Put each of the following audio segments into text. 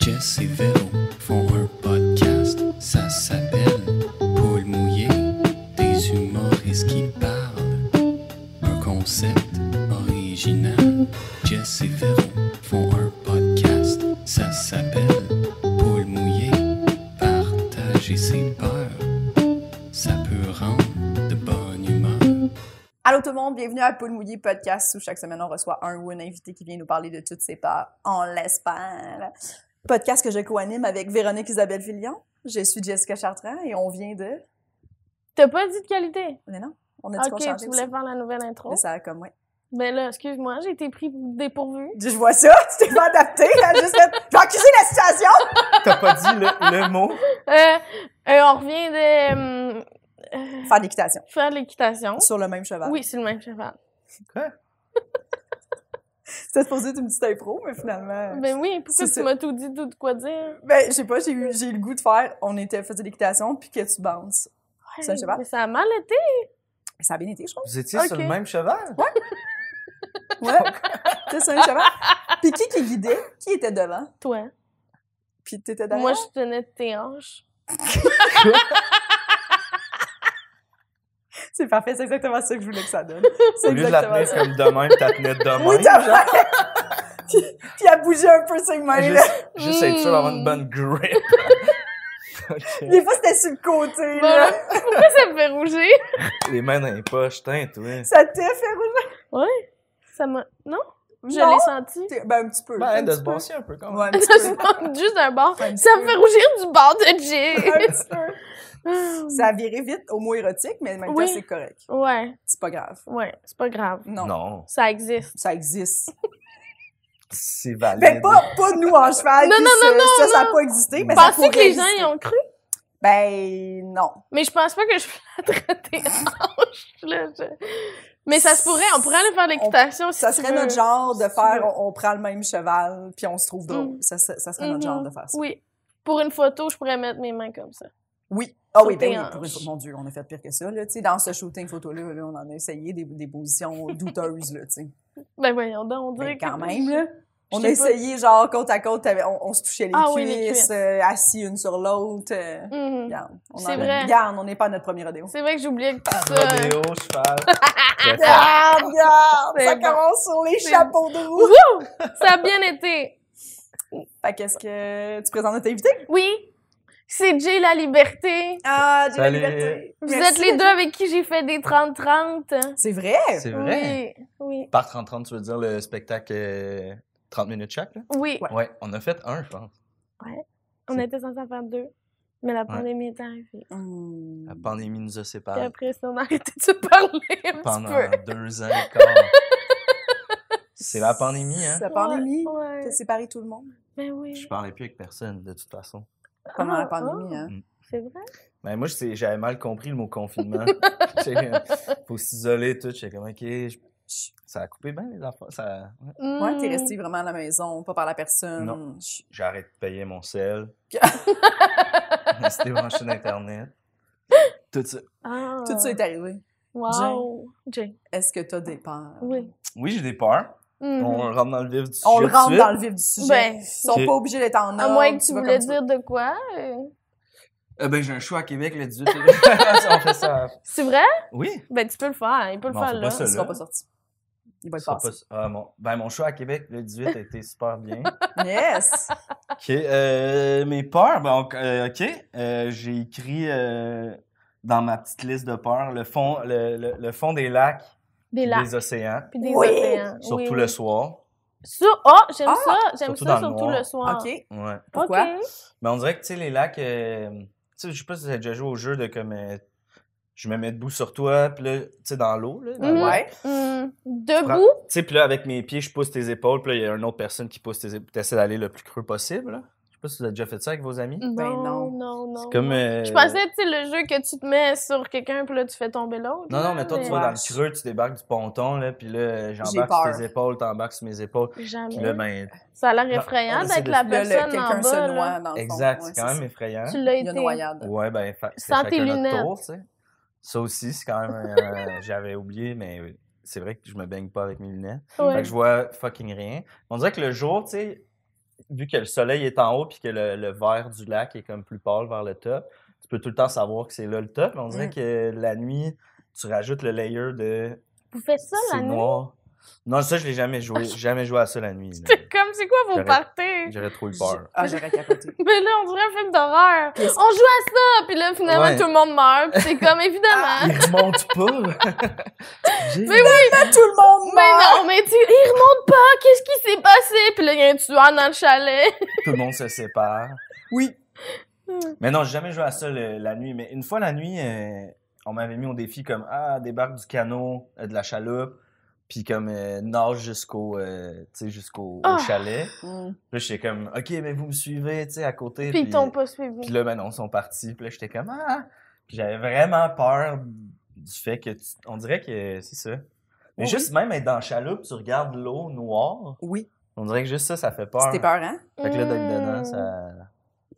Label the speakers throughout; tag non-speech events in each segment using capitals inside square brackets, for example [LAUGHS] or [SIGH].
Speaker 1: Jess et Véro font un podcast, ça s'appelle Paul mouillé, des humoristes qui parlent. Un concept original. Jess et Véro font un podcast, ça s'appelle Paul mouillé, partager ses peurs. Ça peut rendre de bonne humeur.
Speaker 2: Allô tout le monde, bienvenue à Paul Mouillé Podcast où chaque semaine on reçoit un ou une invité qui vient nous parler de toutes ses peurs, on l'espère. Podcast que je co-anime avec Véronique Isabelle Villion. Je suis Jessica Chartrand et on vient de.
Speaker 3: T'as pas dit de qualité.
Speaker 2: Mais non, on a dit qu'on
Speaker 3: Ok,
Speaker 2: changeait.
Speaker 3: tu voulais faire la nouvelle intro.
Speaker 2: Mais ça a comme, ouais.
Speaker 3: Ben là, excuse-moi, j'ai été pris dépourvu.
Speaker 2: Je vois ça, [LAUGHS] tu t'es pas adapté, là, juste fait, je vais accuser la situation!
Speaker 4: T'as pas dit le, le mot.
Speaker 3: Euh, euh, on revient de hum, euh,
Speaker 2: Faire de l'équitation.
Speaker 3: faire de l'équitation.
Speaker 2: Sur le même cheval.
Speaker 3: Oui, c'est le même cheval.
Speaker 2: C'était supposé être une petite impro, mais finalement.
Speaker 3: Ben oui, pourquoi
Speaker 2: C'est
Speaker 3: tu
Speaker 2: Euh, ça.
Speaker 3: m'as tout dit, tout de quoi dire?
Speaker 2: Ben, je sais pas, j'ai eu, j'ai eu le goût de faire, on était, faisait de l'équitation, puis que tu bounces. C'est un cheval?
Speaker 3: Mais ça a mal été.
Speaker 2: Ça a bien été, je trouve.
Speaker 4: Vous étiez sur
Speaker 3: Ok.
Speaker 4: le même cheval?
Speaker 2: Ouais.
Speaker 3: [LAUGHS]
Speaker 2: T'es sur un cheval. Puis qui qui guidait? Qui était devant?
Speaker 3: Toi,
Speaker 2: Puis t'étais derrière?
Speaker 3: moi, je tenais tes hanches.
Speaker 2: C'est parfait, c'est exactement ça que je voulais que ça
Speaker 3: [LAUGHS]
Speaker 2: donne. C'est
Speaker 4: Au lieu de
Speaker 2: exactement
Speaker 4: la tenir
Speaker 2: ça.
Speaker 4: comme de même, t'as tenir de même.
Speaker 2: Oui, t'as fait! puis, puis elle bougeait un peu ses mains, là.
Speaker 4: Juste, juste être sûr d'avoir une bonne grip. Ok.
Speaker 2: Des fois, c'était sur le côté, là.
Speaker 3: Voilà. [LAUGHS] pourquoi ça me fait rougir?
Speaker 4: Les mains dans les poches, t'es toi.
Speaker 2: Ça t'a fait rouler.
Speaker 3: Ça m'a... Non? Je
Speaker 2: Non.
Speaker 3: l'ai senti.
Speaker 2: T'es- Ben, un petit peu.
Speaker 4: Ben,
Speaker 2: un
Speaker 4: de
Speaker 2: petit
Speaker 4: se
Speaker 2: peu.
Speaker 4: bosser un peu quand même.
Speaker 2: Ouais,
Speaker 3: [LAUGHS]
Speaker 2: un petit peu.
Speaker 3: Juste d'un bord.
Speaker 2: Un petit
Speaker 3: Ça me
Speaker 2: peu.
Speaker 3: fait rougir du bord de
Speaker 2: [LAUGHS] Un
Speaker 3: Jay.
Speaker 2: petit peu. Ça a viré vite, au mot érotique, mais en même temps,
Speaker 3: Oui.
Speaker 2: c'est correct.
Speaker 3: [LAUGHS] ouais,
Speaker 2: C'est pas grave.
Speaker 3: ouais, c'est pas grave.
Speaker 2: Non.
Speaker 4: Non,
Speaker 3: Ça existe.
Speaker 2: Ça existe.
Speaker 4: c'est valide.
Speaker 2: Fait que pas, pas nous en cheval.
Speaker 3: Non,
Speaker 2: puis
Speaker 3: non,
Speaker 2: ça,
Speaker 3: non,
Speaker 2: Ça, ça
Speaker 3: non.
Speaker 2: a pas existé, mais ça
Speaker 3: Pensez
Speaker 2: pourrait
Speaker 3: que les gens
Speaker 2: exister.
Speaker 3: y ont cru?
Speaker 2: Ben, non.
Speaker 3: Mais je pense pas que je [LAUGHS] flatterais tes hanches, là. je- Mais ça se pourrait, on pourrait aller faire de l'équitation si
Speaker 2: Ça
Speaker 3: tu
Speaker 2: serait
Speaker 3: veux.
Speaker 2: notre genre de
Speaker 3: si tu
Speaker 2: faire,
Speaker 3: veux.
Speaker 2: on, on prend le même cheval, puis on se trouve drôle. Ça, ça, ça serait
Speaker 3: Mhm.
Speaker 2: notre genre de faire ça.
Speaker 3: Oui. Pour une photo, je pourrais mettre mes mains comme ça.
Speaker 2: Oui. Ah oui,
Speaker 3: Sauter
Speaker 2: ben oui,
Speaker 3: en
Speaker 2: pour une
Speaker 3: hache.
Speaker 2: fois, mon Dieu, on a fait pire que ça. Là, Tu sais, dans ce shooting photo-là, là, on en a essayé des, des
Speaker 3: [LAUGHS]
Speaker 2: positions douteuses. Là, tu sais.
Speaker 3: Ben voyons donc, on dirait
Speaker 2: Mais quand
Speaker 3: que...
Speaker 2: même, là, on a
Speaker 3: J'étais pas-
Speaker 2: essayé genre côte à côte, t'avais- on, on se touchait les
Speaker 3: Ah
Speaker 2: cuisses,
Speaker 3: oui, les cuisses.
Speaker 2: euh, assis une sur l'autre. euh,
Speaker 3: [LAUGHS] Mhm.
Speaker 2: Regarde, on
Speaker 3: C'est
Speaker 2: en a-
Speaker 3: vrai.
Speaker 2: regarde, on n'est pas à notre premier rodéo.
Speaker 3: C'est vrai que j'oubliais que tout ça...
Speaker 4: Ah, Rodéo, cheval. [LAUGHS] Je vais faire-
Speaker 2: Regarde, regarde,
Speaker 3: Ah! C'est
Speaker 2: ça
Speaker 3: bon.
Speaker 2: commence sur les
Speaker 3: C'est
Speaker 2: chapeaux de roue. [LAUGHS]
Speaker 3: Wouh! Ça a bien été.
Speaker 2: Fait qu'est-ce que tu présentes notre invité?
Speaker 3: Oui, c'est Jay La Liberté.
Speaker 2: Ah, j'ai la
Speaker 4: Salut.
Speaker 2: liberté.
Speaker 3: Vous
Speaker 2: Merci.
Speaker 3: êtes les deux avec qui j'ai fait des 30-30.
Speaker 2: C'est vrai?
Speaker 4: C'est vrai.
Speaker 3: Oui, oui,
Speaker 4: Par 30-30, tu veux dire le spectacle euh, 30 minutes chaque, là?
Speaker 3: oui.
Speaker 2: Ouais.
Speaker 4: Ouais, on a fait un, je pense.
Speaker 3: On était censés en faire deux, mais la pandémie est arrivée.
Speaker 2: Hmm.
Speaker 4: La pandémie nous a
Speaker 3: Puis
Speaker 4: séparés
Speaker 3: après, ça, on a arrêté de se parler un
Speaker 4: Ah. pendant
Speaker 3: petit peu.
Speaker 4: deux ans et [LAUGHS] quart. c'est la pandémie, hein?
Speaker 2: C'est la pandémie.
Speaker 3: Ouais.
Speaker 2: T'as séparé tout le monde.
Speaker 3: Ben oui.
Speaker 4: Je parlais plus avec personne, de toute façon.
Speaker 2: Pendant la
Speaker 3: Ah,
Speaker 2: pandémie,
Speaker 3: ah.
Speaker 2: hein.
Speaker 3: C'est vrai?
Speaker 4: Ben moi, c'est- j'avais mal compris le mot
Speaker 2: [LAUGHS]
Speaker 4: confinement. J'ai, euh, Faut s'isoler, tout. J'étais comme, OK, je- ça a coupé bien les affaires. Ça... ouais.
Speaker 2: Ouais, t'es
Speaker 3: Mm.
Speaker 2: resté vraiment à la maison, pas par la personne.
Speaker 4: Non.
Speaker 2: Chut.
Speaker 4: J'ai arrêté de payer mon sel.
Speaker 2: [LAUGHS]
Speaker 4: C'était branché d'Internet. Tout ça.
Speaker 3: Ah.
Speaker 2: Tout ça est arrivé.
Speaker 3: Wow. Jay.
Speaker 2: Est-ce que t'as des peurs?
Speaker 3: Oui.
Speaker 4: Oui, j'ai des peurs.
Speaker 3: Mhm.
Speaker 4: On rentre dans le vif du sujet.
Speaker 2: On le
Speaker 4: tout de
Speaker 2: rentre
Speaker 4: suite.
Speaker 2: dans le vif du sujet.
Speaker 3: Ben,
Speaker 2: Ils sont
Speaker 4: Ok.
Speaker 2: pas obligés d'être en ordre.
Speaker 3: À moins que Ah. tu
Speaker 2: vas
Speaker 3: voulais
Speaker 2: comme
Speaker 3: dire de quoi? euh,
Speaker 4: Euh, ben, j'ai un show à Québec le
Speaker 2: [LAUGHS]
Speaker 4: [LAUGHS] 18 février. On fait ça. à-
Speaker 3: C'est vrai?
Speaker 4: Oui.
Speaker 3: Ben, tu peux le faire. Il peut le
Speaker 4: Non,
Speaker 3: faire
Speaker 4: faut
Speaker 3: là.
Speaker 4: pas
Speaker 2: tu veux.
Speaker 4: ça.
Speaker 2: Il sera pas sorti. Il va être
Speaker 4: Ça sera
Speaker 2: passé.
Speaker 4: pas ça. Ah, mon... Ben, mon show à Québec le 18 a été super bien.
Speaker 2: Yes!
Speaker 4: OK. euh, mes peurs, ben, on- euh, OK. euh, j'ai écrit euh, dans ma petite liste de peurs le fond, le, le- le fond des lacs,
Speaker 3: Des
Speaker 4: puis
Speaker 3: lacs.
Speaker 4: des océans,
Speaker 3: Puis des
Speaker 2: Oui.
Speaker 3: océans.
Speaker 4: surtout
Speaker 3: oui.
Speaker 4: le soir.
Speaker 3: Sur- Oh, j'aime
Speaker 2: Ah!
Speaker 3: ça. J'aime
Speaker 4: Surtout
Speaker 3: ça,
Speaker 4: dans le
Speaker 3: surtout
Speaker 4: noir.
Speaker 3: le soir. Mm.
Speaker 2: OK.
Speaker 4: Ouais.
Speaker 2: Pourquoi?
Speaker 3: Ok.
Speaker 4: Mais on dirait que, tu sais, les lacs, euh, tu sais, je sais pas si t'as déjà joué au jeu de comme. euh, je me mets debout sur toi, puis là, tu sais, dans l'eau, là. dans
Speaker 3: Mhm.
Speaker 4: le lac.
Speaker 2: Ouais.
Speaker 3: Mm.
Speaker 4: Prends-
Speaker 3: Debout?
Speaker 4: Tu sais, puis là, avec mes pieds, je pousse tes épaules, puis là, il y a une autre personne qui pousse tes épaules. T'essaies d'aller le plus creux possible, là. Je sais pas si tu as déjà fait ça avec vos amis.
Speaker 2: Ben non.
Speaker 3: non, non, non.
Speaker 4: C'est comme. euh,
Speaker 3: Je pensais, tu sais, le jeu que tu te mets sur quelqu'un, puis là, tu fais tomber l'autre.
Speaker 4: Non, non,
Speaker 3: là,
Speaker 4: mais toi, tu
Speaker 2: mais-
Speaker 4: vas dans le creux, tu débarques du ponton, là, puis là,
Speaker 2: J'ai
Speaker 4: j'embarque
Speaker 2: peur.
Speaker 4: sur tes épaules, t'embarques sur mes épaules. Puis
Speaker 3: Jamais.
Speaker 4: là, ben,
Speaker 3: Ça a l'air
Speaker 4: Non,
Speaker 3: effrayant
Speaker 4: on essaie
Speaker 3: d'être
Speaker 4: de-
Speaker 3: la
Speaker 2: Là, le-
Speaker 3: personne en
Speaker 2: quelqu'un
Speaker 3: bas.
Speaker 2: se
Speaker 3: là.
Speaker 2: noie dans le fond.
Speaker 4: exact,
Speaker 2: Ouais,
Speaker 4: c'est quand même effrayant.
Speaker 3: Tu l'as
Speaker 2: Il y a une
Speaker 3: été.
Speaker 2: noyade.
Speaker 4: Ouais, ben, fa- c'est
Speaker 3: Sans tes
Speaker 4: chacun notre
Speaker 3: lunettes.
Speaker 4: tour, tu sais. Ça aussi, c'est quand même. euh, J'avais oublié, mais euh, c'est vrai que je me baigne pas avec mes lunettes. Fait
Speaker 3: Ouais.
Speaker 4: que je vois fucking rien. On dirait que le jour, tu sais, vu que le soleil est en haut puis que le, le vert du lac est comme plus pâle vers le top, tu peux tout le temps savoir que c'est là le top. Mais on dirait
Speaker 2: Mm.
Speaker 4: que la nuit, tu rajoutes le layer de
Speaker 3: Vous faites ça
Speaker 4: c'est
Speaker 3: la nuit? Ah,
Speaker 4: noir. Non, ça, je l'ai jamais joué. J'ai jamais joué à ça la nuit.
Speaker 3: [LAUGHS]
Speaker 4: là.
Speaker 3: [LAUGHS] C'est comme, c'est quoi vos
Speaker 4: J'aurais-
Speaker 3: parties?
Speaker 4: J'aurais trop eu peur.
Speaker 2: Ah, j'aurais capoté.
Speaker 3: Mais là, on dirait un film d'horreur. On
Speaker 2: Puis-
Speaker 3: joue à ça, puis là, finalement,
Speaker 4: Ouais. Ah,
Speaker 3: tout le monde meurt. puis c'est
Speaker 4: [LAUGHS]
Speaker 3: comme, évidemment.
Speaker 4: Il remonte pas.
Speaker 3: [LAUGHS]
Speaker 4: J'ai-
Speaker 3: Mais oui,
Speaker 2: Tout le monde
Speaker 3: mais
Speaker 2: meurt!
Speaker 3: non, mais tu, il remonte pas, qu'est-ce qui s'est passé? Puis là, il y a un tueur dans le chalet.
Speaker 4: Tout le monde se sépare.
Speaker 2: Oui.
Speaker 3: Ah.
Speaker 4: Mais non, j'ai jamais joué à ça le- la nuit. Mais une fois la nuit, euh, on m'avait mis au défi comme Ah, débarque du canot, euh, de la chaloupe, puis comme euh, nage jusqu'au euh, tu sais, jusqu'au au
Speaker 3: Ah.
Speaker 4: chalet.
Speaker 2: Mm.
Speaker 4: Puis Là, j'étais comme Ok, mais vous me suivez, tu sais, à côté.
Speaker 3: Puis ils t'ont pas suivi.
Speaker 4: Puis là, ben non, ils sont partis. Puis là, j'étais comme Ah! Puis j'avais vraiment peur du fait que. tu- On dirait que c'est ça. Mais
Speaker 2: Oui.
Speaker 4: juste même être dans la chaloupe, tu regardes l'eau noire.
Speaker 2: Oui.
Speaker 4: On dirait que juste ça, ça fait peur.
Speaker 2: C'était peur, hein?
Speaker 4: Fait que là, d'être dedans,
Speaker 3: Hmm.
Speaker 4: ça.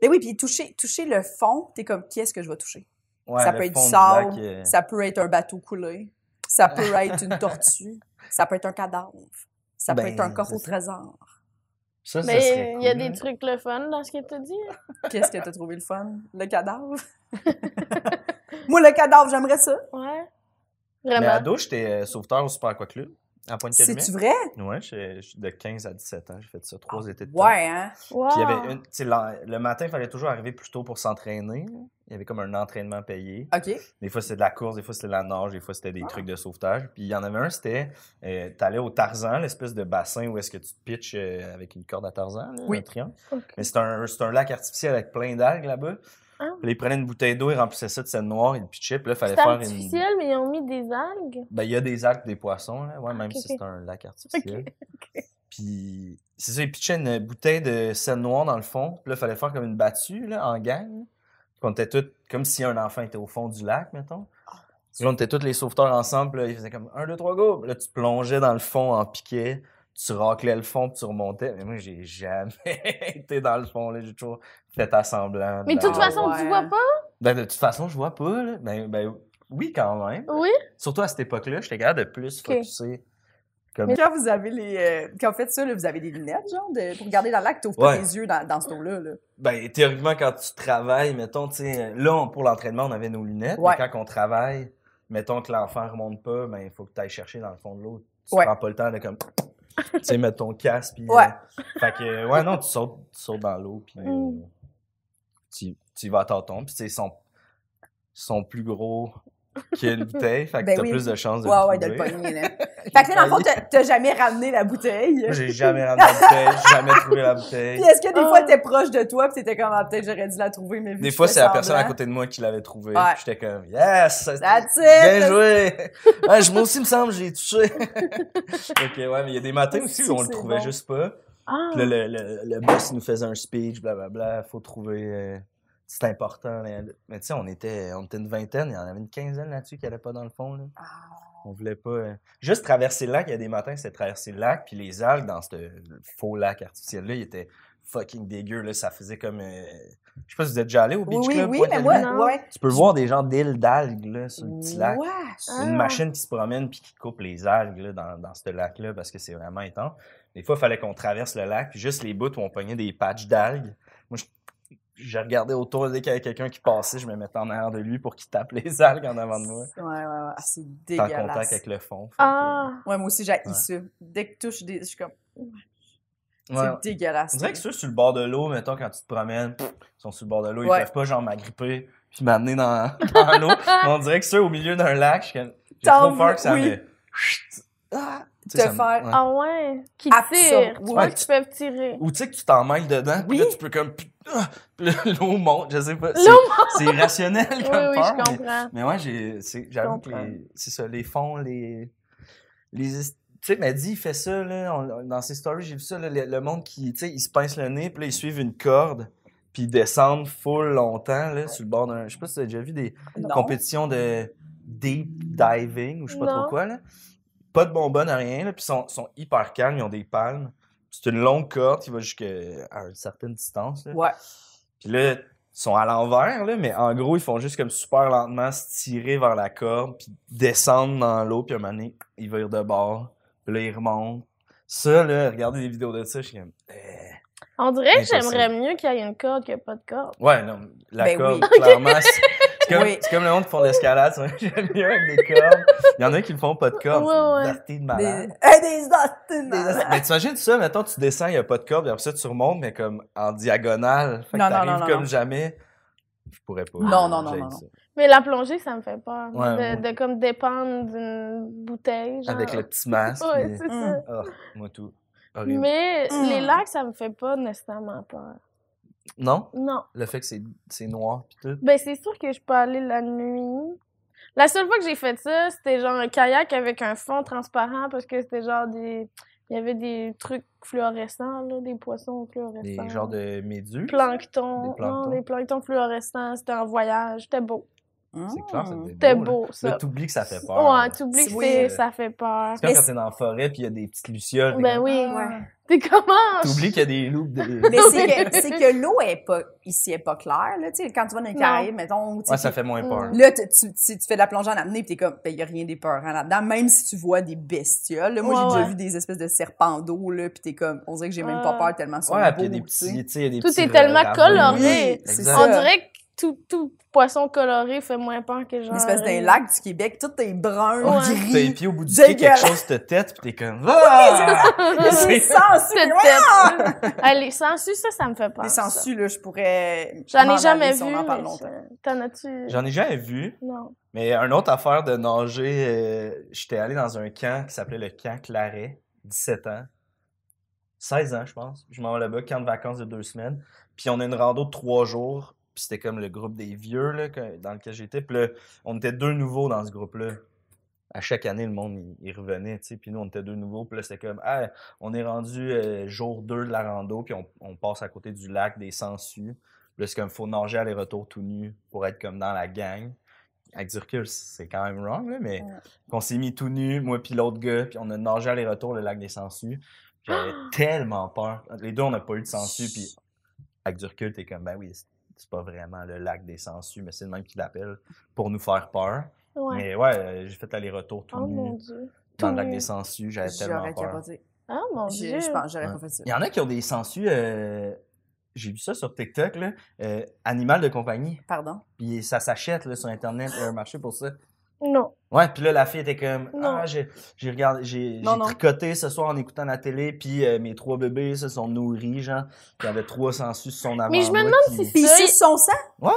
Speaker 2: Mais Ben oui, puis toucher, toucher le fond, t'es comme, qui est-ce que je vais toucher?
Speaker 4: Ouais,
Speaker 2: Ça
Speaker 4: le
Speaker 2: peut être du
Speaker 4: fond
Speaker 2: sable,
Speaker 4: lac, euh,
Speaker 2: Ça peut être un bateau coulé. Ça peut être une
Speaker 4: [LAUGHS]
Speaker 2: tortue. Ça peut être un cadavre. Ça peut
Speaker 4: Ben,
Speaker 2: être un corps
Speaker 4: c'est
Speaker 2: au
Speaker 4: ça.
Speaker 2: trésor.
Speaker 4: ça, ça
Speaker 3: Mais
Speaker 4: serait
Speaker 3: il y a
Speaker 4: cool,
Speaker 3: des
Speaker 4: hein.
Speaker 3: trucs le fun dans ce que t'as dit.
Speaker 2: Qu'est-ce que t'as trouvé le fun? Le
Speaker 4: [LAUGHS]
Speaker 2: cadavre? Moi, le cadavre, j'aimerais ça.
Speaker 3: Ouais.
Speaker 4: Mais
Speaker 3: Vraiment.
Speaker 4: ado, j'étais euh, sauveteur au Super Aquaclub, à Pointe-Calumet.
Speaker 2: C'est-tu vrai?
Speaker 4: Ouais, j'ai- j'ai- de 15 à 17 ans, j'ai fait ça trois étés de temps.
Speaker 2: Ouais, hein?
Speaker 3: Wow.
Speaker 4: Puis il y avait une, tu sais, la- le matin, il fallait toujours arriver plus tôt pour s'entraîner. Il y avait comme un entraînement payé.
Speaker 2: OK.
Speaker 4: Des fois, c'était de la course, des fois, c'était de la nage, des fois, c'était
Speaker 3: Ah.
Speaker 4: des trucs de sauvetage. Puis il y en avait un, c'était, euh, t'allais au Tarzan, l'espèce de bassin où est-ce que tu te pitches euh, avec une corde à Tarzan, là,
Speaker 2: Oui.
Speaker 4: un triangle.
Speaker 3: Ok.
Speaker 4: Mais c'est un, c'est un lac artificiel avec plein d'algues là-bas.
Speaker 3: Ah.
Speaker 4: Puis là, ils prenaient une bouteille d'eau, ils remplissaient ça de scène noire, ils le pitchaient, puis là, il fallait
Speaker 3: C'est
Speaker 4: faire une.
Speaker 3: artificiel, mais ils ont mis des algues.
Speaker 4: Ben, il y a des algues, des poissons, là. Ouais, même
Speaker 3: Ah, ok,
Speaker 4: si
Speaker 3: ok.
Speaker 4: c'est un lac artificiel. Puis, c'est ça, ils pitchaient une bouteille de sel noir dans le fond. Puis là, il fallait faire comme une battue, là, en gang. Puis on était tous, comme si un enfant était au fond du lac, mettons. Puis là, on était tous les sauveteurs ensemble. Puis là, ils faisaient comme un, deux, trois, go. Puis là, tu plongeais dans le fond en piquet. Tu raclais le fond, puis tu remontais. Mais moi, j'ai jamais [LAUGHS] été dans le fond, là. J'ai toujours fait à semblant.
Speaker 3: Mais de toute
Speaker 4: d'aller-
Speaker 3: façon, tu
Speaker 2: ouais.
Speaker 3: vois pas?
Speaker 4: Ben, de toute façon, je vois pas, là. Ben, ben, oui, quand même.
Speaker 3: Oui.
Speaker 4: Surtout à cette époque-là, j'étais capable de plus
Speaker 3: Ok.
Speaker 4: focusser.
Speaker 2: Mais quand vous avez les. euh, quand vous faites ça, là, vous avez des lunettes, genre, de- pour regarder dans le lac, t'ouvres
Speaker 4: Ouais.
Speaker 2: pas tes yeux dans, dans ce eau-là. là.
Speaker 4: Ben, théoriquement, quand tu travailles, mettons, tu sais, là, on- pour l'entraînement, on avait nos lunettes,
Speaker 2: Ouais.
Speaker 4: mais quand on travaille, mettons que l'enfant remonte pas, ben, il faut que tu ailles chercher dans le fond de l'eau. Tu
Speaker 2: Ouais.
Speaker 4: prends pas le temps de, comme, tu sais, mettre ton casque, puis...
Speaker 2: Ouais.
Speaker 4: euh, fait que, ouais, non, tu sautes, tu sautes dans l'eau, puis euh,
Speaker 3: Mm.
Speaker 4: tu, tu y vas à tâtons, puis, tu sais, ils sont, ils sont plus gros
Speaker 2: [LAUGHS]
Speaker 4: qu'une bouteille, fait que
Speaker 2: Ben
Speaker 4: t'as
Speaker 2: oui.
Speaker 4: plus de chances de
Speaker 2: Ouais,
Speaker 4: le
Speaker 2: ouais, de le
Speaker 4: trouver. Ben
Speaker 2: pogner, là. Fait que là, dans le
Speaker 4: [LAUGHS]
Speaker 2: fond, t'as- t'as jamais ramené la bouteille.
Speaker 4: Moi, J'ai jamais ramené la bouteille, j'ai jamais trouvé la bouteille.
Speaker 2: Puis est-ce que des
Speaker 3: Ah.
Speaker 2: fois, t'es proche de toi, pis t'étais comme, ah, peut-être j'aurais dû la trouver, mais vu
Speaker 4: Des
Speaker 2: que
Speaker 4: fois,
Speaker 2: je fais
Speaker 4: c'est la personne à
Speaker 2: semblant.
Speaker 4: côté de moi qui l'avait trouvé.
Speaker 2: Ouais.
Speaker 4: J'étais comme, yes!
Speaker 2: That's it!
Speaker 4: Bien
Speaker 2: [LAUGHS]
Speaker 4: joué! Ouais, je- moi aussi, me semble, j'ai touché. ok, ouais, mais il y a des matins aussi où on le
Speaker 2: C'est
Speaker 4: trouvait
Speaker 2: bon.
Speaker 4: juste pas.
Speaker 3: Ah.
Speaker 4: Puis là, le, le, le boss il nous faisait un speech, blablabla, faut trouver. euh, c'est important. là. Mais tu sais, on était, on était une vingtaine, il y en avait une quinzaine là-dessus qui allait pas dans le fond. Là.
Speaker 2: Ah.
Speaker 4: On voulait pas. euh, Juste traverser le lac, il y a des matins, c'était traverser le lac, puis les algues dans ce faux lac artificiel-là, ils étaient fucking dégueu. Là. Ça faisait comme. euh, Je sais pas si vous êtes déjà allé au Beach
Speaker 2: Oui, oui,
Speaker 4: Club.
Speaker 2: oui, mais
Speaker 4: Pointe-Calumet?
Speaker 2: moi,
Speaker 3: Non.
Speaker 2: ouais.
Speaker 4: Tu peux voir des gens d'îles d'algues là, sur le petit lac.
Speaker 2: Wesh.
Speaker 3: Ah.
Speaker 4: Une machine qui se promène puis qui coupe les algues là, dans, dans ce lac-là parce que c'est vraiment intense. Des fois, il fallait qu'on traverse le lac, puis juste les bouts où on pognait des patchs d'algues. Moi, je, je regardais autour, dès qu'il y avait quelqu'un qui passait, je me mettais en arrière de lui pour qu'il tape [LAUGHS] les algues en avant de moi.
Speaker 2: Ouais, ouais, ouais. Ah, c'est
Speaker 4: T'es en contact
Speaker 2: dégueulasse.
Speaker 4: avec le fond. fait que-
Speaker 3: Ah.
Speaker 2: Ouais, moi aussi, j'ai
Speaker 4: Ouais.
Speaker 2: ça. Dès que je touche des. Je suis comme, c'est
Speaker 4: Ouais.
Speaker 2: dégueulasse.
Speaker 4: On dirait que ceux sur le bord de l'eau, mettons, quand tu te promènes, pff, ils sont sur le bord de l'eau, ils
Speaker 2: Ouais.
Speaker 4: peuvent pas, genre, m'agripper puis m'amener dans, [LAUGHS]
Speaker 2: [LAUGHS]
Speaker 4: dans l'eau. Mais on dirait que ceux au milieu d'un lac, je suis comme- j'ai trop
Speaker 2: Tombe,
Speaker 4: peur que ça
Speaker 2: oui.
Speaker 4: me... Chut! Ah! Tu sais,
Speaker 2: Te
Speaker 4: ça me-
Speaker 2: faire-
Speaker 4: ouais.
Speaker 3: Ah ouais? Qui
Speaker 2: Absorbe.
Speaker 3: tire. Tu
Speaker 2: Ouais,
Speaker 3: vois
Speaker 4: tu-
Speaker 3: qu'ils peuvent tirer.
Speaker 4: Ou tu sais que tu t'en mêles dedans,
Speaker 2: Oui.
Speaker 4: puis là, tu peux comme... puis- ah, puis là, l'eau monte, je sais pas. c'est-
Speaker 3: L'eau
Speaker 4: C'est irrationnel comme
Speaker 3: Oui, oui,
Speaker 4: peur,
Speaker 3: je
Speaker 4: mais-
Speaker 3: comprends.
Speaker 4: Mais ouais, j'ai, c'est, j'avoue que
Speaker 2: comprends.
Speaker 4: les- c'est ça, les fonds, les. les est- tu sais, m'a dit, il fait ça, là, on- dans ses stories, j'ai vu ça, là, le, le monde qui, tu sais, ils se pince le nez, puis là, ils suivent une corde, puis ils descendent full longtemps, là, sur le bord d'un. Je sais pas si t'as déjà vu des
Speaker 2: Non.
Speaker 4: compétitions de deep diving ou je sais pas
Speaker 3: Non.
Speaker 4: trop quoi, là. Pas de bonbonne, rien, là, puis ils sont, sont hyper calmes, ils ont des palmes. C'est une longue corde qui va jusqu'à à une certaine distance, là.
Speaker 2: Ouais.
Speaker 4: Puis là, ils sont à l'envers, là, mais en gros, ils font juste comme super lentement se tirer vers la corde, puis descendre dans l'eau, puis à un moment donné, ils virent de bord, puis là, ils remontent. Ça, là, regarder des vidéos de ça, je suis comme... eh,
Speaker 3: On dirait que
Speaker 4: Impossible.
Speaker 3: j'aimerais mieux qu'il y ait une corde que pas de corde.
Speaker 4: Ouais, non, la
Speaker 2: Ben
Speaker 4: corde,
Speaker 2: oui. [LAUGHS]
Speaker 4: clairement. c'est- C'est comme,
Speaker 2: Oui.
Speaker 4: c'est comme le monde qui font de l'escalade, ça, j'aime mieux avec des cordes. Il y en a qui le font pas de cordes.
Speaker 3: Ouais, ouais.
Speaker 4: c'est une liberté de
Speaker 2: Des,
Speaker 4: malade.
Speaker 2: Hey, des Austin, man.
Speaker 4: Mais t'imagines ça, mettons, tu descends, il n'y a pas de corde, puis après ça, tu remontes, mais comme en diagonale. Fait que
Speaker 2: Non, non,
Speaker 4: t'arrives
Speaker 2: non, non,
Speaker 4: comme
Speaker 2: non.
Speaker 4: jamais. Je pourrais pas.
Speaker 2: Non, non, non,
Speaker 4: j'haïs
Speaker 2: non,
Speaker 4: ça.
Speaker 3: Mais la plongée, ça me fait peur.
Speaker 4: Ouais,
Speaker 3: de,
Speaker 4: ouais.
Speaker 3: de comme dépendre d'une bouteille. Genre.
Speaker 4: Avec le petit masque.
Speaker 3: Ouais,
Speaker 4: mais-
Speaker 3: c'est ça.
Speaker 4: Ah, moi tout. Horrible.
Speaker 3: Mais
Speaker 2: Mm.
Speaker 3: les lacs, ça me fait pas nécessairement peur.
Speaker 4: Non?
Speaker 3: Non.
Speaker 4: Le fait que c'est c'est noir pis tout.
Speaker 3: Ben, c'est sûr que je peux aller la nuit. La seule fois que j'ai fait ça, c'était genre un kayak avec un fond transparent parce que c'était genre des. Il y avait des trucs fluorescents, là, des poissons
Speaker 4: Des
Speaker 3: fluorescents.
Speaker 4: genres de méduses.
Speaker 3: Plancton.
Speaker 4: Des planctons.
Speaker 3: Non, des planctons fluorescents. C'était en voyage. C'était beau.
Speaker 4: C'est
Speaker 2: Ah,
Speaker 4: clair,
Speaker 2: Mm.
Speaker 4: ça devait
Speaker 3: C'était
Speaker 4: être beau.
Speaker 3: beau,
Speaker 4: là.
Speaker 3: ça.
Speaker 4: Là, t'oublies que ça fait peur. là.
Speaker 3: Ouais, t'oublies que
Speaker 2: Oui.
Speaker 3: c'est- ça fait peur.
Speaker 4: C'est comme
Speaker 2: Mais
Speaker 4: quand
Speaker 2: c'est-
Speaker 4: t'es dans la forêt pis il y a des petites lucioles. t'es
Speaker 3: Ben
Speaker 4: comme-
Speaker 3: oui.
Speaker 2: Ah, Ouais.
Speaker 3: [LAUGHS] T'es comment?
Speaker 4: [LAUGHS] T'oublies qu'il y a des loups
Speaker 2: [LAUGHS]
Speaker 4: pis des.
Speaker 2: Mais c'est que,
Speaker 3: [LAUGHS]
Speaker 2: c'est que l'eau est pas, ici est pas claire, là. Tu sais, quand tu vas dans les
Speaker 3: Non.
Speaker 2: Caraïbes, mettons, tu sais,
Speaker 4: Ouais, ça fait moins peur.
Speaker 2: Là, tu, tu, si tu fais de la plongée en apnée, pis t'es comme, ben, y a rien d'épeurant là-dedans, même si tu vois des bestioles. là. moi, j'ai
Speaker 3: Ouais,
Speaker 2: déjà
Speaker 3: ouais.
Speaker 2: vu des espèces de serpents d'eau, là, pis t'es comme, on dirait que j'ai même pas
Speaker 3: Ouais.
Speaker 2: peur tellement sur
Speaker 4: Ouais,
Speaker 2: le
Speaker 4: pis il y a des
Speaker 2: beau, tu sais.
Speaker 4: petits. tu sais, il y a des
Speaker 3: Tout
Speaker 4: petits euh,
Speaker 3: est tellement
Speaker 4: ra-
Speaker 3: coloré.
Speaker 4: Oui,
Speaker 2: C'est
Speaker 4: exact.
Speaker 2: ça.
Speaker 3: On dirait que tout, tout poisson coloré fait moins peur que genre.
Speaker 2: Une espèce d'un
Speaker 3: [LAUGHS]
Speaker 2: lac du Québec, tout est brun,
Speaker 3: Ouais.
Speaker 4: T'as les
Speaker 2: gris.
Speaker 4: pieds au bout du
Speaker 2: Dégueulasse.
Speaker 4: pied, quelque chose te tête pis t'es comme. Ah! [LAUGHS]
Speaker 2: C'est sensu,
Speaker 3: Cette
Speaker 2: ouais.
Speaker 3: tête. Ah, les sangsues, ça, ça me fait peur.
Speaker 2: Les
Speaker 3: ça.
Speaker 2: sangsues, là, je pourrais.
Speaker 3: J'en
Speaker 2: m'en
Speaker 3: ai jamais
Speaker 2: aller
Speaker 3: vu.
Speaker 2: si on en parle
Speaker 3: mais
Speaker 2: longtemps.
Speaker 3: ça- T'en as-tu?
Speaker 4: J'en ai jamais vu,
Speaker 3: Non.
Speaker 4: mais une autre affaire de nager, euh, j'étais allé dans un camp qui s'appelait le camp Claret, 17 ans. 16 ans, je pense. Je m'en vais là-bas, camp de vacances de deux semaines. Puis on a une rando de trois jours. Puis c'était comme le groupe des vieux là, que- dans lequel j'étais. Puis là, on était deux nouveaux dans ce groupe-là. À chaque année, le monde, il, il revenait, tu sais. Puis nous, on était deux nouveaux. Puis là, c'était comme, Hey, on est rendu euh, jour 2 de la rando. Puis on, on passe à côté du lac des sangsues. Puis là, c'est comme, faut nager aller-retour tout nu pour être comme dans la gang. Avec du recul, c'est quand même wrong, là, mais
Speaker 2: Ouais.
Speaker 4: qu'on s'est mis tout nu, moi puis l'autre gars. Puis on a nagé aller-retour le lac des sangsues. J'avais tellement peur. Les deux, on n'a pas eu de sangsues. Puis avec du recul, t'es comme, ben oui, c'est- c'est pas vraiment le lac des sangsues, mais c'est le même qui l'appelle pour nous faire peur.
Speaker 3: Ouais.
Speaker 4: Mais ouais, euh, j'ai fait aller-retour tout
Speaker 3: Oh
Speaker 4: nu
Speaker 3: mon dieu.
Speaker 4: dans
Speaker 3: tout
Speaker 4: le lac
Speaker 3: nu.
Speaker 4: des sangsues. J'avais tellement
Speaker 2: J'aurais
Speaker 4: peur.
Speaker 2: capoté.
Speaker 3: Ah mon
Speaker 2: Je
Speaker 3: dieu.
Speaker 2: je pense, que j'aurais
Speaker 4: Ouais.
Speaker 2: pas fait ça.
Speaker 4: Il y en a qui ont des sangsues. euh, j'ai vu ça sur TikTok, là, euh, animal de compagnie.
Speaker 2: Pardon.
Speaker 4: Puis ça s'achète là, sur Internet, il y
Speaker 3: [GASPS]
Speaker 4: a un marché pour ça.
Speaker 3: Non.
Speaker 4: Ouais, puis là, la fille était comme
Speaker 3: Non.
Speaker 4: Ah, j'ai j'ai regardé, j'ai
Speaker 2: Non,
Speaker 4: j'ai
Speaker 2: non.
Speaker 4: tricoté ce soir en écoutant la télé, puis euh, mes trois bébés se sont nourris, genre. Puis il y avait trois sangsues sur son avant
Speaker 3: Mais je me demande si-
Speaker 2: Puis
Speaker 3: Ça,
Speaker 2: c'est
Speaker 3: il-
Speaker 2: son sang.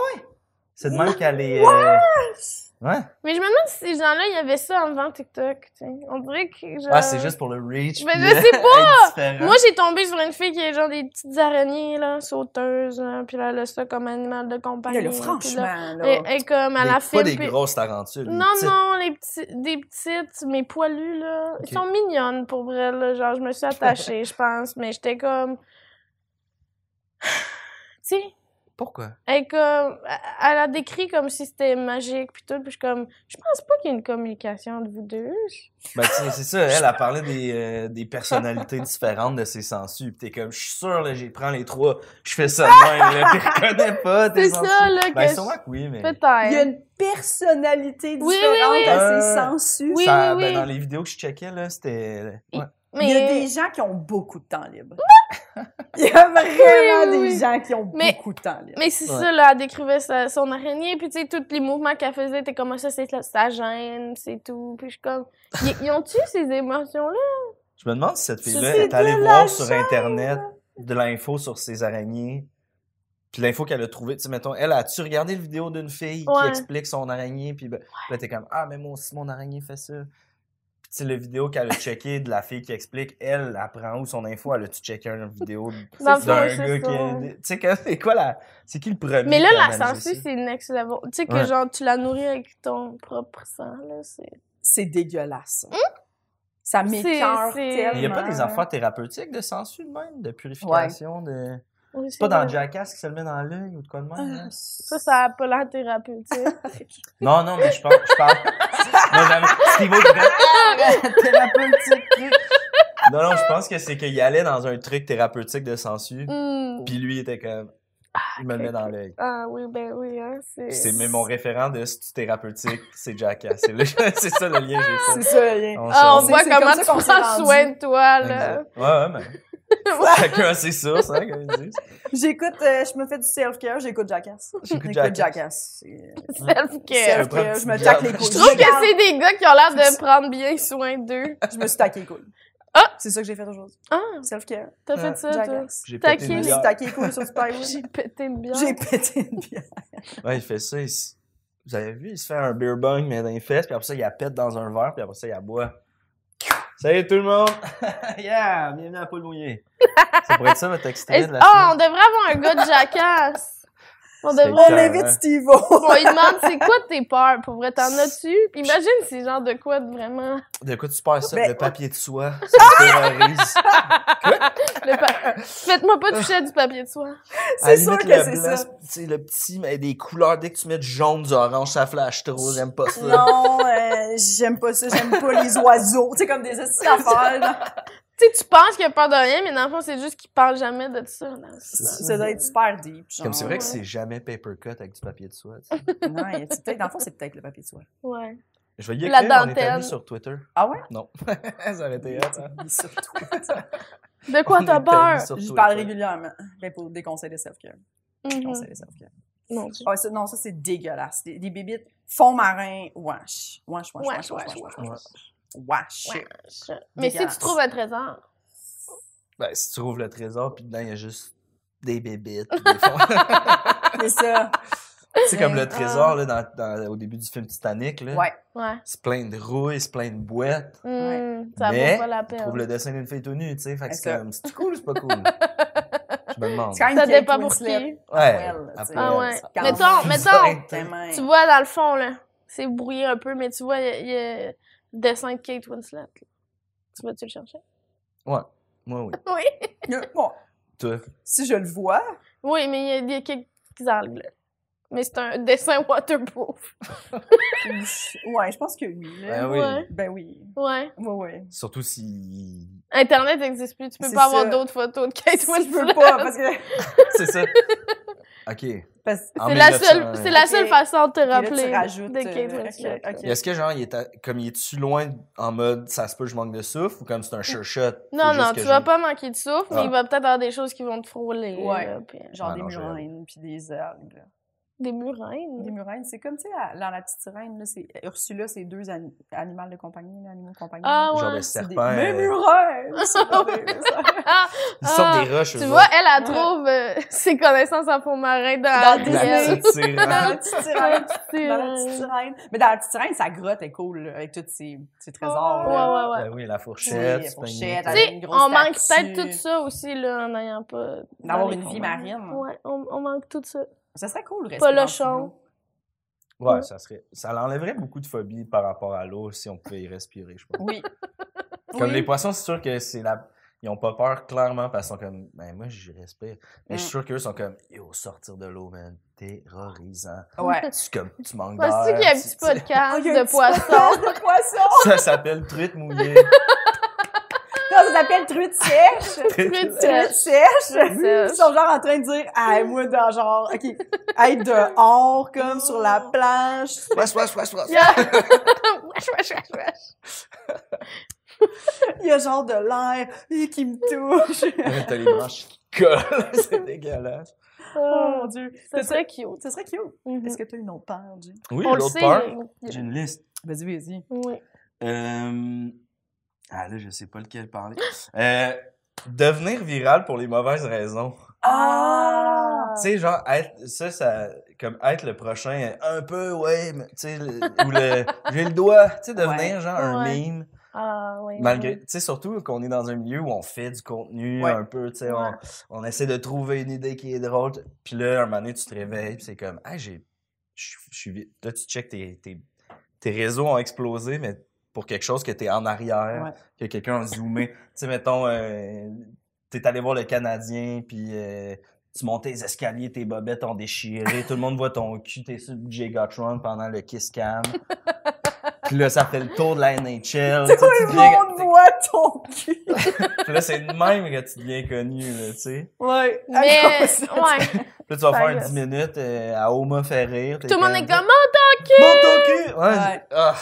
Speaker 4: C'est de même qu'elle est. euh, Ouais,
Speaker 3: Mais je me demande si ces gens-là, il y avait ça avant TikTok. tu sais. On dirait que. Genre...
Speaker 4: Ouais, Ah, c'est juste pour le reach.
Speaker 3: Euh, Mais
Speaker 4: puis,
Speaker 3: je
Speaker 4: euh,
Speaker 3: sais
Speaker 4: être différent.
Speaker 3: Moi, j'ai tombé sur une fille qui a genre des petites araignées, là, sauteuses, là, puis là, elle a ça comme animal de compagnie.
Speaker 2: Là, là,
Speaker 3: puis
Speaker 2: franchement,
Speaker 3: là,
Speaker 2: là.
Speaker 3: elle- elle comme, elle
Speaker 4: Des-
Speaker 3: a
Speaker 4: Pas
Speaker 3: fait...
Speaker 4: des grosses tarentules. des
Speaker 3: Non,
Speaker 4: petites.
Speaker 3: non, les petits, des petites, mais poilues, là.
Speaker 4: Ok.
Speaker 3: Elles sont mignonnes, pour vrai, là. Genre, je me suis attachée,
Speaker 4: [LAUGHS]
Speaker 3: je pense, mais j'étais comme... [SIGHS] tu sais,
Speaker 4: Pourquoi
Speaker 3: elle, est comme, elle a décrit comme si c'était magique, puis tout, puis je suis comme... Je pense pas qu'il y ait une communication de vous deux.
Speaker 4: Ben, tu sais, c'est ça, elle a
Speaker 3: [LAUGHS]
Speaker 4: parlé des, euh, des personnalités différentes de ses sangsues. Puis t'es comme, je suis sûr, là, j'y prends les trois, je fais ça de même, là, puis reconnais
Speaker 3: [LAUGHS]
Speaker 4: pas tes
Speaker 3: C'est ça,
Speaker 4: sangsues.
Speaker 3: là, que...
Speaker 4: Ben,
Speaker 3: je-
Speaker 4: sûrement que oui, mais.
Speaker 2: Il y a
Speaker 3: Peut-être.
Speaker 2: une personnalité différente
Speaker 3: Oui, oui, oui.
Speaker 2: à ses
Speaker 4: Euh,
Speaker 2: sangsues.
Speaker 3: oui,
Speaker 4: ça,
Speaker 3: oui,
Speaker 4: ben,
Speaker 3: oui.
Speaker 4: dans les vidéos que je checkais, là, c'était. ouais.
Speaker 2: Il y a des gens qui ont beaucoup de temps libre. [LAUGHS] Il y a vraiment
Speaker 3: Oui, oui,
Speaker 2: des
Speaker 3: oui.
Speaker 2: gens qui ont
Speaker 3: Mais-
Speaker 2: beaucoup de temps libre.
Speaker 3: Mais c'est
Speaker 4: Ouais.
Speaker 3: ça, là, elle décrivait sa- son araignée, puis tu sais, tous les mouvements qu'elle faisait, t'es comme Ah, ça, c'est la- sa gêne, c'est tout. Puis je suis comme, Ils- ils ont-tu [LAUGHS] ces émotions-là?
Speaker 4: Je me demande si cette
Speaker 3: C'est
Speaker 4: fille-là
Speaker 3: de
Speaker 4: est allée
Speaker 2: la
Speaker 4: voir sur
Speaker 2: jungle.
Speaker 4: Internet de l'info sur ses araignées. Puis l'info qu'elle a trouvée, tu sais, mettons, elle a-tu regardé la vidéo d'une fille qui
Speaker 3: Ouais.
Speaker 4: explique son araignée? Puis ben, là, t'es comme, ah, mais moi aussi, mon araignée fait ça. Puis tu sais, la vidéo qu'elle a checkée de la fille qui explique, elle, apprend où son info? Elle a-tu checké une vidéo
Speaker 3: [LAUGHS] Dans
Speaker 4: d'un
Speaker 3: le fond, c'est
Speaker 4: gars qui a...
Speaker 3: ça.
Speaker 4: Tu sais, que- c'est quoi la. C'est qui le premier?
Speaker 3: Mais là,
Speaker 4: qui a
Speaker 3: la
Speaker 4: analysé
Speaker 3: sangsue,
Speaker 4: ça?
Speaker 3: c'est next level. Tu sais, que
Speaker 4: Ouais.
Speaker 3: genre, tu la nourris avec ton propre sang, là. C'est.
Speaker 2: C'est dégueulasse. Ça m'écœure
Speaker 3: Hein? C'est- c'est-
Speaker 2: tellement.
Speaker 4: Il n'y a pas des affaires thérapeutiques de sensu de même, de purification, de.
Speaker 3: Oui,
Speaker 4: C'est pas dans
Speaker 3: vrai.
Speaker 4: Jackass qui se le met dans l'œil ou de quoi de même?
Speaker 2: Ah,
Speaker 4: hein?
Speaker 3: Ah,
Speaker 2: [LAUGHS]
Speaker 3: Ça, ça a pas l'air thérapeutique.
Speaker 4: Non, non, mais je parle. Je parle. non, jamais. Steve-O qui fait, Ah, thérapeutique. truc. [LAUGHS] Non, non, je pense que c'est qu'il allait dans un truc thérapeutique de sensu,
Speaker 3: Hmm.
Speaker 4: puis lui il était comme. Il me le met dans l'œil.
Speaker 3: Ah oui, ben oui, hein.
Speaker 4: Ah, C'est mais mon référent de c'est thérapeutique, c'est Jackass. C'est le- [LAUGHS] c'est ça le lien que j'ai fait.
Speaker 2: C'est ça. il y a-
Speaker 3: Ah,
Speaker 4: On
Speaker 3: on
Speaker 4: s'en-
Speaker 2: C'est-
Speaker 3: voit
Speaker 2: c'est comme
Speaker 3: comment
Speaker 2: ça
Speaker 3: tu
Speaker 2: qu'on s'est
Speaker 3: prends
Speaker 2: rendu.
Speaker 3: soin de toi, là.
Speaker 4: Exact. Ouais, ouais, mais.
Speaker 3: [LAUGHS]
Speaker 4: Chacun a ses sources, hein, comme ils disent.
Speaker 2: J'écoute, euh, je me fais du self-care, j'écoute Jackass.
Speaker 4: [LAUGHS] J'écoute
Speaker 2: J'écoute
Speaker 4: Jackass.
Speaker 2: Jackass. C'est- euh,
Speaker 3: Self-care.
Speaker 4: prend un
Speaker 2: Self-care,
Speaker 4: petit
Speaker 2: je me
Speaker 4: gap.
Speaker 2: taque les couilles.
Speaker 4: Je
Speaker 3: Je trouve que
Speaker 2: Regarde,
Speaker 3: c'est des gars qui ont l'air de prendre bien soin d'eux.
Speaker 2: Je me suis taqué les couilles.
Speaker 3: Ah!
Speaker 2: C'est ça que j'ai fait aujourd'hui.
Speaker 3: Ah,
Speaker 2: Self-care,
Speaker 3: t'as
Speaker 4: Ah,
Speaker 3: fait ça, toi?
Speaker 2: Jackass.
Speaker 4: J'ai
Speaker 3: Taquine.
Speaker 4: pété
Speaker 2: Je
Speaker 4: une
Speaker 2: me suis
Speaker 4: bière.
Speaker 2: taqué les couilles sur Superwood.
Speaker 3: J'ai pété une bière.
Speaker 2: [LAUGHS] J'ai pété une bière.
Speaker 4: Ouais, il fait ça. il s- Vous avez vu, il se fait un beer bong, mais dans les fesses, puis après ça, il la pète dans un verre, puis après ça, il la boit. Salut tout le monde! [LAUGHS] yeah! Bienvenue à Paul Mouillé. ça pourrait être ça votre extrait
Speaker 3: Est-ce-
Speaker 4: de la
Speaker 3: Ah,
Speaker 4: semaine.
Speaker 3: on devrait avoir un gars de jackass. On
Speaker 4: C'est
Speaker 3: devrait.
Speaker 2: On
Speaker 4: Clairement.
Speaker 2: invite Steve-O.
Speaker 3: On lui demande c'est quoi tes peurs, pour vrai, t'en as-tu? Puis imagine c'est genre de quoi de vraiment. [LAUGHS]
Speaker 4: De quoi tu parles ça?
Speaker 2: Ben,
Speaker 4: Le papier de soie,
Speaker 2: [LAUGHS]
Speaker 4: ça me terrorise.
Speaker 3: le pa- Faites-moi pas toucher à du papier de soie.
Speaker 4: À la
Speaker 2: C'est sûr
Speaker 4: limite,
Speaker 2: que
Speaker 4: le
Speaker 2: c'est
Speaker 4: blanc,
Speaker 2: ça.
Speaker 4: c'est- c'est le petit, mais des couleurs, dès que tu mets du jaune, du orange, ça flash trop, j'aime pas ça.
Speaker 2: [LAUGHS] Non, euh, j'aime pas ça. J'aime pas les oiseaux. C'est comme des astuces d'affaires. là.
Speaker 3: Tu sais, tu penses qu'il a peur de rien, mais dans le fond, c'est juste qu'il parle jamais de ça. Non, c'est-
Speaker 2: [LAUGHS] Ça doit être super deep. genre.
Speaker 4: Comme c'est vrai que
Speaker 3: ouais.
Speaker 4: c'est jamais paper cut avec du papier de soie.
Speaker 2: [LAUGHS]
Speaker 4: tu sais.
Speaker 2: Non, et c'est peut-être- dans le fond, c'est peut-être le papier de soie.
Speaker 3: Ouais.
Speaker 4: Je vais y
Speaker 3: La
Speaker 4: écrire, on est
Speaker 3: dentelle.
Speaker 4: amis sur Twitter.
Speaker 2: Ah ouais?
Speaker 4: Non. [LAUGHS] ça aurait été hot, hein?
Speaker 2: Mais surtout,
Speaker 3: De quoi
Speaker 4: On
Speaker 3: t'as
Speaker 4: est
Speaker 3: peur?
Speaker 4: amis sur
Speaker 2: je
Speaker 4: Twitter.
Speaker 2: parle régulièrement. Ben, pour des conseils de self-care. Des
Speaker 3: Mhm.
Speaker 2: conseils de self-care.
Speaker 3: Mon Dieu.
Speaker 2: Ah, ça- non, ça, c'est dégueulasse. Des, des bébites fond marin, wesh. Wesh, wesh, wesh,
Speaker 3: Wesh,
Speaker 2: wesh,
Speaker 3: wesh,
Speaker 2: wesh,
Speaker 4: Ouais.
Speaker 2: wesh. Wesh.
Speaker 3: Ouais. Mais si tu
Speaker 2: Dégueulasse.
Speaker 3: trouves un trésor.
Speaker 4: Ben, si tu trouves le trésor, puis dedans, il y a juste
Speaker 3: [LAUGHS]
Speaker 4: des bébites. puis Des fonds.
Speaker 2: C'est ça.
Speaker 4: c'est comme le
Speaker 2: Ah.
Speaker 4: trésor, là, dans, dans- au début du film Titanic, là.
Speaker 2: Ouais.
Speaker 3: Ouais.
Speaker 4: C'est plein de rouille, c'est plein de boîtes.
Speaker 3: Hmm,
Speaker 2: Ouais.
Speaker 3: ça
Speaker 4: Mais,
Speaker 3: vaut pas la
Speaker 4: Tu
Speaker 3: peine.
Speaker 4: trouves le dessin d'une fille tout nue, tu sais. Fait que c'est
Speaker 2: Est-ce que-
Speaker 4: comme, c'est cool ou c'est
Speaker 3: [LAUGHS]
Speaker 4: pas cool? Je me demande.
Speaker 2: C'est quand même
Speaker 3: Ça
Speaker 2: Kate
Speaker 3: dépend pour
Speaker 2: Winslet.
Speaker 3: qui.
Speaker 4: Ouais.
Speaker 2: Well, tu sais.
Speaker 4: après,
Speaker 3: Ah ouais.
Speaker 2: C'est quand
Speaker 3: Mettons,
Speaker 2: même-
Speaker 3: mettons,
Speaker 2: Tellement.
Speaker 3: tu vois dans le fond, là, c'est brouillé un peu, mais tu vois, il y a- il y, a le dessin de Kate Winslet. là. Tu vas-tu le chercher?
Speaker 4: Ouais. Moi, oui.
Speaker 3: Oui.
Speaker 2: Euh, bon,
Speaker 4: Toi.
Speaker 2: si je le vois,
Speaker 3: Oui, mais il y a- il y, a quelques angles. là. Mais c'est un dessin waterproof.
Speaker 2: ouais, je pense que oui. là.
Speaker 4: Ben oui.
Speaker 3: Ouais.
Speaker 2: Ben oui.
Speaker 3: Ouais.
Speaker 2: Oui, oui.
Speaker 3: [LAUGHS]
Speaker 4: Surtout si.
Speaker 3: Internet n'existe plus. Tu peux
Speaker 2: C'est
Speaker 3: pas avoir
Speaker 2: ça.
Speaker 3: d'autres photos de Kate
Speaker 2: Si je veux
Speaker 3: Winslet.
Speaker 2: pas, parce que.
Speaker 4: C'est ça. OK.
Speaker 2: Parce que
Speaker 4: En
Speaker 3: C'est la
Speaker 4: 1900,
Speaker 3: seule,
Speaker 4: ouais.
Speaker 3: c'est la seule
Speaker 2: Ok.
Speaker 3: façon de te
Speaker 2: là,
Speaker 3: rappeler
Speaker 2: tu rajoutes.
Speaker 3: de Kate
Speaker 2: euh,
Speaker 3: Winslet.
Speaker 2: ok, ok.
Speaker 4: Est-ce que, genre, il est à- comme il est-tu loin en mode ça se peut, je manque de souffle ou comme c'est un sure shot? faut
Speaker 3: Non,
Speaker 4: juste
Speaker 3: non,
Speaker 4: que
Speaker 3: tu
Speaker 4: je-
Speaker 3: vas pas manquer de souffle,
Speaker 4: Ah.
Speaker 3: mais il va peut-être avoir des choses qui vont te frôler.
Speaker 2: Ouais.
Speaker 3: là, puis, euh,
Speaker 2: Genre
Speaker 4: Ah,
Speaker 2: des
Speaker 4: non, je vais-
Speaker 2: murailles, puis des algues. là.
Speaker 3: des murines.
Speaker 2: Des murailles, c'est comme, tu sais, à- dans la petite sirène, là, c'est Ursula, c'est deux ani- animaux de compagnie, là, animaux de compagnie.
Speaker 3: Ah
Speaker 4: Genre
Speaker 3: ouais.
Speaker 4: de
Speaker 2: C'est des
Speaker 4: serpent. euh,
Speaker 2: murailles!
Speaker 3: [LAUGHS]
Speaker 2: c'est pas des-
Speaker 3: Ah,
Speaker 4: Ils sortent
Speaker 3: Ah,
Speaker 4: des roches.
Speaker 3: tu
Speaker 4: eux
Speaker 3: vois,
Speaker 4: autres.
Speaker 3: elle, elle
Speaker 2: Ouais.
Speaker 3: trouve euh, [LAUGHS] ses connaissances en fond marin dans,
Speaker 2: Dans
Speaker 4: La hein.
Speaker 2: Disney.
Speaker 4: petite
Speaker 2: [LAUGHS]
Speaker 4: sirène.
Speaker 2: Dans la petite sirène, dans la petite
Speaker 3: Disney.
Speaker 2: sirène. Mais dans la petite sirène, sa grotte est cool, là, avec tous ses, ses trésors.
Speaker 3: Ouais,
Speaker 2: là.
Speaker 3: ouais, ouais.
Speaker 4: Ben oui, la
Speaker 2: Oui,
Speaker 4: fourchette.
Speaker 2: la
Speaker 4: tu peux
Speaker 2: fourchette,
Speaker 4: nier.
Speaker 3: Tu sais,
Speaker 2: Une grosse
Speaker 3: on manque
Speaker 2: statue.
Speaker 3: peut-être tout ça aussi, là, en n'ayant pas. dans
Speaker 2: D'avoir
Speaker 3: les
Speaker 2: une vie
Speaker 3: combats.
Speaker 2: marine.
Speaker 3: Ouais, on, on manque tout ça.
Speaker 2: Ça serait cool, le
Speaker 3: Pas le
Speaker 2: respirer en
Speaker 3: chant.
Speaker 2: dessous
Speaker 4: Ouais, ça serait. Ça l'enlèverait beaucoup de phobie par rapport à l'eau si on pouvait y respirer, je pense.
Speaker 2: de l'eau. Oui.
Speaker 4: Comme
Speaker 2: Oui.
Speaker 4: les poissons, c'est sûr que c'est la. Ils ont pas peur, clairement, parce qu'ils sont comme, ben moi, j'y respire. Mais je suis sûr qu'eux sont comme, yo, sortir de l'eau, man, terrorisant.
Speaker 2: Ouais. Oh,
Speaker 4: Tu, comme, tu manques
Speaker 2: Bah,
Speaker 4: d'air.
Speaker 3: Penses-tu qu'il y a un petit
Speaker 4: tu-
Speaker 3: podcast
Speaker 2: il y a un
Speaker 3: de
Speaker 2: petit
Speaker 3: poissons?
Speaker 2: podcast de
Speaker 3: [LAUGHS]
Speaker 2: poisson!
Speaker 4: [LAUGHS] Ça s'appelle truite mouillée.
Speaker 2: Non, ça s'appelle truite sèche! [LAUGHS]
Speaker 3: Truite
Speaker 2: Truite
Speaker 3: sèche.
Speaker 2: sèche!
Speaker 3: Sèche.
Speaker 2: Ils sont genre en train de dire, ah, moi, dans genre, OK, être dehors, comme sur la planche,
Speaker 4: Wesh, wesh, wesh, wesh.
Speaker 3: Yeah. [LAUGHS] Wesh, wesh, wesh, wesh.
Speaker 2: Il y a genre de l'air eh, qui me touche. [LAUGHS]
Speaker 4: T'as les branches qui collent. [LAUGHS] c'est dégueulasse.
Speaker 2: oh
Speaker 3: Oh,
Speaker 2: mon dieu.
Speaker 3: ça
Speaker 2: serait- Mm.
Speaker 3: serait cute.
Speaker 2: Ce serait cute.
Speaker 3: Mhm.
Speaker 2: Est-ce que t'as une autre peur, Jay?
Speaker 4: Oui,
Speaker 3: On le
Speaker 4: l'autre
Speaker 3: sait.
Speaker 4: peur.
Speaker 3: là.
Speaker 4: J'ai une liste.
Speaker 2: Vas-y, vas-y.
Speaker 3: Oui.
Speaker 4: Euh... Ah là, je sais pas lequel parler. Euh, Devenir viral pour les mauvaises raisons.
Speaker 2: Ah!
Speaker 4: Tu sais, genre, être, ça, ça, comme être le prochain, un peu, ouais, mais, tu sais, le-
Speaker 3: [LAUGHS]
Speaker 4: ou le, j'ai le doigt, tu sais, devenir, genre, un
Speaker 3: Ouais.
Speaker 4: meme,
Speaker 3: Ah, oui.
Speaker 4: malgré, tu sais, surtout qu'on est dans un milieu où on fait du contenu,
Speaker 2: Ouais.
Speaker 4: un peu, tu sais,
Speaker 3: Ouais.
Speaker 4: on, on essaie de trouver une idée qui est drôle, puis là, un moment donné, tu te réveilles, puis c'est comme, ah, j'ai, je je suis, vi- là, tu check tes, tes, tes réseaux ont explosé, mais pour quelque chose que t'es en arrière,
Speaker 2: Ouais.
Speaker 4: que quelqu'un
Speaker 3: [LAUGHS]
Speaker 4: a zoomé, tu sais, mettons, euh, t'es allé voir le Canadien, puis euh, tu montais les escaliers, tes bobettes ont déchiré, tout le monde voit ton cul, t'es sur Jay Gotron pendant le Kiss Cam. puis là, ça fait le tour de la
Speaker 3: [LAUGHS]
Speaker 4: NHL. tu sais,
Speaker 2: Tout
Speaker 4: tu
Speaker 2: le
Speaker 4: deviens-
Speaker 2: monde voit ton cul.
Speaker 4: Puis là, c'est de même que tu deviens connu, là, tu sais.
Speaker 2: Ouais.
Speaker 3: Mais,
Speaker 2: Ah, non, [LAUGHS] c'est-
Speaker 3: ouais.
Speaker 4: Puis là, tu vas
Speaker 3: Ça
Speaker 4: faire
Speaker 3: gosse.
Speaker 4: 10 minutes euh, à Oma Ferrir.
Speaker 3: Tout le monde est comme,
Speaker 4: Monte ton cul! Ouais,
Speaker 2: Ouais.
Speaker 4: j'ai- ah,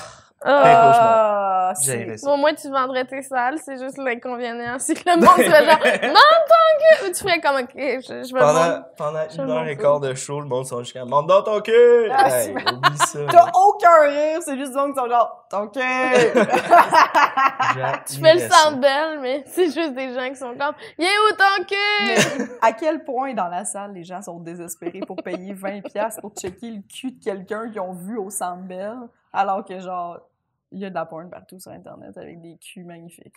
Speaker 3: Ah.
Speaker 2: Ah,
Speaker 4: J'ai
Speaker 2: c'est-
Speaker 4: aimé ça.
Speaker 3: Bon, au moins, tu vendrais tes salles, c'est juste l'inconvénient. C'est que
Speaker 2: [LAUGHS]
Speaker 3: le monde serait
Speaker 4: [LAUGHS]
Speaker 3: genre, non, tant que. Ou tu ferais comme, ok, je, je vais
Speaker 4: Pendant,
Speaker 3: vendre.
Speaker 4: pendant
Speaker 3: je
Speaker 4: une
Speaker 3: vais
Speaker 4: heure et
Speaker 3: demander.
Speaker 4: quart de show, le monde sont jusqu'à Monte dans ton cul!
Speaker 2: Ah,
Speaker 4: Hey, oublie ça.
Speaker 2: T'as
Speaker 3: Ah,
Speaker 2: aucun rire, c'est juste donc sont genre, OK.
Speaker 3: [LAUGHS] Tu fais le
Speaker 4: J'admirais ça.
Speaker 3: sound belle, mais [LAUGHS] c'est juste des gens qui sont comme, il est où tant [LAUGHS] que.
Speaker 2: à quel point dans la salle les gens sont désespérés pour payer 20 pièces pour checker le cul de quelqu'un qu'ils ont vu au Sambel, alors que genre il y a de la porn partout sur internet avec des culs magnifiques.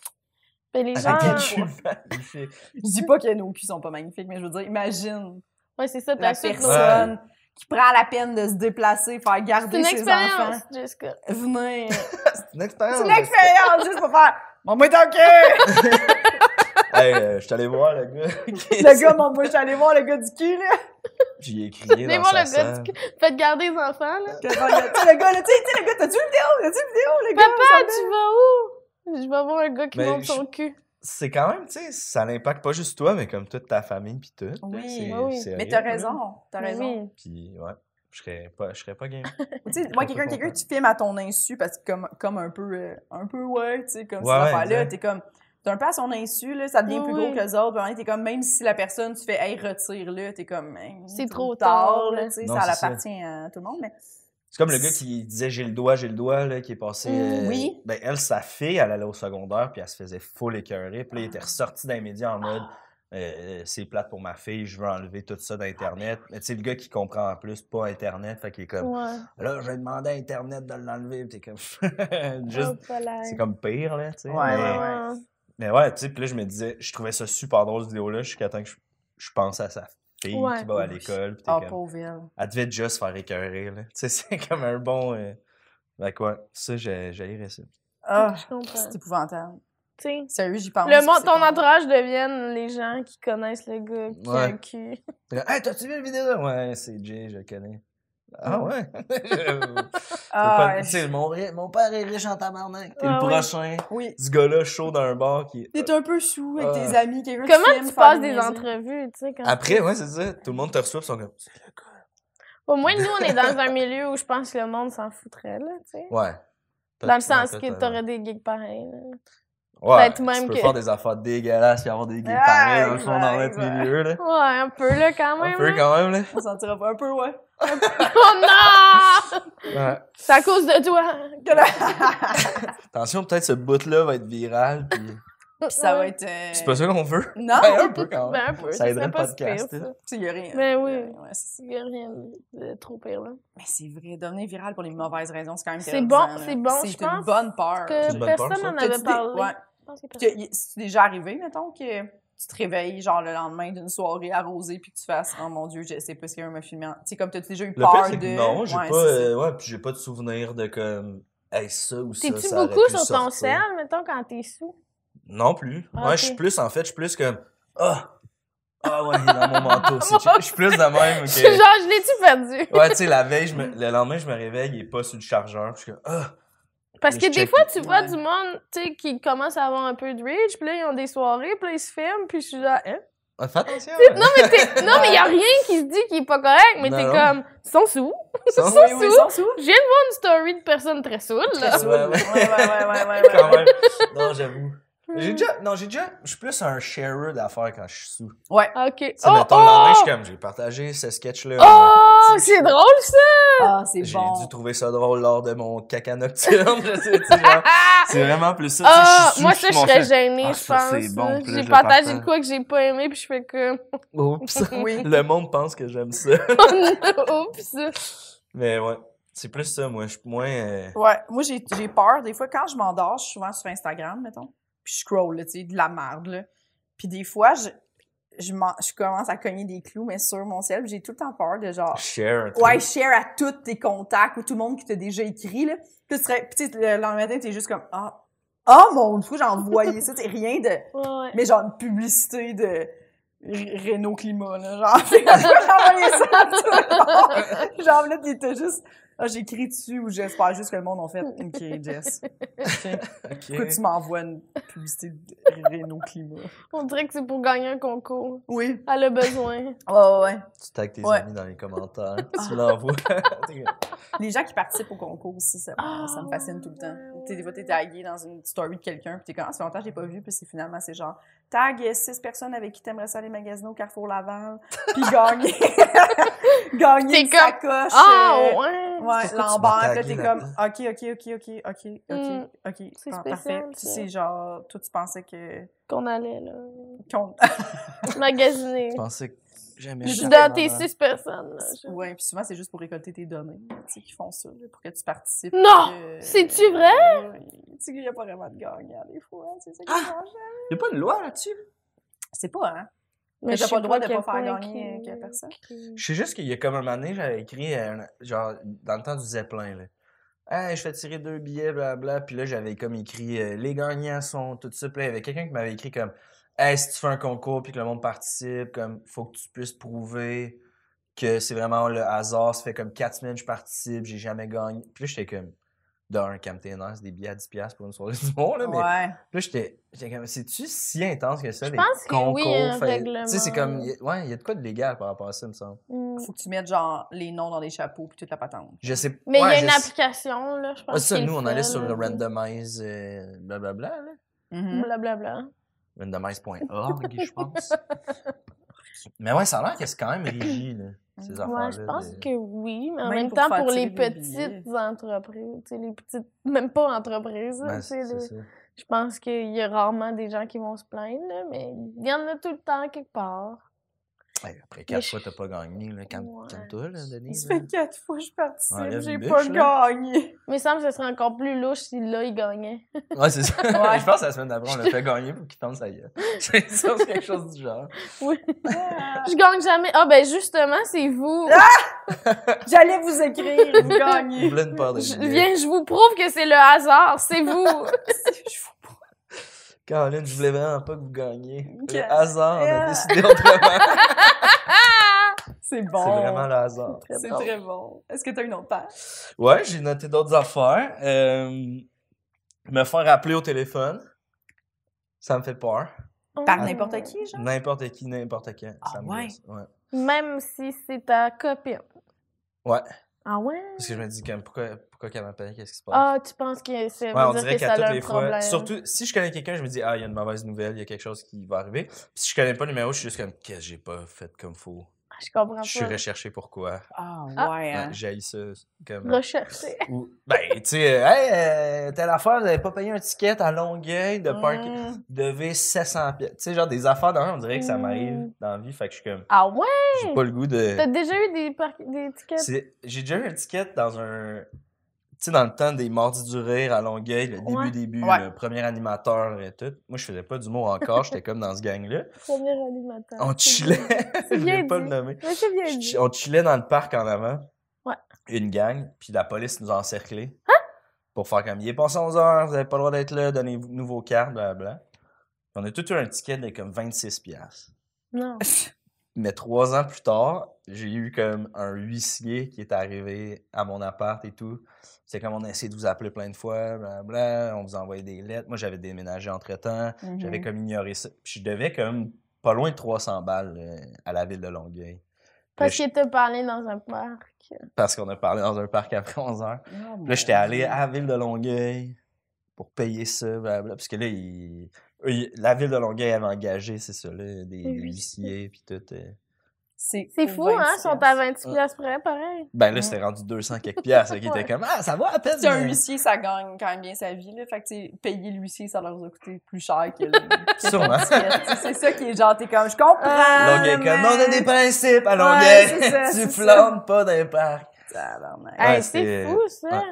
Speaker 3: Mais Ben, les gens.
Speaker 4: Avec des culs magnifiques.
Speaker 2: Je dis pas que nos culs sont pas magnifiques, mais je veux dire imagine
Speaker 3: Ouais, c'est ça,
Speaker 2: la
Speaker 3: t'achètes nos-
Speaker 2: personne qui prend la peine de se déplacer, faire
Speaker 3: C'est
Speaker 2: garder
Speaker 3: une
Speaker 2: ses enfants,
Speaker 3: expérience, Jessica.
Speaker 2: venir.
Speaker 4: C'est une expérience.
Speaker 2: C'est une expérience juste pour faire Maman tant que
Speaker 4: Hey, euh, je suis allé voir
Speaker 3: [LAUGHS]
Speaker 4: le gars.
Speaker 2: le gars mon moi je suis allée voir le gars du cul là.
Speaker 4: J'y ai crié
Speaker 3: Venez
Speaker 4: dans
Speaker 3: voir
Speaker 4: sa
Speaker 3: le gars
Speaker 4: salle.
Speaker 3: du Faites garder les enfants, là.
Speaker 2: Que genre, le- tu sais, le gars là, tu sais tu sais, le gars t'as-tu une vidéo t'as-tu une vidéo le gars
Speaker 3: Papa, tu vas où? Je vais voir un gars qui
Speaker 4: Mais
Speaker 3: monte
Speaker 4: Ben, je-
Speaker 3: son cul.
Speaker 4: C'est quand même, tu sais, ça n'impacte pas juste toi, mais comme toute ta famille puis tout. là,
Speaker 2: Oui,
Speaker 4: c'est-
Speaker 3: oui, oui.
Speaker 4: c'est
Speaker 2: Mais
Speaker 4: horrible,
Speaker 2: t'as
Speaker 4: là.
Speaker 2: raison, t'as
Speaker 3: Mais
Speaker 2: raison.
Speaker 3: oui.
Speaker 4: Puis, ouais, je serais pas, je serais pas game.
Speaker 2: Ou tu sais,
Speaker 4: Je
Speaker 2: moi,
Speaker 4: peux
Speaker 2: quelqu'un, quelqu'un,
Speaker 4: comprendre.
Speaker 2: tu filmes à ton insu parce que comme, comme un peu, euh, un peu ouais, tu sais, comme
Speaker 4: Ouais,
Speaker 2: cette
Speaker 4: ouais,
Speaker 2: affaire-là,
Speaker 4: exact.
Speaker 2: t'es comme, t'es un peu à son insu, là, ça devient
Speaker 3: Oui,
Speaker 2: plus gros
Speaker 3: oui.
Speaker 2: que les autres, puis à un moment, t'es comme, même si la personne, tu fais, hey, retire-le, t'es comme, Hey,
Speaker 3: C'est trop tard, là.
Speaker 2: tu sais,
Speaker 4: Non,
Speaker 2: ça
Speaker 4: c'est ça.
Speaker 2: l'appartient à tout le monde, mais
Speaker 4: C'est comme le gars qui disait j'ai le doigt, j'ai le doigt, là, qui est passé.
Speaker 2: Mm,
Speaker 4: euh,
Speaker 2: oui.
Speaker 4: Ben, elle, sa fille, elle allait au secondaire, puis elle se faisait full écœurer.
Speaker 2: Ah.
Speaker 4: Puis là, il était ressorti dans les médias en mode euh, c'est plate pour ma fille, je veux enlever tout ça d'Internet. Mais tu sais, le gars qui comprend en plus pas Internet, fait qu'il est
Speaker 2: Mmh.
Speaker 4: comme
Speaker 3: Ouais.
Speaker 4: là, je vais demander à Internet de l'enlever, puis t'es comme. [LAUGHS]
Speaker 3: Oh,
Speaker 4: Juste.
Speaker 3: voilà.
Speaker 4: C'est comme pire, là, tu sais.
Speaker 2: Ouais,
Speaker 4: mais-
Speaker 2: ouais, ouais.
Speaker 4: Mais ouais, tu sais, puis là, je me disais, je trouvais ça super drôle, cette vidéo-là, jusqu'à temps que je, je pense à sa fille
Speaker 3: Ouais.
Speaker 4: qui va à l'école. puis t'es
Speaker 2: oh,
Speaker 4: comme-
Speaker 2: pauvre elle.
Speaker 4: Elle devait déjà se faire écœurer, là. Tu sais, [LAUGHS] c'est comme un bon. Euh... Ben quoi, ça, j'ai j'haïrais ça.
Speaker 2: Ah,
Speaker 3: Je comprends.
Speaker 2: c'est épouvantable.
Speaker 3: Tu sais,
Speaker 2: Sérieux, j'y pense.
Speaker 3: Le monde,
Speaker 2: c'est
Speaker 3: ton
Speaker 2: comme-
Speaker 3: entourage deviennent les gens qui connaissent le gars qui a
Speaker 4: Ouais.
Speaker 3: un cul.
Speaker 4: T'es comme, Hey, t'as-tu vu la vidéo là? Ouais, c'est Jay, je le connais.
Speaker 3: Hmm.
Speaker 4: Ah ouais? [LAUGHS] Je-
Speaker 2: Ah,
Speaker 4: pas- tu sais, mon, ri- mon père est riche en tabarnak. T'es
Speaker 3: Ah
Speaker 4: le
Speaker 3: ouais.
Speaker 4: prochain
Speaker 2: oui.
Speaker 4: du gars-là chaud dans un bar qui.
Speaker 2: T'es un peu sous avec tes
Speaker 4: Ah.
Speaker 2: amis, quelqu'un te
Speaker 3: Comment
Speaker 2: filme,
Speaker 3: tu
Speaker 2: faire
Speaker 3: passes des
Speaker 2: niaiseries.
Speaker 3: entrevues, tu sais, quand...
Speaker 4: Après, ouais, c'est ça. Tout le monde te reçoit, pis ils sont comme. C'est le gars.
Speaker 3: Au moins, nous, on est dans un milieu où je pense que le monde s'en foutrait, là, tu sais.
Speaker 4: Ouais.
Speaker 3: Dans le sens que
Speaker 4: Totalement.
Speaker 3: t'aurais des gigs pareils, là.
Speaker 4: euh, Ouais,
Speaker 3: peut-être même
Speaker 4: tu peux
Speaker 3: que-
Speaker 4: faire des affaires dégueulasses et avoir des gays
Speaker 2: Ah,
Speaker 4: pareils dans le fond dans
Speaker 2: exact,
Speaker 4: notre
Speaker 2: exact.
Speaker 4: milieu, là.
Speaker 3: Ouais, un peu, là, quand même.
Speaker 4: [LAUGHS] Un peu
Speaker 3: là.
Speaker 4: quand même, là.
Speaker 2: On sentira pas un peu, ouais.
Speaker 3: Oh non!
Speaker 4: Ouais.
Speaker 3: C'est à cause de toi.
Speaker 2: Que la-
Speaker 4: Attention, peut-être ce bout-là va être viral, puis
Speaker 2: Puis ça va être. euh,
Speaker 4: c'est pas ça qu'on veut.
Speaker 2: Non!
Speaker 4: Ben, un peu quand
Speaker 3: Ben,
Speaker 4: même.
Speaker 3: un peu.
Speaker 4: Ça
Speaker 3: ce
Speaker 4: aiderait
Speaker 3: serait
Speaker 4: le
Speaker 3: pas si
Speaker 4: podcast,
Speaker 3: pire,
Speaker 4: hein.
Speaker 3: ça.
Speaker 2: Tu y a rien.
Speaker 3: Ben
Speaker 2: y a
Speaker 3: oui.
Speaker 2: rien, ouais, c'est-
Speaker 3: C'est rien de trop pire, là.
Speaker 2: Mais c'est vrai, devenir viral pour les mauvaises raisons, c'est quand même
Speaker 3: C'est
Speaker 2: terrible,
Speaker 3: bon,
Speaker 2: hein, là.
Speaker 3: c'est bon, je
Speaker 2: C'est une
Speaker 3: pense
Speaker 2: bonne peur.
Speaker 4: C'est
Speaker 3: Que
Speaker 4: une bonne peur,
Speaker 3: personne
Speaker 4: ça.
Speaker 3: n'en
Speaker 2: T'as-tu
Speaker 3: avait
Speaker 2: des-
Speaker 3: parlé.
Speaker 2: Ouais.
Speaker 3: Je pense que personne-
Speaker 2: Que y- C'est déjà arrivé, mettons, que tu te réveilles genre le lendemain d'une soirée arrosée puis que tu fasses « Oh mon Dieu, je sais pas ce qu'il y a un m'a filmé. » Tu sais, comme t'as déjà eu
Speaker 4: Le
Speaker 2: peur
Speaker 4: pire, c'est
Speaker 2: de...
Speaker 4: que non, j'ai
Speaker 2: Ouais,
Speaker 4: pas,
Speaker 2: c'est ça.
Speaker 4: euh, ouais, puis j'ai pas de souvenir de comme, hey, ça ou ça.
Speaker 3: T'es-tu
Speaker 4: ça aurait
Speaker 3: beaucoup
Speaker 4: pu
Speaker 3: sur ton
Speaker 4: sortir.
Speaker 3: sel, mettons, quand t'es sous?
Speaker 4: Non plus.
Speaker 3: Ah,
Speaker 4: Moi, je suis
Speaker 3: ok.
Speaker 4: plus, en fait, je suis plus comme, ah, ah ouais, il est dans mon manteau.
Speaker 3: [LAUGHS]
Speaker 4: C'est- Je suis plus de même
Speaker 3: Je suis [LAUGHS]
Speaker 4: que.
Speaker 3: genre, je l'ai-tu perdu?
Speaker 4: Ouais, tu sais, la veille, je me- le lendemain, je me réveille, il est pas sur le chargeur, puis je suis comme, ah.
Speaker 3: Parce
Speaker 4: Je
Speaker 3: que des
Speaker 4: check
Speaker 3: fois, tu vois
Speaker 2: Ouais.
Speaker 3: du monde, tu sais, qui commence à avoir un peu de reach, puis là, ils ont des soirées, puis là, ils se filment, puis je suis genre, hein?
Speaker 4: Ah, Fais attention!
Speaker 3: Non, mais t'es- non,
Speaker 4: [LAUGHS]
Speaker 3: mais y a rien qui se dit qui est pas correct, mais
Speaker 4: Non,
Speaker 3: t'es
Speaker 4: non.
Speaker 3: comme, ils sont sous.
Speaker 4: Ça,
Speaker 2: Oui, oui,
Speaker 3: sous.
Speaker 2: sans sous.
Speaker 3: Je viens de voir une story de personne très saoule, là.
Speaker 4: Très
Speaker 2: Ouais, ouais,
Speaker 4: Ouais, ouais.
Speaker 2: ouais, ouais, ouais, ouais, ouais.
Speaker 4: quand même. Non, j'avoue.
Speaker 3: Hmm.
Speaker 4: J'ai déjà, non, j'ai déjà, je suis plus un sharer d'affaires quand je suis sous. Tu
Speaker 3: Ok.
Speaker 4: sais,
Speaker 3: Oh,
Speaker 4: mettons, le lendemain, je suis euh,
Speaker 3: oh!
Speaker 4: comme, j'ai partagé ce sketch-là.
Speaker 3: Oh,
Speaker 4: Tu sais,
Speaker 3: c'est drôle, ça!
Speaker 2: Ah, c'est
Speaker 4: J'ai
Speaker 2: bon.
Speaker 4: dû trouver ça drôle lors de mon caca nocturne. je sais, tu sais,
Speaker 3: [LAUGHS]
Speaker 4: genre, c'est vraiment plus ça. tu sais,
Speaker 3: Ah,
Speaker 4: je suis sous,
Speaker 3: moi,
Speaker 4: je
Speaker 3: ça,
Speaker 4: suis
Speaker 3: je
Speaker 4: mon
Speaker 3: serais
Speaker 4: fait,
Speaker 3: gênée,
Speaker 4: Ah,
Speaker 3: je
Speaker 4: ça, c'est
Speaker 3: pense.
Speaker 4: bon,
Speaker 3: là.
Speaker 4: puis là,
Speaker 3: J'ai
Speaker 4: je le
Speaker 3: partagé
Speaker 4: partage.
Speaker 3: de quoi que j'ai pas aimé, puis je fais que,
Speaker 4: Oups.
Speaker 2: Oui.
Speaker 4: Le monde pense que j'aime ça.
Speaker 3: [LAUGHS] oups.
Speaker 4: Mais ouais, c'est plus ça, moi. Je suis moins. euh,
Speaker 2: Ouais, moi j'ai j'ai peur. Des fois, quand je m'endors, je suis souvent sur Instagram, mettons. Puis je scroll, là, tu sais, de la merde, là. Puis des fois, je, je, m'en- je commence à cogner des clous, mais sur mon ciel, j'ai tout le temps peur de
Speaker 3: Ah.
Speaker 2: genre.
Speaker 4: Share. un truc.
Speaker 2: Ouais, share à tous tes contacts ou tout le monde qui t'a déjà écrit, là. Puis tu serais, puis tu sais, le lendemain matin, t'es juste comme, ah, ah mon, du coup, j'ai envoyé ça, c'est rien de.
Speaker 3: Ouais.
Speaker 2: Mais genre, une publicité de. R- [LAUGHS] Renault Climat, là, genre, j'ai envoyé ça à tout le monde. Genre, là, t'étais juste Ah, j'écris dessus ou j'espère juste que le monde en fait. Ok, Jess.
Speaker 4: [LAUGHS]
Speaker 3: [LAUGHS]
Speaker 4: OK.
Speaker 2: Pourquoi tu m'envoies une publicité de Renault Climat?
Speaker 3: On dirait que c'est pour gagner un concours.
Speaker 2: Oui.
Speaker 3: Elle
Speaker 2: [LAUGHS]
Speaker 3: a besoin.
Speaker 2: Ouais, ouais, ouais.
Speaker 4: Tu tagues tes
Speaker 2: Ouais.
Speaker 4: amis dans les commentaires.
Speaker 3: Ah.
Speaker 4: tu l'envoies. [LAUGHS] T'es-
Speaker 2: Les gens qui participent au concours aussi, ça,
Speaker 3: Ah,
Speaker 2: ça me fascine tout le temps. T'es- Des fois, t'es tagué dans une story de quelqu'un, puis t'es comme, ah, ça fait longtemps que j'ai pas vu, puis c'est finalement, c'est genre, tag six personnes avec qui t'aimerais ça aller magasiner au Carrefour Laval,
Speaker 3: [LAUGHS]
Speaker 2: puis gagner, [LAUGHS] gagner
Speaker 3: T'es
Speaker 2: une
Speaker 3: comme,
Speaker 2: sacoche.
Speaker 3: Ah,
Speaker 2: euh,
Speaker 3: ouais!
Speaker 2: Ouais,
Speaker 4: Pourquoi tu m'as
Speaker 2: Lambert, puis là,
Speaker 4: tagué
Speaker 2: t'es comme, OK, OK, OK, OK, OK, OK, OK,
Speaker 3: Hmm. C'est
Speaker 2: par-
Speaker 3: spécial,
Speaker 2: parfait. Puis
Speaker 3: ça.
Speaker 2: c'est genre, toi, tu pensais que...
Speaker 3: Qu'on allait, là.
Speaker 2: qu'on-
Speaker 3: Magasiner.
Speaker 4: Je pensais que j'aimais
Speaker 3: Je suis
Speaker 4: ça.
Speaker 3: dans tes six personnes, là. Je-
Speaker 2: Ouais, puis souvent, c'est juste pour récolter tes données, tu sais, qui font ça, là, pour que tu participes.
Speaker 3: Non!
Speaker 2: euh,
Speaker 3: C'est-tu vrai? Ah!
Speaker 2: oui. Tu sais qu'il n'y a pas vraiment de gagnant, des fois, hein, c'est ça qui est dangereux.
Speaker 4: Y a pas une loi là-dessus?
Speaker 2: C'est pas, hein?
Speaker 3: Mais
Speaker 2: Mais
Speaker 3: je
Speaker 2: t'as
Speaker 3: sais
Speaker 2: pas le droit de
Speaker 3: à quel
Speaker 2: pas faire
Speaker 3: point
Speaker 2: gagner,
Speaker 3: qu'il-
Speaker 2: euh, que personne.
Speaker 3: qu'il-
Speaker 4: Je sais juste qu'il y a comme un moment donné, j'avais écrit, euh, genre, dans le temps du Zeppelin, là. Hey, je fais tirer deux billets, blablabla. Puis là, j'avais comme écrit, euh, les gagnants sont tout ça. Puis là, il y avait quelqu'un qui m'avait écrit comme, hey, si tu fais un concours puis que le monde participe, comme, faut que tu puisses prouver que c'est vraiment le hasard. Ça fait comme quatre semaines que je participe, j'ai jamais gagné. Puis là, j'étais comme, d'un, Camténance, c'est des billets à 10$ pour une soirée du monde, là. Mais
Speaker 2: Ouais.
Speaker 3: Mm.
Speaker 4: puis là, j'étais, j'étais comme, c'est-tu si intense que ça, les
Speaker 3: pense que oui, il y a un
Speaker 4: fait- Tu sais, c'est
Speaker 3: règlement.
Speaker 4: comme, il y a- ouais, il y a de quoi de légal par rapport à ça, il me semble.
Speaker 3: Mm.
Speaker 2: Faut que tu mettes, genre, les noms dans les chapeaux puis toute la patente.
Speaker 4: Je sais
Speaker 3: Mais il
Speaker 4: ouais,
Speaker 3: y a
Speaker 4: je
Speaker 3: une
Speaker 4: sais-
Speaker 3: application, là, je pense.
Speaker 4: Ah, ça,
Speaker 3: qu'il
Speaker 4: nous, on
Speaker 3: fait,
Speaker 4: allait sur
Speaker 3: là.
Speaker 4: le randomize, euh, blablabla, là.
Speaker 2: Mhm.
Speaker 3: Mm. Blablabla.
Speaker 4: randomize.org,
Speaker 3: [LAUGHS]
Speaker 4: je pense. Mais ouais, ça a l'air que c'est quand même régi, là, ces
Speaker 2: Ouais,
Speaker 4: affaires-là.
Speaker 3: Ouais, je pense
Speaker 4: de-
Speaker 3: que oui, mais en
Speaker 2: Même
Speaker 3: même
Speaker 2: pour
Speaker 3: temps,
Speaker 2: faire
Speaker 3: pour les
Speaker 2: tirer des billets.
Speaker 3: petites entreprises, tu sais, les petites, même pas entreprises, là,
Speaker 4: Ouais,
Speaker 3: tu sais,
Speaker 4: Ben, c'est
Speaker 3: les-
Speaker 4: ça.
Speaker 3: je pense qu'il y a rarement des gens qui vont se plaindre, là, mais il y en a tout le temps quelque part.
Speaker 4: Ouais, après quatre
Speaker 3: je-
Speaker 4: fois, t'as pas gagné, là. Calme-
Speaker 3: Ouais.
Speaker 4: Calme-toi, là,
Speaker 2: Il se
Speaker 4: Denise. là.
Speaker 2: fait quatre fois que je participe,
Speaker 4: Enlève
Speaker 2: j'ai
Speaker 4: une bûche,
Speaker 2: pas
Speaker 4: là.
Speaker 2: gagné.
Speaker 3: Mais il semble que ce serait encore plus louche si là, ils gagnaient.
Speaker 4: Ouais, c'est ça.
Speaker 2: Ouais.
Speaker 4: [LAUGHS] je pense que la semaine d'après, on l'a fait gagner pour qu'il tombe sa gueule. [LAUGHS] C'est ça, c'est quelque chose du genre.
Speaker 3: Je gagne jamais. Ah, ben justement, c'est vous.
Speaker 4: Ah!
Speaker 2: J'allais vous écrire,
Speaker 4: [LAUGHS]
Speaker 2: vous
Speaker 4: On
Speaker 2: gagnez. [LAUGHS]
Speaker 4: voulait une part de
Speaker 3: Je
Speaker 4: billets.
Speaker 3: viens, je vous prouve que c'est le hasard, c'est
Speaker 4: [LAUGHS]
Speaker 3: vous.
Speaker 4: Caroline, je voulais vraiment pas que vous gagniez.
Speaker 2: Ok.
Speaker 4: Le hasard, on
Speaker 3: Euh.
Speaker 2: Yeah.
Speaker 4: a décidé autrement.
Speaker 3: [LAUGHS]
Speaker 2: C'est
Speaker 4: C'est
Speaker 2: bon.
Speaker 4: vraiment le hasard.
Speaker 2: C'est très bon. Est-ce que t'as une autre paire?
Speaker 4: Ouais, j'ai noté d'autres affaires. Euh, me faire appeler au téléphone, ça me fait peur. Ah.
Speaker 2: Par n'importe qui, genre?
Speaker 4: N'importe qui, n'importe quand.
Speaker 2: Ah
Speaker 4: ça me
Speaker 2: ouais?
Speaker 4: gosse. ouais.
Speaker 3: Même si c'est ta copine.
Speaker 4: Ouais.
Speaker 3: Ah ouais?
Speaker 4: Parce que je me dis, comme, pourquoi, pourquoi qu'elle m'appelle? Qu'est-ce qui se passe?
Speaker 3: Ah, tu penses que c'est
Speaker 4: ouais,
Speaker 3: veut
Speaker 4: on
Speaker 3: dire
Speaker 4: dirait
Speaker 3: que
Speaker 4: qu'à
Speaker 3: ça
Speaker 4: toutes
Speaker 3: a un
Speaker 4: les fois.
Speaker 3: problème.
Speaker 4: Surtout, si je connais quelqu'un, je me dis, ah, il y a une mauvaise nouvelle, il y a quelque chose qui va arriver. Puis si je connais pas le numéro, je suis juste comme, qu'est-ce que j'ai pas fait comme faux?
Speaker 3: Ah, Je comprends
Speaker 4: Je suis
Speaker 3: pas.
Speaker 4: recherché pourquoi?
Speaker 2: Ah,
Speaker 3: Ah.
Speaker 2: ouais, hein.
Speaker 4: Ouais, J'ai ça. Comme...
Speaker 3: Recherché.
Speaker 4: Ou, ben, tu sais, euh, hey, euh, telle affaire, vous avez pas payé un ticket à Longueuil de parking.
Speaker 2: Mm.
Speaker 4: devait 700 pièces. Tu sais, genre des affaires dans on dirait que ça
Speaker 3: Mm.
Speaker 4: m'arrive dans la vie. Fait que je suis comme,
Speaker 3: Ah ouais?
Speaker 4: j'ai pas le goût de.
Speaker 3: T'as déjà eu des, par- des tickets?
Speaker 4: C'est- J'ai déjà eu un ticket dans un. Tu sais, dans le temps des Mardis du Rire à Longueuil, le début,
Speaker 3: Ouais.
Speaker 4: début,
Speaker 2: Ouais.
Speaker 4: le premier animateur et tout. Moi, je faisais pas du mot encore, j'étais comme dans ce
Speaker 3: [LAUGHS]
Speaker 4: gang-là.
Speaker 3: Premier animateur.
Speaker 4: On
Speaker 3: Ah, C'est
Speaker 4: chillait, [LAUGHS]
Speaker 3: bien.
Speaker 4: je
Speaker 3: C'est bien
Speaker 4: voulais pas
Speaker 3: dit.
Speaker 4: le nommer.
Speaker 3: [LAUGHS] Mais c'est bien
Speaker 4: Je-
Speaker 3: dit.
Speaker 4: On chillait dans le parc en avant.
Speaker 3: Ouais.
Speaker 4: Une gang, puis la police nous a encerclés. Hein? Pour faire comme, il est passé 11 heures, vous n'avez pas le droit d'être là, donnez-nous vos cartes, blablabla. On a tout eu un ticket de comme 26 piastres.
Speaker 3: Non.
Speaker 2: Mm.
Speaker 4: Mais trois ans plus tard, j'ai eu comme un huissier qui est arrivé à mon appart et tout. C'est comme on a essayé de vous appeler plein de fois, blablabla, on vous a envoyé des lettres. Moi, j'avais déménagé entre-temps, [LAUGHS] j'avais comme ignoré ça. Puis je devais comme pas loin de 300 balles euh, à la ville de Longueuil.
Speaker 3: Parce
Speaker 4: je-
Speaker 3: qu'il t'a parlé dans un parc.
Speaker 4: parce qu'on a parlé dans un parc après 11 heures.
Speaker 2: Oh, mon
Speaker 4: Puis Là, j'étais allé
Speaker 2: Dieu.
Speaker 4: à la ville de Longueuil pour payer ça, blablabla. Parce que là, il- eux, il- la ville de Longueuil avait engagé, c'est ça, là, des, des huissiers, puis tout. euh.
Speaker 3: C'est
Speaker 2: au
Speaker 3: fou, hein? Ils
Speaker 2: 26.
Speaker 3: sont à 26
Speaker 4: Ouais.
Speaker 3: piastres près, pareil.
Speaker 4: Ben là,
Speaker 2: Mm.
Speaker 4: c'était rendu 200 quelques piastres. qui était comme, ah, ça va à peine.
Speaker 2: C'est un
Speaker 3: euh,
Speaker 4: mais-
Speaker 2: huissier, ça gagne quand même bien sa vie. Là. Fait que, tu sais, payer l'huissier, ça leur a coûté plus cher
Speaker 3: [LAUGHS]
Speaker 2: que le- que le
Speaker 4: Sûrement.
Speaker 2: ticket. C'est ça qui est genre, t'es comme, je comprends.
Speaker 3: Ah,
Speaker 4: Longueuil, est comme,
Speaker 2: mais-
Speaker 4: non, on a des principes à
Speaker 2: Ouais,
Speaker 4: Longueuil. [LAUGHS]
Speaker 2: c'est ça,
Speaker 4: tu
Speaker 2: c'est ça.
Speaker 4: flammes pas dans les parcs.
Speaker 2: Tabarnak.
Speaker 4: Ouais,
Speaker 3: Hey, c'est
Speaker 4: c'était-
Speaker 3: fou, ça.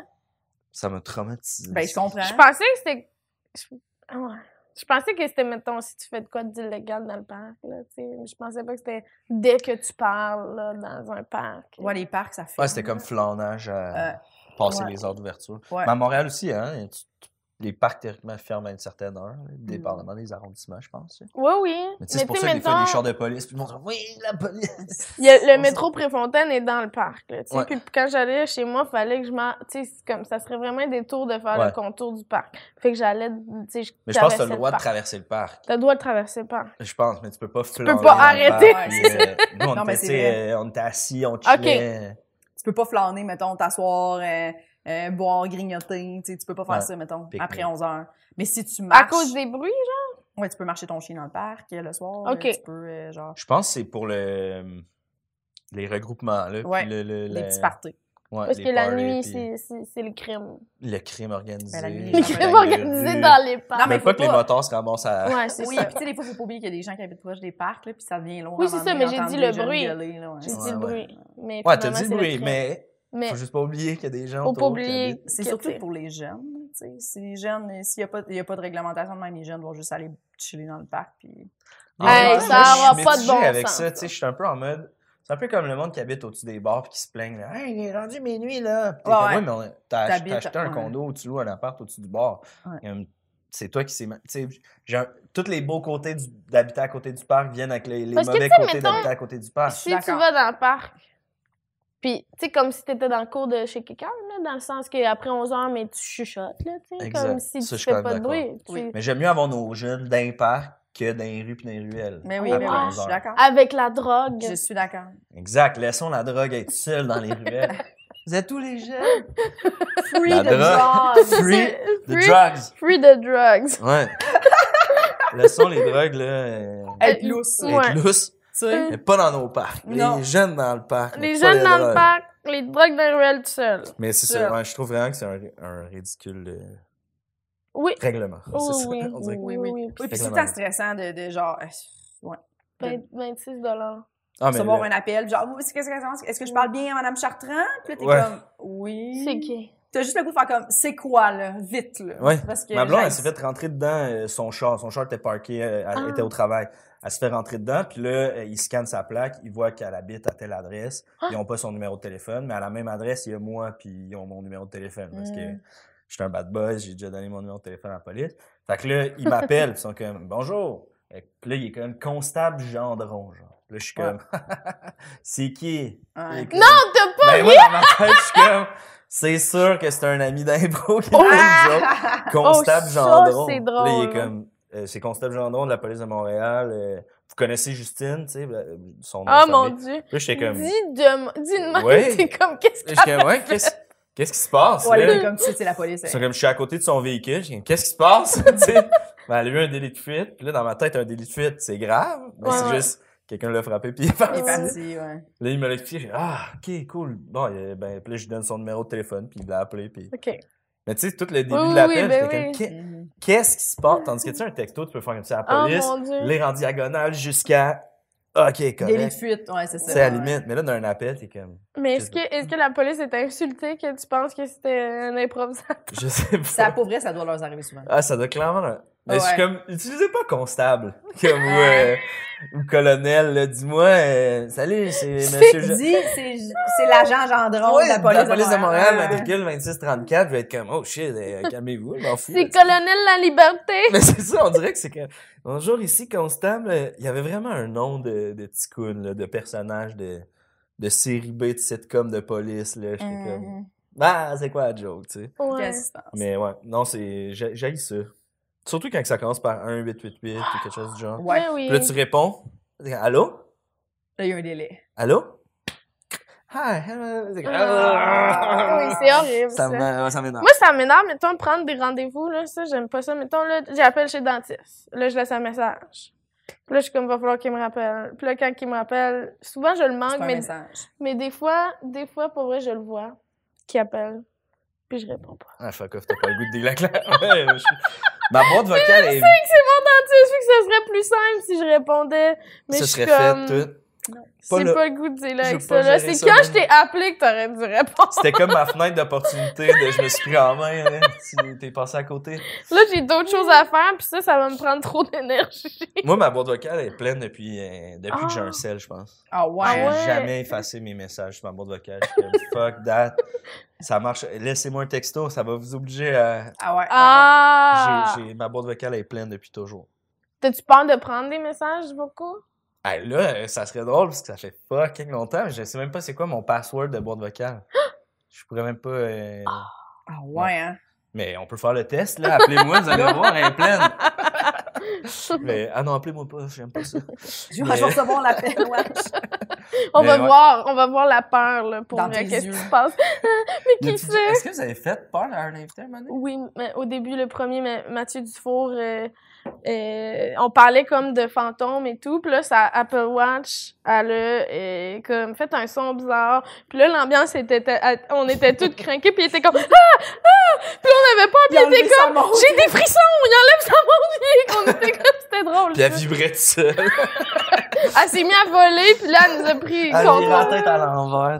Speaker 4: Ça m'a traumatisé.
Speaker 2: Ben, je comprends.
Speaker 3: Je pensais que c'était. Je... ah ouais. Je pensais que c'était, mettons, si tu fais de quoi d'illégal dans le parc, là, tu sais. Je pensais pas que c'était dès que tu parles, là, dans un parc.
Speaker 2: Ouais, les parcs, ça fait.
Speaker 4: Ouais, c'était comme flânage à
Speaker 2: Euh,
Speaker 4: passer
Speaker 2: ouais.
Speaker 4: les heures d'ouverture.
Speaker 2: Ouais.
Speaker 4: Mais à Montréal aussi, hein, tu, tu les parcs théoriquement ferment à une certaine heure, là, dépendamment des arrondissements, je pense. là.
Speaker 3: Oui, oui.
Speaker 4: Mais tu sais, c'est pour ça que des fois,
Speaker 3: mettons,
Speaker 4: les chars de police, puis le monde dit, oui, la police!
Speaker 3: il y a-
Speaker 4: On
Speaker 3: le métro Préfontaine est dans le parc. Là, tu sais.
Speaker 4: Ouais.
Speaker 3: Puis quand j'allais chez moi, fallait que je m'en. Tu sais, c'est comme ça serait vraiment des tours de faire
Speaker 4: Ouais.
Speaker 3: le contour du parc. Fait que j'allais. tu sais,
Speaker 4: Mais je pense
Speaker 3: traversais
Speaker 4: que tu as le droit de
Speaker 3: parc.
Speaker 4: traverser le parc.
Speaker 3: T'as le droit de traverser le parc.
Speaker 4: Je pense, mais tu peux pas flamber.
Speaker 3: peux pas
Speaker 4: dans le
Speaker 3: arrêter.
Speaker 2: Ouais,
Speaker 4: parc,
Speaker 2: [LAUGHS]
Speaker 4: puis, euh, nous, on,
Speaker 2: Non, mais
Speaker 4: était,
Speaker 2: c'est
Speaker 4: tu sais, euh, on était assis, on
Speaker 3: Ok.
Speaker 4: chillait.
Speaker 2: Tu peux pas flâner, mettons, t'asseoir, euh, euh, boire, grignoter. Tu sais, tu peux pas faire
Speaker 4: Ouais.
Speaker 2: ça, mettons,
Speaker 4: Pique-nique.
Speaker 2: après 11 heures. Mais si tu
Speaker 3: À
Speaker 2: marches.
Speaker 3: cause des bruits,
Speaker 2: Ouais, tu peux marcher ton chien dans le parc euh, le soir.
Speaker 3: Ok.
Speaker 2: euh, Tu peux, euh, genre,
Speaker 4: Je pense que c'est pour le, les regroupements, là. puis
Speaker 2: Ouais,
Speaker 4: le, le-
Speaker 2: des
Speaker 4: la-
Speaker 2: petits parties.
Speaker 4: ouais,
Speaker 3: parce
Speaker 4: les
Speaker 3: que la
Speaker 4: parties,
Speaker 3: nuit,
Speaker 4: puis
Speaker 3: c'est- c'est c'est le
Speaker 4: [LAUGHS]
Speaker 3: crime.
Speaker 4: Le crime organisé.
Speaker 2: Ben, la
Speaker 4: [LAUGHS]
Speaker 2: nuit,
Speaker 3: Le
Speaker 2: Les
Speaker 3: crime
Speaker 2: gens
Speaker 3: organisé dans les
Speaker 2: Non,
Speaker 3: parcs.
Speaker 2: mais
Speaker 4: Mais
Speaker 2: faut
Speaker 4: pas que les
Speaker 2: pas-
Speaker 4: motards se ramassent à.
Speaker 3: Ouais, c'est
Speaker 2: Oui,
Speaker 3: ça.
Speaker 2: puis tu sais, des fois, faut pas oublier qu'il y a des gens qui habitent proche des parcs, là, puis ça devient long.
Speaker 3: Oui,
Speaker 2: avant
Speaker 3: c'est ça,
Speaker 2: de
Speaker 3: mais j'ai
Speaker 2: entendre
Speaker 3: dit
Speaker 2: les
Speaker 3: le
Speaker 2: gens
Speaker 3: bruit.
Speaker 2: gueuler, là, ouais.
Speaker 3: J'ai
Speaker 4: Ouais,
Speaker 3: dit le
Speaker 4: ouais.
Speaker 3: bruit. Mais
Speaker 4: Ouais, t'as
Speaker 3: finalement,
Speaker 4: dit le
Speaker 3: c'est
Speaker 4: bruit,
Speaker 3: crime.
Speaker 4: mais
Speaker 3: Mais
Speaker 4: faut juste pas oublier qu'il y a des gens.
Speaker 3: faut pas
Speaker 4: autour qui habitent.
Speaker 3: oublier.
Speaker 2: C'est
Speaker 3: que,
Speaker 2: surtout
Speaker 3: tu sais,
Speaker 2: pour les jeunes. tu sais. Si les jeunes, et s'il n'y a, pas- il y a pas de réglementation, même les jeunes vont juste aller chiller dans le parc. Puis...
Speaker 4: En même
Speaker 2: Hey,
Speaker 4: temps,
Speaker 2: ça
Speaker 4: Ah moi, je
Speaker 2: aura
Speaker 4: suis
Speaker 3: pas de
Speaker 4: mitigé
Speaker 3: bon
Speaker 4: avec
Speaker 3: sens,
Speaker 4: ça,
Speaker 3: ça.
Speaker 4: tu sais, je suis un peu en mode. C'est un peu comme le monde qui habite au-dessus des bars puis qui se plaignent. là, Hey, il est rendu minuit, là. Puis t'es
Speaker 2: Ouais,
Speaker 4: comme,
Speaker 2: ouais.
Speaker 4: Ouais, mais on- t'as ach-
Speaker 2: T'habites,
Speaker 4: t'as acheté un
Speaker 2: ouais.
Speaker 4: condo, tu loues un appart au-dessus du bar.
Speaker 2: Ouais.
Speaker 4: Comme, C'est toi qui sais. ma- tu sais, j'ai un- Tous les beaux côtés du- d'habiter à côté du parc viennent avec les, les
Speaker 3: Parce que,
Speaker 4: mauvais
Speaker 3: tu sais,
Speaker 4: côtés
Speaker 3: mettons,
Speaker 4: d'habiter à côté du parc.
Speaker 3: Si tu
Speaker 2: d'accord.
Speaker 3: vas dans le parc, puis tu sais, comme si t'étais dans le cours de chez quelqu'un, là, dans le sens qu'après 11 h mais tu chuchotes, là, tu sais,
Speaker 4: Exact.
Speaker 3: comme si
Speaker 4: Ça,
Speaker 3: tu
Speaker 4: je suis
Speaker 3: fais
Speaker 4: quand
Speaker 3: pas de
Speaker 4: même
Speaker 3: bruit. tu-
Speaker 2: Oui.
Speaker 4: Mais j'aime mieux avoir nos jeunes dans les parcs que dans les rues puis dans les ruelles.
Speaker 2: Mais oui,
Speaker 3: Ah,
Speaker 2: mais
Speaker 3: ouais.
Speaker 2: oui, je suis
Speaker 4: Heures.
Speaker 2: d'accord.
Speaker 3: Avec la drogue.
Speaker 2: Je suis d'accord.
Speaker 4: Exact. Laissons la drogue être seule dans les ruelles. Vous êtes tous les jeunes.
Speaker 2: Free
Speaker 4: La
Speaker 2: the
Speaker 4: drogue.
Speaker 2: drugs.
Speaker 4: Free the
Speaker 3: Free-
Speaker 4: drugs.
Speaker 3: Free the drugs. [LAUGHS]
Speaker 4: Ouais. Laissons les drogues, là, euh,
Speaker 2: Être lousse.
Speaker 3: Ouais.
Speaker 4: être lousses,
Speaker 2: Tu sais,
Speaker 4: mais pas dans nos parcs.
Speaker 2: Non.
Speaker 4: Les jeunes dans le parc. mais
Speaker 3: Les
Speaker 4: pas
Speaker 3: jeunes dans le
Speaker 4: drogues.
Speaker 3: parc, les drogues dans les ruelles tout seul.
Speaker 4: Mais c'est
Speaker 2: Sûr.
Speaker 4: ça, ouais, je trouve vraiment que c'est un, un ridicule euh,
Speaker 3: Oui.
Speaker 4: règlement.
Speaker 3: Oh,
Speaker 4: [LAUGHS] C'est ça,
Speaker 3: oui,
Speaker 4: on
Speaker 3: oui,
Speaker 4: dirait.
Speaker 3: oui,
Speaker 2: oui,
Speaker 3: oui.
Speaker 2: Oui, puis
Speaker 4: Fait que
Speaker 2: c'est
Speaker 4: la
Speaker 2: tant stressant de, de genre. euh, Ouais.
Speaker 3: Vingt- 26 Ben, dollars.
Speaker 4: Ah, mais
Speaker 2: Recevoir
Speaker 4: là,
Speaker 2: un appel, genre, Oui, c'est- qu'est-ce que ça commence? Est-ce que je parle bien à Madame Chartrand? Puis là, t'es
Speaker 4: Ouais.
Speaker 2: comme, oui.
Speaker 3: Mm. C'est qui?
Speaker 2: T'as juste le goût de faire comme, c'est quoi, là? Vite, là.
Speaker 4: Ouais.
Speaker 2: Parce que.
Speaker 4: ma blonde,
Speaker 2: j'ai-
Speaker 4: elle s'est fait rentrer dedans euh, son char. Son char était parqué, euh, elle
Speaker 3: Ah.
Speaker 4: était au travail. Elle se fait rentrer dedans, puis là, euh, il scanne sa plaque, il voit qu'elle habite à telle adresse.
Speaker 3: Ah.
Speaker 4: Ils ont pas son numéro de téléphone, mais à la même adresse, il y a moi, puis ils ont mon numéro de téléphone. Parce que
Speaker 2: Mm.
Speaker 4: je suis un bad boy, j'ai déjà donné mon numéro de téléphone à la police. Fait que là, ils m'appellent, puis ils sont comme « Bonjour! » Puis là, il est comme « Constable Gendron », genre. Là, je suis
Speaker 2: Ouais.
Speaker 4: comme [LAUGHS] « C'est qui?
Speaker 2: Ouais.
Speaker 4: [LAUGHS] Non,
Speaker 3: t'as
Speaker 4: pas ben, moi, dans ma tête, je suis comme « C'est sûr que c'est un ami d'impro
Speaker 2: Oh!
Speaker 4: qui a fait une joke. » Constable
Speaker 3: Oh, ça,
Speaker 4: Gendron.
Speaker 3: c'est
Speaker 4: Là, il
Speaker 3: drôle.
Speaker 4: est comme, euh, c'est Constable Gendron de la police de Montréal. euh, vous connaissez Justine, tu sais, euh, son nom.
Speaker 3: Ah
Speaker 4: de
Speaker 3: mon
Speaker 4: famille.
Speaker 3: dieu.
Speaker 4: Là, j'étais
Speaker 3: Dis [LAUGHS]
Speaker 4: comme, là,
Speaker 3: de dis de moi,
Speaker 4: Ouais.
Speaker 3: t'es comme qu'est-ce que
Speaker 4: j'étais comme, ouais, qu'est-ce qu'est-ce qui se passe?
Speaker 2: Ouais,
Speaker 4: là?
Speaker 2: là, t'es comme, tu sais, c'est la police.
Speaker 4: Ils
Speaker 2: elle.
Speaker 4: sont comme, je suis à côté de son véhicule. J'étais comme, qu'est-ce qui se passe? [LAUGHS] Tu sais, ben, elle a eu un délit de fuite. Puis là, dans ma tête, un délit de fuite, c'est grave. Mais
Speaker 3: Ouais,
Speaker 4: c'est
Speaker 3: ouais.
Speaker 4: juste, quelqu'un l'a frappé, puis il est parti.
Speaker 2: C'est parti, ouais.
Speaker 4: Là, il me l'a expliqué. J'ai dit, ah, ok, cool. Bon, euh, ben, puis là, je lui donne son numéro de téléphone, puis il l'a appelé. Puis...
Speaker 3: OK.
Speaker 4: Mais tu sais, tout le début
Speaker 3: Oui,
Speaker 4: de
Speaker 3: oui,
Speaker 4: l'appel,
Speaker 3: ben
Speaker 4: j'étais comme,
Speaker 3: oui.
Speaker 4: Qu'est-
Speaker 2: Mhm.
Speaker 4: qu'est-ce qui se passe? Tandis que tu sais, un texto, tu peux faire comme ça à la
Speaker 3: Oh
Speaker 4: police,
Speaker 3: mon dieu.
Speaker 4: lire en diagonale jusqu'à OK,
Speaker 2: Délit de
Speaker 4: correct.
Speaker 2: fuite, ouais, c'est ça.
Speaker 4: C'est à la
Speaker 2: ouais.
Speaker 4: limite. Mais là, dans un appel, t'es comme
Speaker 3: Mais est-ce que est-ce que la police est insultée que tu penses que c'était un improvisation?
Speaker 4: Je sais pas.
Speaker 2: Ça, pour vrai, ça doit leur arriver souvent.
Speaker 4: Ah, ça doit clairement. là. Mais je suis
Speaker 2: Ouais.
Speaker 4: comme utilisez pas constable comme
Speaker 2: [LAUGHS]
Speaker 4: ou, euh, ou colonel, là, dis-moi euh, Salut, c'est monsieur Je-
Speaker 2: Dis, c'est c'est l'agent Gendron
Speaker 4: Ouais,
Speaker 2: de la police,
Speaker 4: de Montréal,
Speaker 2: ouais.
Speaker 4: matricule 2634, je vais être comme Oh
Speaker 2: [LAUGHS]
Speaker 4: shit, euh, calmez-vous, je m'en fous.
Speaker 3: C'est colonel la liberté.
Speaker 4: Mais c'est ça, on dirait que c'est que. Bonjour, ici, Constable. Euh, Il y avait vraiment un nom de, de ticoun, là, de personnage de, de série B de sitcom de police. Là. J'étais comme.
Speaker 2: Mhm.
Speaker 4: Ah, c'est quoi la joke, tu sais?
Speaker 3: Ouais.
Speaker 2: Qu'est-ce qui se passe?
Speaker 4: Mais ouais, non, c'est. j'ai- J'haïs ça. Surtout quand ça commence par 1-888 ou quelque chose
Speaker 3: [GASPS]
Speaker 4: du genre.
Speaker 2: Ouais.
Speaker 3: Ben oui.
Speaker 4: Puis là, tu réponds. Allô?
Speaker 2: Là, il y a un délai. Allô?
Speaker 4: Hi, hello. C'est comme,
Speaker 3: Ah, oui, c'est horrible. Ça
Speaker 4: Ça m'a- ça m'énerve.
Speaker 3: Moi, ça m'énerve, mettons, de prendre des rendez-vous, là, ça, j'aime pas ça. Mettons, là, j'appelle chez le dentiste. Là, je laisse un message. Puis là, je suis comme, va falloir qu'il me rappelle. Puis là, quand il me rappelle, souvent, je le
Speaker 2: C'est
Speaker 3: manque,
Speaker 2: pas un
Speaker 3: mais,
Speaker 2: message.
Speaker 3: mais des fois, des fois, pour vrai, je le vois, qui appelle, puis je réponds pas.
Speaker 4: Ah, fuck off, t'as pas le goût de dire la [LAUGHS] claire. Ouais, je suis- Ma
Speaker 3: [LAUGHS]
Speaker 4: boîte vocale
Speaker 3: Ah, Tu
Speaker 4: est.
Speaker 3: sais, je sais que ce serait plus simple si je répondais, mais
Speaker 4: Ça
Speaker 3: je suis
Speaker 4: serait
Speaker 3: comme...
Speaker 4: fait, tout. Pas
Speaker 3: C'est
Speaker 4: là.
Speaker 3: pas le goût de dire là
Speaker 4: Je
Speaker 3: avec
Speaker 4: veux
Speaker 3: ça.
Speaker 4: pas
Speaker 3: là. C'est
Speaker 4: gérer ça,
Speaker 3: quand je
Speaker 4: même.
Speaker 3: t'ai appelé que t'aurais dû répondre.
Speaker 4: C'était comme ma fenêtre d'opportunité de je me suis pris en main, hein, tu- t'es passé à côté.
Speaker 3: Là, j'ai d'autres choses à faire, puis ça, ça va me prendre trop d'énergie.
Speaker 4: Moi, ma boîte vocale est pleine depuis, euh, depuis que j'ai
Speaker 3: Ah.
Speaker 4: un sel, je pense.
Speaker 2: Ah
Speaker 4: J'ai
Speaker 2: ouais.
Speaker 3: Ah ouais?
Speaker 4: jamais effacé mes messages sur ma boîte vocale. Je suis comme,
Speaker 3: [LAUGHS]
Speaker 4: fuck that. Ça marche. Laissez-moi un texto, ça va vous obliger à.
Speaker 2: Ah ouais.
Speaker 3: Ah!
Speaker 4: J'ai- j'ai- Ma boîte vocale est pleine depuis toujours.
Speaker 3: T'as-tu peur de prendre des messages beaucoup?
Speaker 4: Hey, là, euh, ça serait drôle parce que ça fait fucking longtemps. mais Je sais même pas c'est quoi mon password de boîte vocale.
Speaker 3: [GASPS]
Speaker 4: Je pourrais même pas. euh,
Speaker 2: Ah ouais, hein.
Speaker 4: Mais on peut faire le test, là. Appelez-moi, vous allez voir, elle
Speaker 3: [LAUGHS]
Speaker 4: est pleine. Mais, ah non, appelez-moi pas, j'aime pas ça.
Speaker 2: Je vais recevoir l'appel, ouais.
Speaker 3: On
Speaker 4: Mais
Speaker 3: va
Speaker 4: ouais.
Speaker 3: voir, on va voir la peur, là, pour
Speaker 2: Dans
Speaker 3: euh,
Speaker 2: tes
Speaker 3: qu'est-ce
Speaker 2: yeux.
Speaker 3: qui se passe. [LAUGHS] Mais qui
Speaker 4: Y'a-tu-
Speaker 3: sait?
Speaker 4: Est-ce que vous avez fait peur à un invité à un moment donné?
Speaker 3: Oui, mais au début, le premier, Ma- Mathieu Dufour, euh, euh, on parlait comme de fantômes et tout. Puis là, sa Apple Watch, elle a euh, comme fait un son bizarre. Puis là, l'ambiance était... elle- On
Speaker 2: [LAUGHS]
Speaker 3: était toutes craquées, puis il était comme... Ah! Ah! Puis là, on avait peur, puis il était comme... J'ai des frissons! Il enlève sa montre! Qu'on était comme... C'était drôle,
Speaker 4: Puis elle
Speaker 3: ça.
Speaker 4: vibrait toute seule.
Speaker 3: Elle s'est mise à voler, puis là, elle nous a pris
Speaker 4: Elle vire la
Speaker 3: contre.
Speaker 4: tête à
Speaker 3: Ouais,
Speaker 4: l'envers.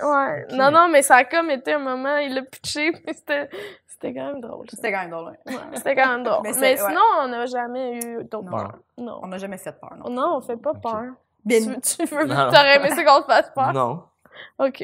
Speaker 4: tout.
Speaker 3: ouais, ouais.
Speaker 4: Ok.
Speaker 3: Non, non, mais ça a comme été un moment, il l'a pitché, [LAUGHS] mais c'était... C'était quand même drôle. ça.
Speaker 2: C'était quand même drôle. hein.
Speaker 3: C'était quand même drôle.
Speaker 2: Mais
Speaker 3: Mais,
Speaker 2: c'est- ouais.
Speaker 3: sinon, on n'a jamais eu
Speaker 2: Non.
Speaker 3: d'autres peurs. Non.
Speaker 2: On n'a jamais fait peur, non. Ben,
Speaker 3: Non, on fait pas
Speaker 4: Ok. Ben,
Speaker 3: peur.
Speaker 2: Bin.
Speaker 3: Tu, tu veux
Speaker 4: Non.
Speaker 3: T'aurais aimé ça qu'on te fasse peur?
Speaker 4: Non.
Speaker 3: OK.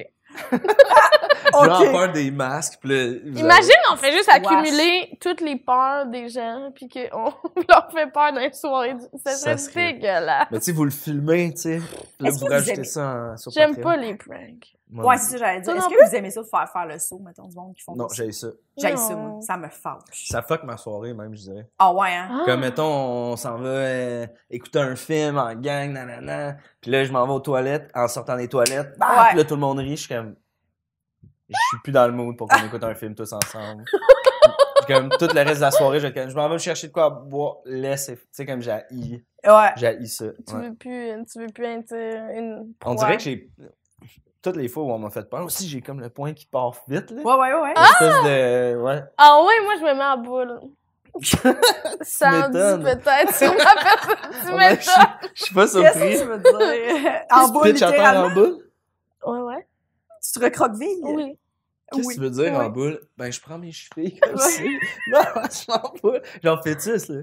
Speaker 4: Genre
Speaker 2: OK.
Speaker 4: peur des masques. Puis là, vous
Speaker 3: Imagine, on fait juste
Speaker 2: Wesh.
Speaker 3: accumuler toutes les peurs des gens, puis qu'on [LAUGHS] leur fait peur dans une soirée. du- Ça
Speaker 4: Ça
Speaker 3: serait
Speaker 4: serait-
Speaker 3: dégueulasse.
Speaker 4: avez- Mais tu sais, vous le filmez, tu sais. Puis Là,
Speaker 2: Est-ce
Speaker 4: vous
Speaker 2: que vous
Speaker 4: rajoutez
Speaker 2: aimez-
Speaker 4: ça en- sur
Speaker 3: J'aime
Speaker 4: Patreon.
Speaker 3: pas les pranks.
Speaker 4: Moi,
Speaker 2: Ouais, c'est ça, j'allais dire.
Speaker 3: Toi
Speaker 2: Est-ce
Speaker 3: non
Speaker 2: que vous aimez ça, faire faire le saut, mettons, du monde qui font
Speaker 4: Non,
Speaker 2: ça?
Speaker 4: j'ai ça.
Speaker 2: J'aille ça,
Speaker 3: Non.
Speaker 2: moi. Ça me fâche.
Speaker 4: Ça fuck ma soirée, même, je dirais.
Speaker 2: Ah ouais, hein.
Speaker 3: Ah.
Speaker 4: Comme, mettons, on s'en va euh, écouter un film en gang, nanana. Puis là, je m'en vais aux toilettes. En sortant des toilettes, bam,
Speaker 2: Ouais.
Speaker 4: puis là, tout le monde rit. Je suis comme... Je suis plus dans le mood
Speaker 2: [LAUGHS]
Speaker 4: pour qu'on écoute un film tous ensemble. Puis comme tout le reste de la soirée, je, vais être comme, je m'en vais me chercher de quoi à boire. Laisse, tu sais, comme j'ai
Speaker 2: Ouais.
Speaker 4: j'ai ça.
Speaker 3: Tu,
Speaker 4: Ouais.
Speaker 3: veux plus, tu veux plus être euh, une proie.
Speaker 4: On dirait que j'ai. Toutes les fois où on m'a fait peur aussi, j'ai comme le point qui part vite, là.
Speaker 2: Ouais, ouais, ouais. ouais.
Speaker 4: Une espèce de. Ouais.
Speaker 3: Ah ouais, moi, je me mets en
Speaker 4: [LAUGHS]
Speaker 3: boule. Ça en dit
Speaker 4: m'étonnes.
Speaker 3: peut-être
Speaker 4: [LAUGHS]
Speaker 3: sur ma personne. Tu
Speaker 4: Ouais, je
Speaker 3: m'étonnes.
Speaker 4: suis- je suis pas
Speaker 2: Ah! Qu'est-ce
Speaker 4: surpris.
Speaker 2: que tu veux
Speaker 3: [LAUGHS]
Speaker 2: dire? en
Speaker 4: Tu
Speaker 2: bas,
Speaker 4: pitches à terre
Speaker 2: littéralement.
Speaker 4: en boule?
Speaker 3: Ouais, ouais.
Speaker 2: Tu te recroquevilles?
Speaker 3: Oui.
Speaker 4: Qu'est-ce que
Speaker 2: Oui.
Speaker 4: tu veux dire en
Speaker 2: Oui.
Speaker 4: boule? Ben, je prends
Speaker 2: [LAUGHS]
Speaker 4: mes chevilles comme ça. [LAUGHS] Non, je prends pas. Genre fœtus, là.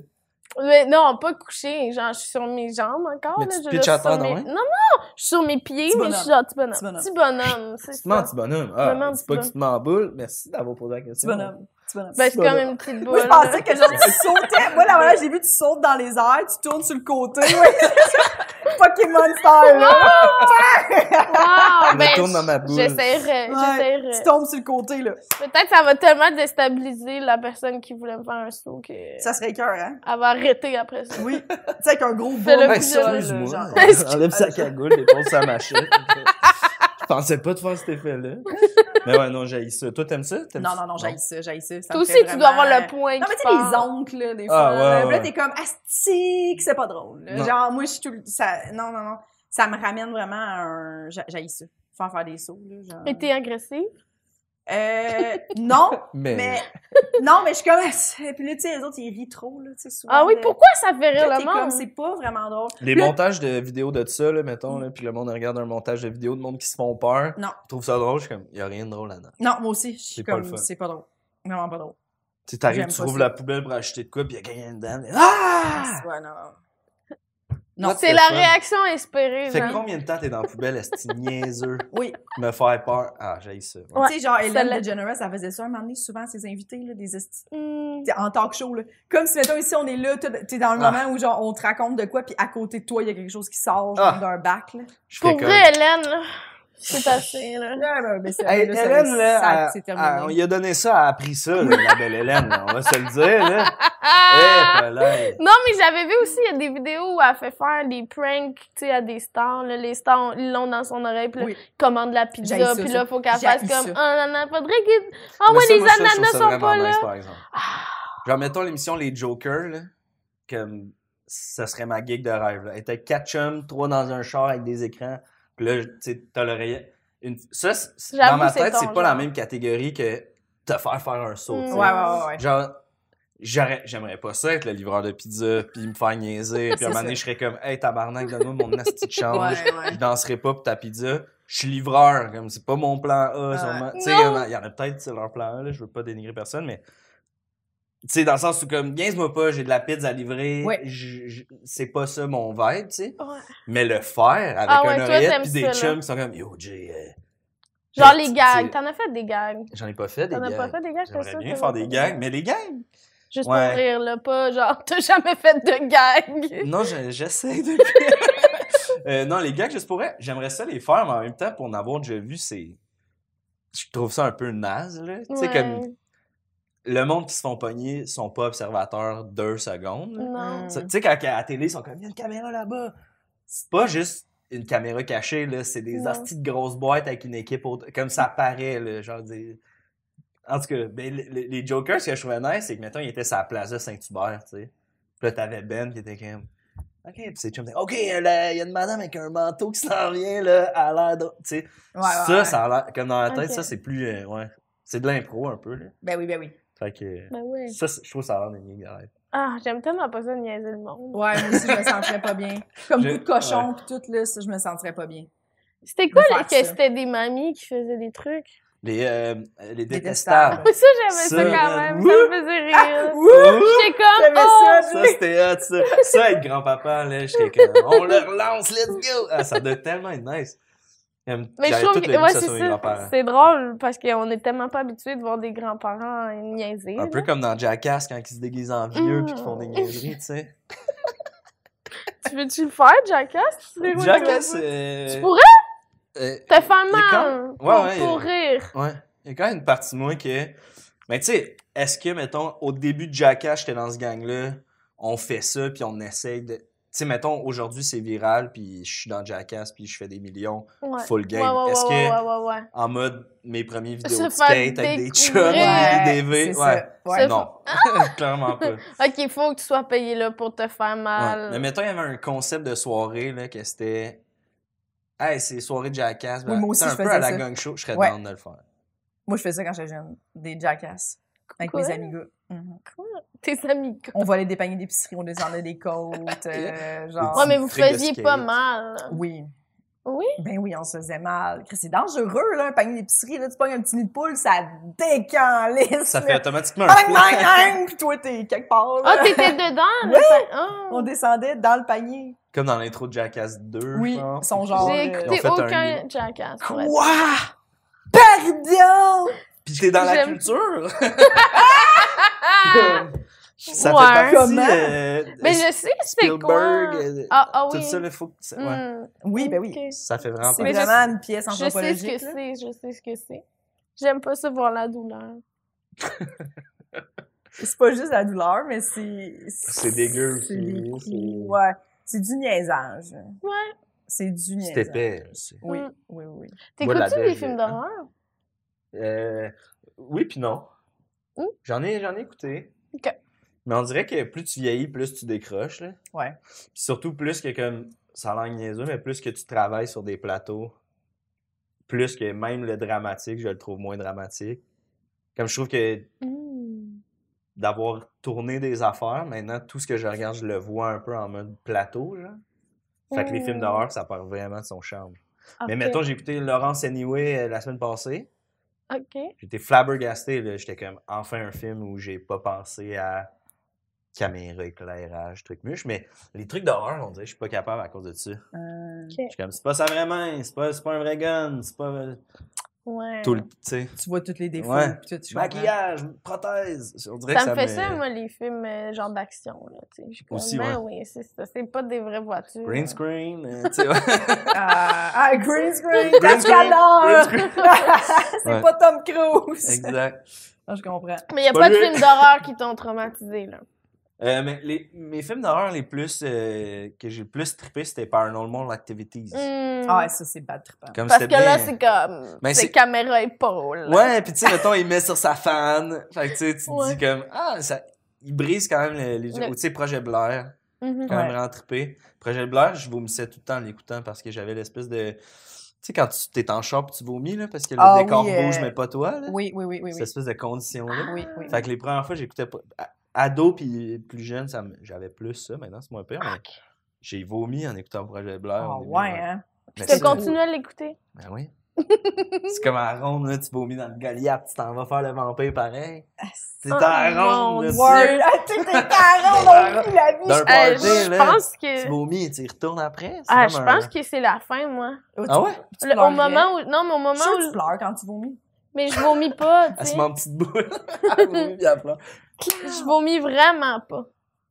Speaker 3: Mais non, pas couché. Genre, je suis sur mes jambes encore.
Speaker 4: Mais
Speaker 3: là,
Speaker 4: tu te
Speaker 3: je-
Speaker 4: pitches
Speaker 3: je
Speaker 4: à
Speaker 3: suis sur
Speaker 4: terre,
Speaker 3: mes-
Speaker 4: non, hein?
Speaker 3: Non, non, je suis sur mes pieds,
Speaker 2: Petit
Speaker 3: mais je suis genre petit bonhomme.
Speaker 2: Petit bonhomme.
Speaker 3: Petit bonhomme, c'est
Speaker 4: Tu te mens,
Speaker 3: ça.
Speaker 4: petit bonhomme.
Speaker 3: Je
Speaker 4: Ah,
Speaker 3: me mens, petit
Speaker 4: c'est pas que tu te mens en boule. Merci d'avoir posé la
Speaker 2: Petit
Speaker 4: question.
Speaker 2: bonhomme. Petit bonhomme.
Speaker 3: Ben, c'est comme
Speaker 4: bonhomme.
Speaker 3: une
Speaker 4: [LAUGHS]
Speaker 3: petite boule.
Speaker 2: Moi, je pensais que genre, tu sautais. Moi, là, voilà, j'ai vu, tu sautes dans les airs, tu tournes sur le côté. Ouais. [LAUGHS] Pokémon Star, là.
Speaker 3: Wow,
Speaker 4: me
Speaker 3: ben,
Speaker 4: tourne dans ma
Speaker 3: j-
Speaker 4: boule.
Speaker 3: J'essaierais,
Speaker 2: Ouais,
Speaker 3: j'essaierais.
Speaker 2: Tu tombes sur le côté, là.
Speaker 3: Peut-être ça va tellement déstabiliser la personne qui voulait me faire un saut que
Speaker 2: Ça serait cœur, hein?
Speaker 3: elle va arrêter après ça.
Speaker 2: Oui. tu sais, avec un gros bout.
Speaker 3: Fais-le
Speaker 4: Ben,
Speaker 3: plus
Speaker 2: ça,
Speaker 3: jeune,
Speaker 2: là,
Speaker 4: excuse-moi.
Speaker 2: genre.
Speaker 4: [LAUGHS] Enlève sa cagoule, dépose sa machette. Je pensais pas de faire
Speaker 2: [LAUGHS]
Speaker 4: cet effet-là. Mais ouais, non, j'ai ça. Toi, t'aimes ça? T'aimes
Speaker 2: Non,
Speaker 4: ça?
Speaker 2: non, non, j'haïs ça, j'haïs ça. ça
Speaker 3: Toi
Speaker 2: me
Speaker 3: aussi,
Speaker 2: fait
Speaker 3: tu
Speaker 2: vraiment- euh,
Speaker 3: dois avoir le point
Speaker 2: Non,
Speaker 3: qui
Speaker 2: mais tu sais, les
Speaker 3: part.
Speaker 2: oncles, là, des fois.
Speaker 4: Ah, ouais,
Speaker 2: là,
Speaker 4: ouais,
Speaker 2: Puis là,
Speaker 4: ouais.
Speaker 2: t'es comme, astique, c'est pas drôle. là.
Speaker 4: Non.
Speaker 2: Genre, moi, je suis tout le- ça Non, non, non. Ça me ramène vraiment à un. j'a- J'haïs ça. Faire faire des sauts, là. Genre...
Speaker 3: Mais t'es agressive.
Speaker 2: Euh, non,
Speaker 4: [LAUGHS] Mais,
Speaker 2: mais. Non, mais je suis comme. Ah, Puis là, tu sais, les autres, ils rient trop, là, tu sais, souvent.
Speaker 3: Ah oui,
Speaker 2: là.
Speaker 3: pourquoi ça fait
Speaker 2: Là,
Speaker 3: rire
Speaker 2: t'es
Speaker 3: le
Speaker 2: comme,
Speaker 3: monde?
Speaker 2: c'est pas vraiment drôle.
Speaker 4: les
Speaker 2: Puis là-
Speaker 4: montages de vidéos de ça, là, mettons, là, puis le monde regarde un montage de vidéos de monde qui se font peur.
Speaker 2: Non.
Speaker 4: Je trouve ça drôle, je suis comme, il a rien de drôle là-dedans.
Speaker 2: Non, moi aussi, je suis
Speaker 4: C'est pas le
Speaker 2: comme,
Speaker 4: fun.
Speaker 2: c'est pas drôle. Vraiment pas drôle.
Speaker 4: Tu sais, t'arrives,
Speaker 2: J'aime
Speaker 4: tu
Speaker 2: pas ça.
Speaker 4: ouvres la poubelle pour acheter de quoi, puis il y a quelqu'un dedans. mais- Ah!
Speaker 2: Ouais, non. Non.
Speaker 3: C'est la réaction espérée.
Speaker 4: Fait que
Speaker 3: genre.
Speaker 4: combien de temps t'es dans la poubelle, est-ce niaiseux?
Speaker 2: Oui.
Speaker 4: Me faire peur. Ah, j'ai ça. Ouais.
Speaker 3: Ouais.
Speaker 2: Tu sais, genre, Ellen
Speaker 3: Celle-là-
Speaker 2: DeGeneres, elle faisait ça un moment donné, souvent, à ses invités, là, des esti-
Speaker 3: Hmm.
Speaker 2: t'sais, en talk show. Là. Comme si, mettons, ici, on est là, t'es t'es dans le
Speaker 4: Ah.
Speaker 2: moment où, genre, on te raconte de quoi, puis à côté de toi, il y a quelque chose qui sort,
Speaker 4: Ah.
Speaker 2: genre, d'un bac, [LAUGHS] là.
Speaker 4: Je fais
Speaker 3: Pour
Speaker 4: comme-
Speaker 3: vrai, Hélène, là, c'est
Speaker 4: [LAUGHS]
Speaker 3: assez, là.
Speaker 2: mais c'est
Speaker 4: Hey,
Speaker 2: là, ça-
Speaker 4: Hélène, là,
Speaker 2: ça-
Speaker 4: elle-
Speaker 2: c'est
Speaker 4: elle- on
Speaker 2: terminé.
Speaker 4: lui a donné ça, elle a appris ça, là, la belle Hélène, là, on va se le dire, là.
Speaker 3: [LAUGHS] Ah!
Speaker 4: Eh, Polaire.
Speaker 3: Non, mais j'avais vu aussi, il y a des vidéos où elle fait faire des pranks, tu sais, à des stars, là. Les stars, ils l'ont dans son oreille, puis là,
Speaker 2: Oui.
Speaker 3: ils commandent de la
Speaker 2: J'haïs
Speaker 3: pizza,
Speaker 2: ça,
Speaker 3: puis
Speaker 2: ça.
Speaker 3: là, faut qu'elle
Speaker 2: J'haïs
Speaker 3: fasse comme,
Speaker 2: ça.
Speaker 3: oh, ananas, faudrait qu'il... Ah
Speaker 4: Mais
Speaker 3: ouais,
Speaker 4: ça,
Speaker 3: les
Speaker 4: moi, ça, je trouve
Speaker 3: ananas
Speaker 4: ça
Speaker 3: sont
Speaker 4: vraiment
Speaker 3: pas
Speaker 4: nice,
Speaker 3: là. Ah,
Speaker 4: par exemple. Genre, mettons l'émission Les Jokers, là, comme ça serait ma gig de rêve. Là. Elle était quatre chums, trois dans un char avec des écrans, puis là, tu sais, t'as l'oreillette. Une... Ça, c'est- c'est- dans
Speaker 3: J'avoue,
Speaker 4: ma
Speaker 3: c'est
Speaker 4: tête,
Speaker 3: ton
Speaker 4: c'est pas la
Speaker 3: genre.
Speaker 4: même catégorie que te faire faire un saut.
Speaker 3: Mm.
Speaker 4: tu sais.
Speaker 2: Ouais, ouais, ouais. ouais.
Speaker 4: Genre, j'aurais- j'aimerais pas ça être le livreur de pizza, puis me
Speaker 3: [LAUGHS]
Speaker 4: faire niaiser, puis à un moment donné, je serais comme, hey, tabarnak, donne-moi mon nasty de change,
Speaker 2: Ouais, ouais. [LAUGHS]
Speaker 4: je danserai pas pour ta pizza. Je suis livreur, comme c'est pas mon plan A.
Speaker 2: Ah Ouais.
Speaker 4: sûrement. Tu sais, il y en a, il y en a peut-être, c'est leur plan A, là, je veux pas dénigrer personne, mais tu sais, dans le sens où, comme, niaise-moi pas, j'ai de la pizza à livrer,
Speaker 2: Ouais.
Speaker 4: je- je- c'est pas ça mon vibe, tu sais.
Speaker 3: Ouais.
Speaker 4: Mais le faire avec
Speaker 3: Ah ouais,
Speaker 4: un
Speaker 3: toi,
Speaker 4: oreillette
Speaker 3: t'aimes
Speaker 4: pis
Speaker 3: ça,
Speaker 4: des
Speaker 3: là.
Speaker 4: chums qui sont comme, yo, Jay, euh,
Speaker 3: Genre
Speaker 4: tu-
Speaker 3: les
Speaker 4: tu-
Speaker 3: gags. T'en as fait des gags.
Speaker 4: J'en ai pas fait des
Speaker 3: T'en as pas
Speaker 4: gags.
Speaker 3: fait des gags, t'as
Speaker 4: J'aimerais bien faire des gags, mais les gags!
Speaker 3: Juste
Speaker 4: Ouais.
Speaker 3: pour rire, là. Pas genre, [LAUGHS] t'as jamais fait de gags.
Speaker 4: Non, je- j'essaie de. Euh, non, les gags, je pourrais. J'aimerais ça les faire, mais en même temps, pour en avoir déjà vu, c'est. Je trouve ça un peu naze, là. Tu sais,
Speaker 3: Ouais.
Speaker 4: comme. Le monde qui se font pogner sont pas observateurs deux secondes. là.
Speaker 3: Non.
Speaker 2: Mm.
Speaker 4: Tu sais, quand à la télé, ils sont comme, il y a une caméra là-bas. C'est pas juste une caméra cachée, là. C'est des
Speaker 3: Non.
Speaker 4: artistes de grosses boîtes avec une équipe autour. Comme ça paraît, là. Genre, des- En tout cas, ben, le- le- les Jokers, ce que je trouvais nice, c'est que, mettons, ils étaient sur la plaza Saint-Hubert, tu sais. Puis là, t'avais Ben qui était comme. OK, puis c'est chum. OK, là, il y a une madame avec un manteau qui s'en vient, là, à l'air d'autre. Tu sais,
Speaker 2: Ouais,
Speaker 4: ça,
Speaker 2: ouais, ouais.
Speaker 4: ça a l'air. Comme dans la tête,
Speaker 3: Ok.
Speaker 4: ça, c'est plus. euh, ouais. C'est de l'impro un peu, là.
Speaker 2: Ben oui, ben oui.
Speaker 4: Fait que.
Speaker 3: Ben oui.
Speaker 4: Ça, c'est- je trouve ça a l'air des gags, arrête.
Speaker 3: Ah, j'aime tellement pas ça de niaiser le monde.
Speaker 2: Ouais, moi aussi, je me sentirais pas bien. Comme
Speaker 4: Je-
Speaker 2: coup de cochon, pis tout, là, ça, je me sentirais pas bien.
Speaker 3: C'était quoi,
Speaker 2: Faire
Speaker 3: là,
Speaker 2: ça.
Speaker 3: que c'était des mamies qui faisaient des trucs? [LAUGHS]
Speaker 4: Les, euh, les
Speaker 2: détestables.
Speaker 4: détestables.
Speaker 3: Oui, ça, j'aimais ça,
Speaker 4: Ça,
Speaker 3: quand
Speaker 4: euh,
Speaker 3: même.
Speaker 4: wouh!
Speaker 3: Ça me faisait rire. J'étais comme,
Speaker 2: J'aimais
Speaker 3: oh!
Speaker 2: ça,
Speaker 4: Ça, c'était hot, ça. Ça, être grand-papa, là, j'étais comme, on le relance, let's go! Ah, ça doit tellement être nice. J'aime-
Speaker 3: Mais je
Speaker 4: j'avais
Speaker 3: trouve
Speaker 4: tout
Speaker 3: que
Speaker 4: le goût
Speaker 3: ouais,
Speaker 4: ça
Speaker 3: c'est
Speaker 4: soit mes
Speaker 3: ça.
Speaker 4: grands-parents.
Speaker 3: C'est drôle parce qu'on est tellement pas habitué de voir des grands-parents euh, niaiser.
Speaker 4: Un
Speaker 3: là.
Speaker 4: peu comme dans Jackass, quand ils se déguisent en vieux
Speaker 3: Mm.
Speaker 4: puis qu'ils font des niaiseries,
Speaker 3: [LAUGHS]
Speaker 4: tu sais.
Speaker 3: Tu veux-tu le faire, Jackass? Tu sais, moi, je
Speaker 4: Jackass,
Speaker 3: veux pas.
Speaker 4: euh,
Speaker 3: Tu pourrais?
Speaker 4: euh,
Speaker 3: T'as fait
Speaker 4: il est quand-
Speaker 3: mal!
Speaker 4: Ouais, ouais,
Speaker 3: pour, pour
Speaker 4: il-
Speaker 3: rire.
Speaker 4: Ouais. Il y a quand même une partie de moi qui est. Mais tu sais, est-ce que, mettons, au début de Jackass, j'étais dans ce gang-là, on fait ça, puis on essaye de. Tu sais, mettons, aujourd'hui, c'est viral, puis je suis dans Jackass, puis je fais des millions,
Speaker 3: Ouais.
Speaker 4: full
Speaker 3: Ouais,
Speaker 4: game.
Speaker 3: ouais, ouais,
Speaker 4: est-ce que,
Speaker 3: ouais, ouais, ouais, ouais.
Speaker 4: en mode mes premiers vidéos
Speaker 3: Se
Speaker 4: de skate
Speaker 3: faire
Speaker 4: avec des chums,
Speaker 3: découvrir.
Speaker 4: et des DV,
Speaker 2: c'est
Speaker 4: ouais.
Speaker 2: ça. Ouais.
Speaker 3: Se-
Speaker 4: Non, [LAUGHS] clairement pas.
Speaker 3: Ok, faut que tu sois payé là pour te faire
Speaker 4: Ouais.
Speaker 3: mal.
Speaker 4: Mais mettons, il y avait un concept de soirée, là, que c'était. Hey, c'est soirée de Jackass. ben,
Speaker 2: Oui, moi aussi,
Speaker 4: C'est un
Speaker 2: je
Speaker 4: peu
Speaker 2: faisais
Speaker 4: à la
Speaker 2: ça.
Speaker 4: gang show, je serais
Speaker 2: Ouais.
Speaker 4: down de le faire.
Speaker 2: Moi, je fais ça quand j'étais jeune, des jackass, avec
Speaker 3: Quoi?
Speaker 2: mes amis gars. Mhm.
Speaker 3: Tes amis. quoi.
Speaker 2: On volait des paniers d'épicerie, on descendait des côtes,
Speaker 4: [LAUGHS]
Speaker 2: euh, genre...
Speaker 3: Ouais, mais vous
Speaker 4: Truc de
Speaker 3: faisiez
Speaker 4: skate.
Speaker 3: pas mal.
Speaker 2: Oui.
Speaker 3: Oui?
Speaker 2: Ben oui, on se faisait mal. Chris, C'est dangereux, là, un panier d'épicerie, là, tu pognes un petit nid de poule, ça décanlisse,
Speaker 4: Ça
Speaker 2: là.
Speaker 4: fait automatiquement un
Speaker 2: Bang,
Speaker 4: flash.
Speaker 2: bang, bang! Puis toi, t'es quelque part, là.
Speaker 3: Ah, t'étais dedans? là, ça- ah.
Speaker 2: On descendait dans le panier.
Speaker 4: [LAUGHS] Comme dans l'intro de Jackass 2.
Speaker 2: Oui,
Speaker 4: je pense.
Speaker 2: son
Speaker 4: [LAUGHS]
Speaker 2: genre.
Speaker 3: J'ai
Speaker 2: euh,
Speaker 4: Ils ont
Speaker 3: écouté
Speaker 4: fait un
Speaker 3: aucun
Speaker 4: livre.
Speaker 3: Jackass. pour être-
Speaker 4: Quoi?
Speaker 2: Pardon!
Speaker 4: Pis t'es dans la
Speaker 3: J'aime.
Speaker 4: culture?
Speaker 3: Ah!
Speaker 4: [LAUGHS] Ça
Speaker 3: Ouais.
Speaker 4: fait partie.
Speaker 2: Comment?
Speaker 4: euh,
Speaker 3: Mais je sais, c'était quoi?
Speaker 4: Spielberg. euh,
Speaker 3: Ah, ah oui.
Speaker 4: Tout ça, là, faut que. ça- Ouais.
Speaker 3: Hmm.
Speaker 2: Oui, ben oui.
Speaker 3: Ok.
Speaker 4: Ça fait vraiment
Speaker 2: C'est
Speaker 3: Mais
Speaker 4: partie.
Speaker 3: je-
Speaker 2: vraiment une pièce
Speaker 3: Je sais ce
Speaker 2: anthropologique.
Speaker 3: que
Speaker 2: là.
Speaker 3: c'est, je sais ce que c'est. J'aime pas ça voir la douleur.
Speaker 2: C'est pas juste la douleur, mais c'est...
Speaker 4: Ah, C'est dégueu.
Speaker 2: C'est des
Speaker 4: C'est-
Speaker 2: coups, ouais. C'est du niaisage.
Speaker 3: Ouais.
Speaker 2: C'est du niaisage.
Speaker 4: C'est épais. c'est-
Speaker 2: Oui,
Speaker 3: Mm.
Speaker 2: oui, oui.
Speaker 4: Moi,
Speaker 3: T'écoutes-tu
Speaker 4: la
Speaker 3: des
Speaker 4: belle,
Speaker 3: films
Speaker 4: hein.
Speaker 3: d'horreur?
Speaker 4: Euh, oui, puis non.
Speaker 3: Hmm?
Speaker 4: J'en ai, j'en ai écouté.
Speaker 3: Ok.
Speaker 4: Mais on dirait que plus tu vieillis, plus tu décroches. Là.
Speaker 2: Ouais.
Speaker 4: Puis surtout plus que comme ça a l'air niaiseux, mais plus que tu travailles sur des plateaux, plus que même le dramatique, je le trouve moins dramatique. Comme je trouve que
Speaker 3: Hmm.
Speaker 4: d'avoir tourné des affaires, maintenant tout ce que je regarde, je le vois un peu en mode plateau, genre. Fait que les films
Speaker 3: Hmm.
Speaker 4: d'horreur, ça perd vraiment de son charme. Mais
Speaker 3: Ok.
Speaker 4: mettons, j'ai écouté Laurence Anyway euh, la semaine passée.
Speaker 3: Ok.
Speaker 4: J'étais flabbergasté, là. J'étais comme, enfin, un film où j'ai pas pensé à caméra, éclairage, truc mûche. Mais les trucs d'horreur, on dirait, que je suis pas capable à cause de ça. Je
Speaker 2: Euh,
Speaker 4: suis comme, c'est pas ça vraiment, c'est pas, c'est pas un vrai gun, c'est pas... euh,
Speaker 3: Ouais.
Speaker 4: Tout le... Tu sais,
Speaker 2: tu vois tous les défauts.
Speaker 4: Ouais.
Speaker 2: puis tout, je comprends.
Speaker 4: maquillage, prothèse. On dirait
Speaker 3: Ça
Speaker 4: que
Speaker 3: me
Speaker 4: ça
Speaker 3: fait ça, moi, les films euh, genre d'action. là, tu sais. Je suis comme,
Speaker 4: Aussi,
Speaker 3: ben oui, c'est ça. C'est pas des vraies voitures.
Speaker 4: Green screen, euh,
Speaker 3: [LAUGHS]
Speaker 4: tu sais, ouais.
Speaker 2: Ah, ah, green screen!
Speaker 4: Green
Speaker 2: Green
Speaker 4: screen, green
Speaker 2: [LAUGHS] c'est
Speaker 4: Ouais.
Speaker 2: pas Tom Cruise!
Speaker 4: Exact.
Speaker 2: Non, je comprends.
Speaker 3: Mais y a
Speaker 4: Pas
Speaker 3: pas de
Speaker 4: lui.
Speaker 3: films d'horreur qui t'ont traumatisé, là.
Speaker 4: Euh, mais les, mes films d'horreur les plus euh, que j'ai le plus trippé, c'était Paranormal Activities.
Speaker 3: Hmm.
Speaker 2: Ah, ça, c'est bad trippant.
Speaker 4: Comme
Speaker 3: Parce que
Speaker 4: c'était
Speaker 3: là,
Speaker 4: bien-
Speaker 3: c'est comme.
Speaker 4: Ben,
Speaker 3: c'est
Speaker 4: c'est-
Speaker 3: caméra épaule.
Speaker 4: Ouais, puis tu sais, mettons, il met sur sa fan. Fait que tu sais, tu te
Speaker 3: Ouais.
Speaker 4: dis comme, ah, ça... il brise quand même le- les yeux.
Speaker 3: Le-
Speaker 4: Ou tu sais, Projet Blair,
Speaker 3: Mhm.
Speaker 4: quand
Speaker 2: Ouais.
Speaker 4: même vraiment trippé. Projet Blair, je vomissais tout le temps en l'écoutant parce que j'avais l'espèce de. Tu sais, quand tu t'es en shop, tu vomis, là, parce que le
Speaker 2: Ah
Speaker 4: décor
Speaker 2: oui, euh,
Speaker 4: bouge, mais pas toi, là.
Speaker 2: Oui, oui, oui, oui.
Speaker 4: Cette
Speaker 2: oui.
Speaker 4: espèce de condition-là.
Speaker 2: Oui, oui.
Speaker 4: Fait que les premières fois, j'écoutais pas. à- ado puis plus jeune, ça me- j'avais plus ça. Maintenant, c'est moins pire. Mais j'ai vomi en écoutant Projet Blair.
Speaker 2: Ah
Speaker 4: au début,
Speaker 2: ouais, hein?
Speaker 4: Mais
Speaker 3: Tu as
Speaker 4: ça-
Speaker 3: continué à l'écouter.
Speaker 4: Ben oui. c'est comme à la ronde, là, tu vomis dans le Goliath, tu t'en vas faire le vampire pareil. C'est
Speaker 3: Oh,
Speaker 4: dans la
Speaker 3: mon
Speaker 4: ronde, là, tu-
Speaker 2: Word! Ah, tu sais, t'es parents, on a vu la vie!
Speaker 4: D'un
Speaker 3: Euh,
Speaker 4: party,
Speaker 3: je
Speaker 4: là,
Speaker 3: pense
Speaker 4: tu
Speaker 3: que.
Speaker 4: vomis et tu y retournes après. c'est
Speaker 3: Ah,
Speaker 4: comme
Speaker 3: je
Speaker 4: un-
Speaker 3: pense que c'est la fin, moi.
Speaker 2: Oh, tu-
Speaker 4: Ah ouais?
Speaker 2: tu
Speaker 3: Le- au
Speaker 2: pleurais.
Speaker 3: moment où. Non, mais au
Speaker 2: Je suis
Speaker 3: moment
Speaker 2: sûre que tu
Speaker 3: où.
Speaker 2: pleures quand tu vomis.
Speaker 3: Mais je vomis
Speaker 4: [LAUGHS]
Speaker 3: pas, tu
Speaker 4: Elle se
Speaker 3: sais.
Speaker 4: met en petite boule. Elle vomit, puis elle pleure.
Speaker 3: Je vomis vraiment pas.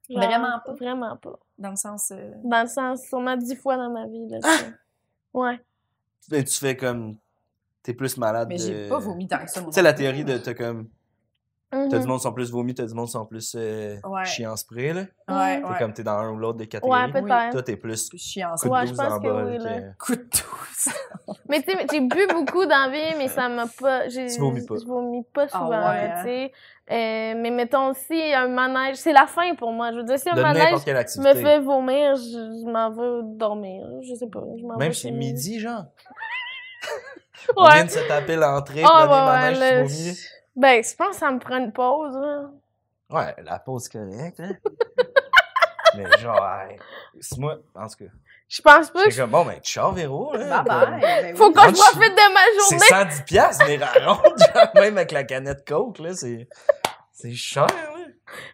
Speaker 3: Genre,
Speaker 2: Vraiment pas?
Speaker 3: Vraiment pas.
Speaker 2: Dans le sens. euh,
Speaker 3: Dans le sens, sûrement dix fois dans ma vie, là.
Speaker 4: Ah!
Speaker 3: tu sais. Ouais.
Speaker 4: Mais ben, tu fais comme. T'es plus malade.
Speaker 2: Mais
Speaker 4: de-
Speaker 2: j'ai pas vomi tant que ça. moi.
Speaker 4: Tu sais, la théorie de t'as comme. T'as du
Speaker 3: Mhm.
Speaker 4: monde qui sont plus vomi, t'as du monde qui sont plus euh,
Speaker 2: Ouais.
Speaker 4: chiant spray, là.
Speaker 2: Ouais,
Speaker 4: T'es
Speaker 2: ouais.
Speaker 4: comme t'es dans un ou l'autre des
Speaker 3: Ouais,
Speaker 4: catégories.
Speaker 2: peu-
Speaker 3: peut-être.
Speaker 4: Toi, t'es plus
Speaker 2: Je suis en
Speaker 4: coup de
Speaker 3: Ouais, je
Speaker 4: 12
Speaker 3: pense
Speaker 4: en
Speaker 3: que
Speaker 4: bas.
Speaker 3: oui, là.
Speaker 4: que-
Speaker 2: Coup de douce.
Speaker 3: Mais tu sais, j'ai bu beaucoup d'envie, mais ça m'a pas. j'ai-
Speaker 4: Tu vomis pas.
Speaker 3: Je vomis pas
Speaker 2: Ah
Speaker 3: souvent,
Speaker 2: ouais,
Speaker 3: là, tu sais. Euh, mais mettons, si un manège. C'est la fin pour moi. Je veux dire, si un
Speaker 4: De
Speaker 3: manège
Speaker 4: n'importe quelle
Speaker 3: me
Speaker 4: activité.
Speaker 3: fait vomir, je, je m'en veux dormir. Je sais pas. Je m'en vais
Speaker 4: Même
Speaker 3: chez
Speaker 4: si
Speaker 3: nous.
Speaker 4: midi, genre. On vient
Speaker 3: Ouais.
Speaker 4: de se taper l'entrée,
Speaker 3: Ah,
Speaker 4: premier manège,
Speaker 3: ouais, ouais,
Speaker 4: tu
Speaker 3: là,
Speaker 4: vomis.
Speaker 3: je- Ben, je pense que ça me prend une pause, hein. là.
Speaker 4: Ouais, la pause correcte,
Speaker 3: [LAUGHS]
Speaker 4: hein. Mais genre, hey, c'est moi, en tout cas.
Speaker 3: Je pense pas que
Speaker 4: C'est comme, bon, ben, ciao, Véro. là,
Speaker 2: Bye bye. Ben oui.
Speaker 3: Faut qu'on
Speaker 4: Rentre chez-
Speaker 3: profite de ma
Speaker 4: C'est
Speaker 3: journée.
Speaker 4: 110 piastres, mais raconte, [LAUGHS] genre, même avec la canette Coke, là, c'est... C'est cher, là.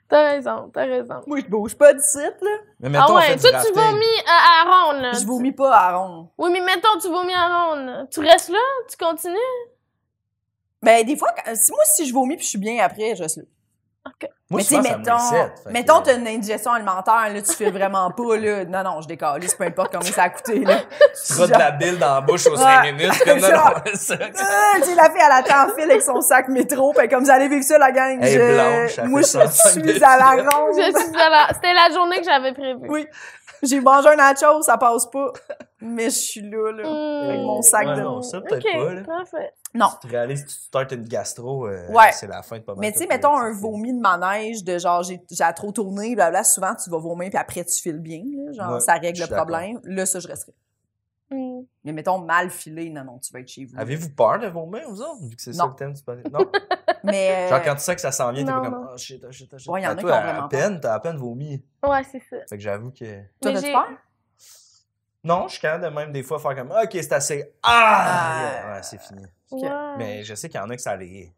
Speaker 3: T'as raison, t'as raison.
Speaker 2: Ben Moi, je bouge pas d'ici, là.
Speaker 3: ah
Speaker 4: Mais mettons, on fait
Speaker 3: ouais,
Speaker 4: du
Speaker 3: toi, tu
Speaker 4: rafting.
Speaker 3: vomis euh, à, à ronde, là.
Speaker 2: Je vomis pas à rond.
Speaker 3: Oui, mais mettons, tu vomis à ronde. là. Tu restes là? Tu continues?
Speaker 2: Ben, des fois, quand- si- moi, si je vomis puis je suis bien après, je reste là.
Speaker 4: Moi,
Speaker 2: mais tu sais,
Speaker 4: souvent, ça me reset, fait
Speaker 2: mettons,
Speaker 4: que-
Speaker 2: mettons, t'as une indigestion alimentaire, là, tu fais vraiment pas, là. Non, non, je décale, peu importe combien ça a coûté,
Speaker 4: [LAUGHS]
Speaker 2: là.
Speaker 4: Tu frottes de la bile dans la bouche aux 5
Speaker 2: Ouais. [LAUGHS]
Speaker 4: minutes, comme non,
Speaker 2: Genre.
Speaker 4: non, ça.
Speaker 2: Ah, tu sais, la fille, elle attend en file avec son sac métro. Fait comme vous allez vivre ça, la gang.
Speaker 4: Elle est
Speaker 2: je-
Speaker 4: blanche, elle
Speaker 2: moi,
Speaker 4: fait
Speaker 2: je
Speaker 4: 105
Speaker 2: suis à la
Speaker 3: Je
Speaker 2: ronde.
Speaker 3: suis à la- C'était la journée que j'avais prévue.
Speaker 2: Oui. J'ai mangé un nacho, ça passe pas. Mais je suis là, là.
Speaker 3: Mmh.
Speaker 2: Avec mon sac
Speaker 4: Ouais,
Speaker 2: de-
Speaker 4: non, ça, peut-être
Speaker 3: Ok,
Speaker 4: pas, là.
Speaker 3: parfait.
Speaker 4: Tu réalises que tu startes une gastro, euh,
Speaker 2: Ouais.
Speaker 4: c'est la fin de pas mal
Speaker 2: Mais
Speaker 4: tout,
Speaker 2: tu sais,
Speaker 4: là,
Speaker 2: mettons
Speaker 4: c'est-
Speaker 2: un vomi de manège de genre j'ai j'ai trop tourné, blablabla. Souvent, tu vas vomir puis après, tu files bien. là. genre,
Speaker 4: Ouais,
Speaker 2: ça
Speaker 4: je
Speaker 2: règle le
Speaker 4: suis d'accord.
Speaker 2: problème. Là, ça, je resterai.
Speaker 3: Mmh.
Speaker 2: Mais mettons mal filé, non, non, tu vas être chez vous.
Speaker 4: Avez-vous peur de vomir, vous autres, vu que c'est ça
Speaker 2: Non.
Speaker 4: le thème du podcast? Non.
Speaker 2: Mais.
Speaker 4: [LAUGHS] Genre, quand tu sais que ça s'en vient, t'es
Speaker 3: Non,
Speaker 4: pas comme,
Speaker 3: non.
Speaker 4: oh shit, oh shit, oh shit.
Speaker 2: Euh, Ouais, y en
Speaker 4: T'as
Speaker 2: a qui
Speaker 4: toi,
Speaker 2: ont
Speaker 4: à
Speaker 2: vraiment
Speaker 4: peine, t'as à peine vomi.
Speaker 3: Ouais, c'est ça.
Speaker 4: Fait que j'avoue que.
Speaker 2: T'en
Speaker 3: Mais
Speaker 2: as-tu
Speaker 3: j'ai-
Speaker 2: peur?
Speaker 4: Non, je suis capable de même des fois faire comme, ok, c'est assez. Ah!
Speaker 2: Ah.
Speaker 4: Ouais, c'est fini.
Speaker 2: Ok.
Speaker 3: Ouais.
Speaker 4: Mais je sais qu'il y en a que ça les.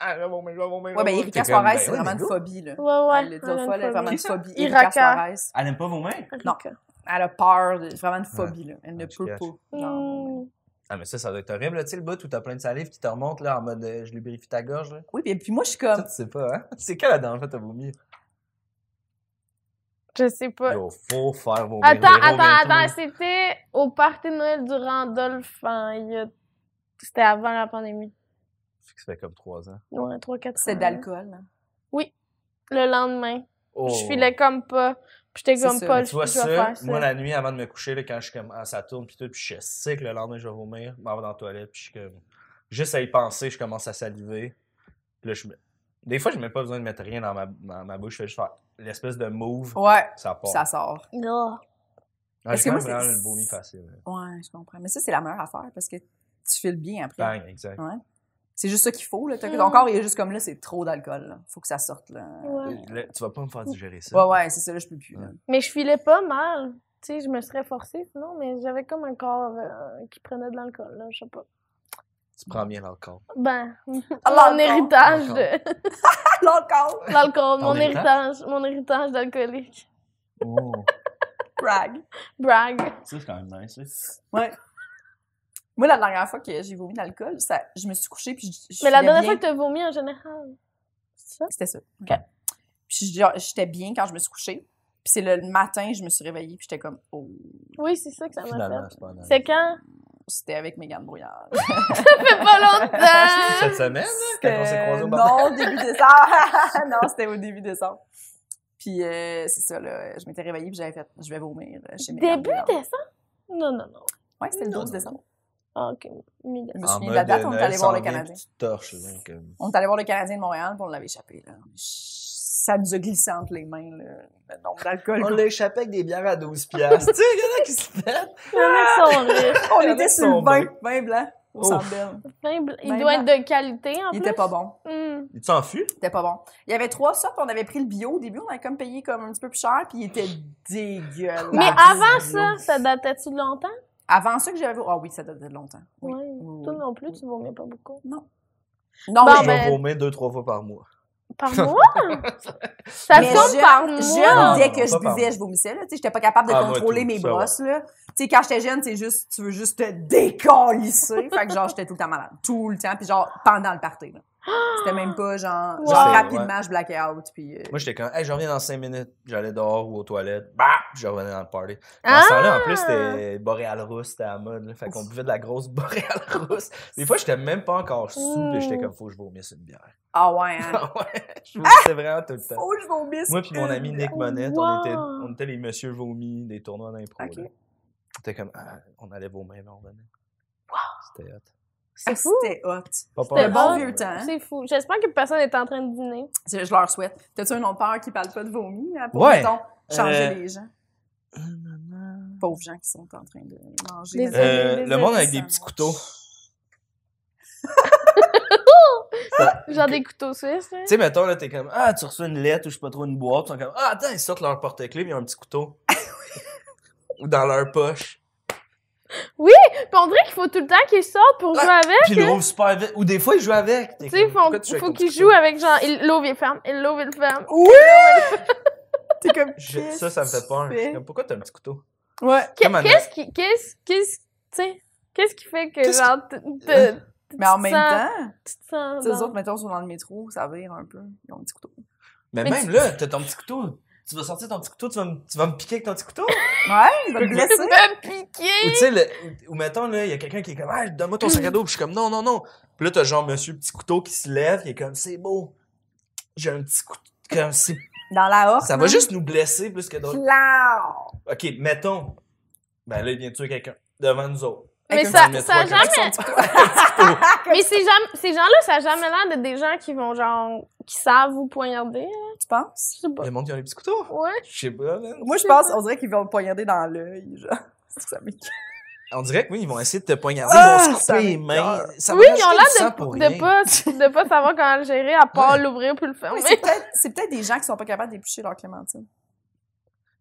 Speaker 4: Ah, je vais vomir, je vais vomir. je vais
Speaker 2: Ouais, ben,
Speaker 4: vomir.
Speaker 2: Erika
Speaker 4: T'es comme,
Speaker 2: Suarez,
Speaker 4: ben
Speaker 2: c'est
Speaker 4: oui,
Speaker 2: vraiment
Speaker 4: mais
Speaker 2: une
Speaker 4: go.
Speaker 2: phobie, là.
Speaker 3: Ouais, Oh. ouais.
Speaker 2: Elle l'a dit l'autre fois, elle a vraiment une phobie.
Speaker 3: Iraka.
Speaker 2: Erika Suarez.
Speaker 4: Elle aime pas vomir?
Speaker 2: Non.
Speaker 3: Erika.
Speaker 2: Elle a peur, de- vraiment une phobie, là. Elle ne
Speaker 4: Ouais, Ah, je
Speaker 2: peut
Speaker 4: cache.
Speaker 2: pas. Genre,
Speaker 3: Mmh.
Speaker 4: Ah, mais ça, ça doit être horrible, là. tu sais, le bout où t'as plein de salive qui te remonte, là, en mode, euh, je lubrifie ta gorge, là.
Speaker 2: Oui, puis, puis moi, je suis
Speaker 4: Ça,
Speaker 2: comme.
Speaker 4: tu sais pas, hein? [LAUGHS] C'est quand la dernière fois t'as vomi?
Speaker 3: Je sais pas.
Speaker 4: Yo, faut faire vomir.
Speaker 3: Attends,
Speaker 4: Véro,
Speaker 3: attends,
Speaker 4: bientôt.
Speaker 3: attends. C'était au party de Noël du Randolph. en- il y a- C'était avant la pandémie.
Speaker 4: Ça fait comme trois ans.
Speaker 3: Ouais, 3-4 ans.
Speaker 2: C'est de l'alcool, hein. là.
Speaker 3: Le lendemain.
Speaker 4: Oh.
Speaker 3: Je filais comme pas. Puis j'étais
Speaker 2: C'est
Speaker 3: comme
Speaker 2: ça.
Speaker 3: pas,
Speaker 4: Mais
Speaker 3: je
Speaker 4: tu vois
Speaker 3: je vais
Speaker 4: ça,
Speaker 3: faire ça.
Speaker 4: moi la nuit avant de me coucher, là, quand je suis comme ah, ça tourne puis tout, puis je sais que le lendemain je vais vomir, je m'en vais dans la toilette, puis je suis comme juste à y penser, je commence à saliver. Puis là, je me- Des fois, je n'ai même pas besoin de mettre rien dans ma, dans ma bouche, je fais juste faire l'espèce de move,
Speaker 2: Ouais.
Speaker 4: ça part.
Speaker 2: Puis Oh, ça sort.
Speaker 3: Ah.
Speaker 4: Ah,
Speaker 2: parce
Speaker 4: je
Speaker 2: que
Speaker 4: prends
Speaker 2: moi,
Speaker 4: vraiment
Speaker 2: c'est-
Speaker 4: le vomi facile. là.
Speaker 2: Ouais, je comprends. Mais ça, c'est la meilleure affaire parce que tu files bien après.
Speaker 4: Bang, exact.
Speaker 2: C'est juste ça qu'il faut, là. T'as-
Speaker 3: Mm.
Speaker 2: Ton corps, il est juste comme là, c'est trop d'alcool, là. Faut que ça sorte, là.
Speaker 3: Ouais.
Speaker 4: Là, tu vas pas me faire digérer ça.
Speaker 2: Ouais, ouais, c'est ça, là, je peux plus, là.
Speaker 3: Mais je filais pas mal. Tu sais, je me serais forcée sinon, mais j'avais comme un corps euh, qui prenait de l'alcool, là, je sais pas.
Speaker 4: Tu prends bien l'alcool.
Speaker 3: Ben,
Speaker 2: L'alcool.
Speaker 3: mon héritage de...
Speaker 2: [LAUGHS] L'alcool!
Speaker 3: [LAUGHS] L'alcool,
Speaker 4: Ton
Speaker 3: mon
Speaker 4: héritage?
Speaker 3: héritage, mon héritage d'alcoolique.
Speaker 4: Oh,
Speaker 2: Brag.
Speaker 3: Brag.
Speaker 4: ça, c'est quand même nice.
Speaker 2: Ouais. Moi, la dernière fois que j'ai vomi de l'alcool, ça, je me suis couchée puis je, je
Speaker 3: Mais la
Speaker 2: filais
Speaker 3: dernière
Speaker 2: bien.
Speaker 3: fois que t'as vomi, en général, c'est ça?
Speaker 2: C'était ça. Puis je- j'étais bien quand je me suis couchée. Puis c'est le matin, je me suis réveillée puis j'étais comme oh,
Speaker 3: Oui, c'est ça que ça m'a
Speaker 4: Finalement,
Speaker 3: fait.
Speaker 4: c'est pas nice.
Speaker 2: [LAUGHS]
Speaker 3: C'est quand?
Speaker 2: c'était avec Mégane Brouillard.
Speaker 3: Ça fait pas longtemps!
Speaker 4: [LAUGHS] Cette semaine, là, quand on s'est croisés au bar.
Speaker 2: non, début décembre. [LAUGHS] non, c'était au début décembre. Puis euh, c'est ça là, je m'étais réveillée puis j'avais fait je vais vomir euh, chez Mégane.
Speaker 3: Début
Speaker 2: Brouillard.
Speaker 3: décembre? Non, non, non.
Speaker 2: Ouais, c'était le
Speaker 4: Non,
Speaker 2: 12
Speaker 4: non.
Speaker 2: décembre.
Speaker 3: Ah, OK. mi-
Speaker 2: Je me
Speaker 4: En
Speaker 2: souviens de
Speaker 4: mode,
Speaker 2: la date, on est
Speaker 4: Noël
Speaker 2: allé voir
Speaker 4: s'en
Speaker 2: le
Speaker 4: vient,
Speaker 2: Canadien.
Speaker 4: puis tu torches, là, comme-
Speaker 2: On est allé voir le Canadien de Montréal, puis on l'avait échappé. Là. Ça nous a glissé entre les mains, là, le nombre d'alcool.
Speaker 4: On
Speaker 2: qu'on-
Speaker 4: l'a échappé avec des bières
Speaker 2: [LAUGHS]
Speaker 4: à 12 piastres. tu sais, il y en a qui se pètent.
Speaker 3: Il y en a qui sont riches.
Speaker 2: On
Speaker 4: Il y en a
Speaker 2: était
Speaker 4: qui
Speaker 2: sur le
Speaker 4: sont
Speaker 2: vin, vin blanc. au
Speaker 4: Ouf.
Speaker 2: Centre Bell.
Speaker 3: Plein bl- Il
Speaker 2: Ben,
Speaker 3: doit
Speaker 2: ben-
Speaker 3: être de qualité, en
Speaker 2: Il
Speaker 3: plus.
Speaker 2: était pas bon.
Speaker 3: Hmm.
Speaker 4: Il t'en fut?
Speaker 2: Il était pas bon. Il y avait trois sortes. On avait pris le bio au début. On avait comme payé comme un petit peu plus cher. Puis il était dégueulasse.
Speaker 4: Bah,
Speaker 3: Mais avant ça, ça datait-tu de longtemps?
Speaker 2: Avant ça que j'avais... Ah oui, ça datait de longtemps. Oui.
Speaker 3: Oui.
Speaker 2: Oui,
Speaker 3: Toi
Speaker 2: oui.
Speaker 3: non plus, tu vomis pas
Speaker 4: [LAUGHS]
Speaker 3: beaucoup.
Speaker 2: Non,
Speaker 3: Bon,
Speaker 2: mais...
Speaker 4: je
Speaker 3: ben-
Speaker 4: vais vomir deux, trois fois par mois.
Speaker 3: Par mois?
Speaker 4: [LAUGHS]
Speaker 3: ça
Speaker 2: Mais
Speaker 3: tombe
Speaker 2: jeune-
Speaker 3: par
Speaker 2: Jeune,
Speaker 3: mois.
Speaker 2: dès que
Speaker 4: Non,
Speaker 2: je
Speaker 4: pas par
Speaker 2: buvais,
Speaker 4: moi.
Speaker 2: je vomissais. là. Tu sais, J'étais pas capable de
Speaker 4: Ah, moi,
Speaker 2: contrôler
Speaker 4: tout,
Speaker 2: mes
Speaker 4: ça,
Speaker 2: brosses. Là. Tu sais, quand j'étais jeune, c'est juste, tu veux juste te décalisser. fait que genre, j'étais tout le temps malade. Tout le temps. Puis genre, pendant le party. là. C'était même pas
Speaker 3: [GASPS]
Speaker 2: genre,
Speaker 3: Wow.
Speaker 2: genre
Speaker 4: Ouais.
Speaker 2: rapidement, je black out. Puis, euh,
Speaker 4: Moi, j'étais quand hey, je reviens dans cinq minutes. J'allais dehors ou aux toilettes. Bah, je revenais dans le party. Dans
Speaker 3: Ah!
Speaker 4: ce temps-là, en plus, c'était boréal rousse, c'était à la mode. là. Fait qu'on buvait de la grosse boréal [LAUGHS] rousse. Des fois, j'étais même pas encore sous,
Speaker 3: Mm.
Speaker 4: et j'étais comme, faut que je vomisse une bière.
Speaker 2: Ah ouais,
Speaker 4: [LAUGHS]
Speaker 2: hein.
Speaker 4: Ah ouais, je vomissais vraiment tout le temps.
Speaker 2: Faut que je vomisse.
Speaker 4: Moi puis mon ami Nick Monette,
Speaker 3: Wow.
Speaker 4: on, était, on était les monsieur vomis des tournois d'impro.
Speaker 2: Ok.
Speaker 4: là. C'était comme, ah, on allait vomir, mais on venait. C'était hot.
Speaker 3: C'est
Speaker 2: Ah,
Speaker 3: fou.
Speaker 2: C'était hot.
Speaker 4: Pas
Speaker 3: C'était
Speaker 2: Le
Speaker 4: peur.
Speaker 2: bon
Speaker 3: hot.
Speaker 2: vieux temps.
Speaker 3: C'est fou. J'espère que personne n'est en train de dîner.
Speaker 2: Je, je leur souhaite. T'as-tu un autre père qui parle pas de vomi hein, pour
Speaker 4: Ouais.
Speaker 2: mettons, changer
Speaker 4: Euh,
Speaker 2: les gens? Pauvres gens qui sont en train de manger.
Speaker 3: Des-
Speaker 2: notre-
Speaker 3: Euh,
Speaker 4: le monde avec des
Speaker 2: Désolé,
Speaker 4: petits
Speaker 2: ça
Speaker 4: couteaux.
Speaker 3: Genre des couteaux suisses, là.
Speaker 4: Tu sais, mettons, là, t'es comme, ah, tu reçois une lettre ou je sais pas trop une boîte. Ils sont comme, ah, attends, ils sortent leur porte-clés, puis ils ont un petit couteau. ou dans leur poche.
Speaker 3: Puis on dirait qu'il faut tout le temps qu'ils sortent pour jouer avec.
Speaker 4: Puis ils l'ouvrent super vite. Ou des fois, ils jouent avec. T'es
Speaker 3: Tu sais,
Speaker 4: comme, Pourquoi tu
Speaker 3: il
Speaker 4: joues avec
Speaker 3: faut
Speaker 4: ton
Speaker 3: qu'ils
Speaker 4: petit
Speaker 3: jouent
Speaker 4: couteau?
Speaker 3: avec genre, il l'ouvre, il ferme, il l'ouvre, il ferme.
Speaker 2: T'es comme
Speaker 4: [LAUGHS] Je- ça, ça me fait peur. Je suis
Speaker 2: Qu'est-ce
Speaker 4: comme, pourquoi t'as un petit couteau?
Speaker 2: que tu fais? Ouais.
Speaker 3: Qu'est-
Speaker 4: Comme un-
Speaker 3: Qu'est-ce qui, qu'est-ce, qu'est-ce, tu sais, qu'est-ce qui fait que
Speaker 4: Qu'est-ce Hein?
Speaker 3: genre, t- te-
Speaker 2: Mais en
Speaker 3: te
Speaker 2: même
Speaker 3: sens-
Speaker 2: temps,
Speaker 3: tu
Speaker 2: tu
Speaker 3: te sens
Speaker 2: sais,
Speaker 3: dans-
Speaker 2: les autres, mettons, sont dans le métro, ça vire un peu. Ils ont un petit couteau.
Speaker 4: Mais,
Speaker 3: Mais
Speaker 4: même
Speaker 3: tu-
Speaker 4: là, t'as ton petit couteau. Tu vas sortir ton petit couteau, tu vas me, tu vas me piquer avec ton petit couteau?
Speaker 2: Ouais, ils vont te blesser.
Speaker 3: [LAUGHS] Me
Speaker 4: Ou tu
Speaker 3: piquer.
Speaker 4: sais, le- ou ou mettons, là, il y a quelqu'un qui est comme, ah, donne-moi ton sac à dos. Puis je suis comme, non, non, non. Puis là, t'as genre Monsieur Petit Couteau qui se lève, qui est comme, c'est beau. J'ai un petit couteau. Comme, c'est-
Speaker 2: Dans la hein? horte.
Speaker 4: ça va juste nous blesser plus que d'autres.
Speaker 2: Claw!
Speaker 4: OK, mettons. Ben là, il vient de tuer quelqu'un devant nous autres.
Speaker 3: Mais
Speaker 2: Avec un
Speaker 3: ça,
Speaker 4: petit
Speaker 3: ça a
Speaker 4: métro avec un
Speaker 3: jamais, mais ces gens, ces gens-là, ça a jamais l'air d'être des gens qui vont genre, qui savent vous poignarder. là.
Speaker 2: Tu penses?
Speaker 3: Je sais pas.
Speaker 4: Ah, Le monde qui a les petits couteaux.
Speaker 3: Ouais.
Speaker 4: Je sais pas, man.
Speaker 2: Moi, je pense, on dirait qu'ils vont me poignarder dans l'œil, genre. [LAUGHS] C'est que ça m'écoeure.
Speaker 4: On dirait que oui, ils vont essayer de te poignarder,
Speaker 2: Ah,
Speaker 4: ils vont se
Speaker 2: ça
Speaker 4: couper les mains.
Speaker 2: m'écoeure.
Speaker 4: Ça va
Speaker 3: oui, ils
Speaker 4: rajouter
Speaker 3: ont
Speaker 4: du sang
Speaker 3: l'air
Speaker 4: pour
Speaker 3: de,
Speaker 4: rien.
Speaker 3: de pas, de pas savoir comment le gérer à part l'ouvrir puis le
Speaker 4: Ah
Speaker 2: Oui,
Speaker 3: fermer.
Speaker 2: c'est peut-être c'est peut-être des gens qui sont pas capables d'éplucher leur clémentine.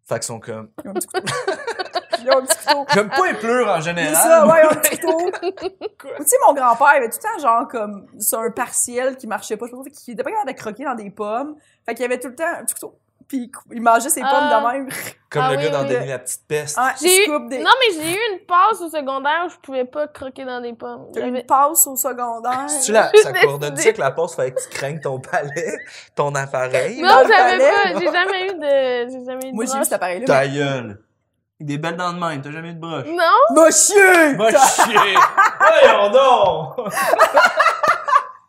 Speaker 4: Fait qu'ils sont comme.
Speaker 2: Ils ont un petit couteau.
Speaker 4: [LAUGHS]
Speaker 2: Ils ont un petit couteau.
Speaker 4: J'aime pas les pleurs en général.
Speaker 2: C'est ça, ouais, un petit
Speaker 4: Quoi? [LAUGHS]
Speaker 2: couteau. Ou tu sais, mon grand-père, il avait tout le temps, genre, comme, sur un partiel qui marchait pas, je sais pas, qui était pas capable de croquer dans des pommes. Fait qu'il avait tout le temps un petit couteau. Puis il cou- il mangeait ses pommes
Speaker 3: Ah.
Speaker 2: de même.
Speaker 4: Comme
Speaker 3: Ah
Speaker 4: le
Speaker 3: oui,
Speaker 4: gars dans
Speaker 3: oui.
Speaker 4: Denis la petite peste.
Speaker 2: Ah, il
Speaker 3: J'ai
Speaker 2: se
Speaker 3: eu,
Speaker 2: coupe des...
Speaker 3: non, mais j'ai eu une passe au secondaire où je pouvais pas croquer dans des pommes.
Speaker 2: T'as eu
Speaker 3: J'avais-
Speaker 2: une passe au secondaire.
Speaker 4: Tu la,
Speaker 3: Je [LAUGHS]
Speaker 4: ça
Speaker 3: décidais.
Speaker 4: coordonne ça que la passe fallait que tu craignes ton palais, [LAUGHS] ton appareil.
Speaker 2: dans
Speaker 3: Non,
Speaker 2: le
Speaker 3: j'avais
Speaker 2: palais,
Speaker 3: pas, j'ai jamais eu de, j'ai jamais eu de
Speaker 2: Moi, j'ai eu
Speaker 3: brosse.
Speaker 2: cet appareil-là.
Speaker 4: Ta gueule. Avec Des belles dents de même, t'as jamais eu de [LAUGHS] broche.
Speaker 3: Non,
Speaker 2: mais- Monsieur!
Speaker 4: Va chier! Voyons donc!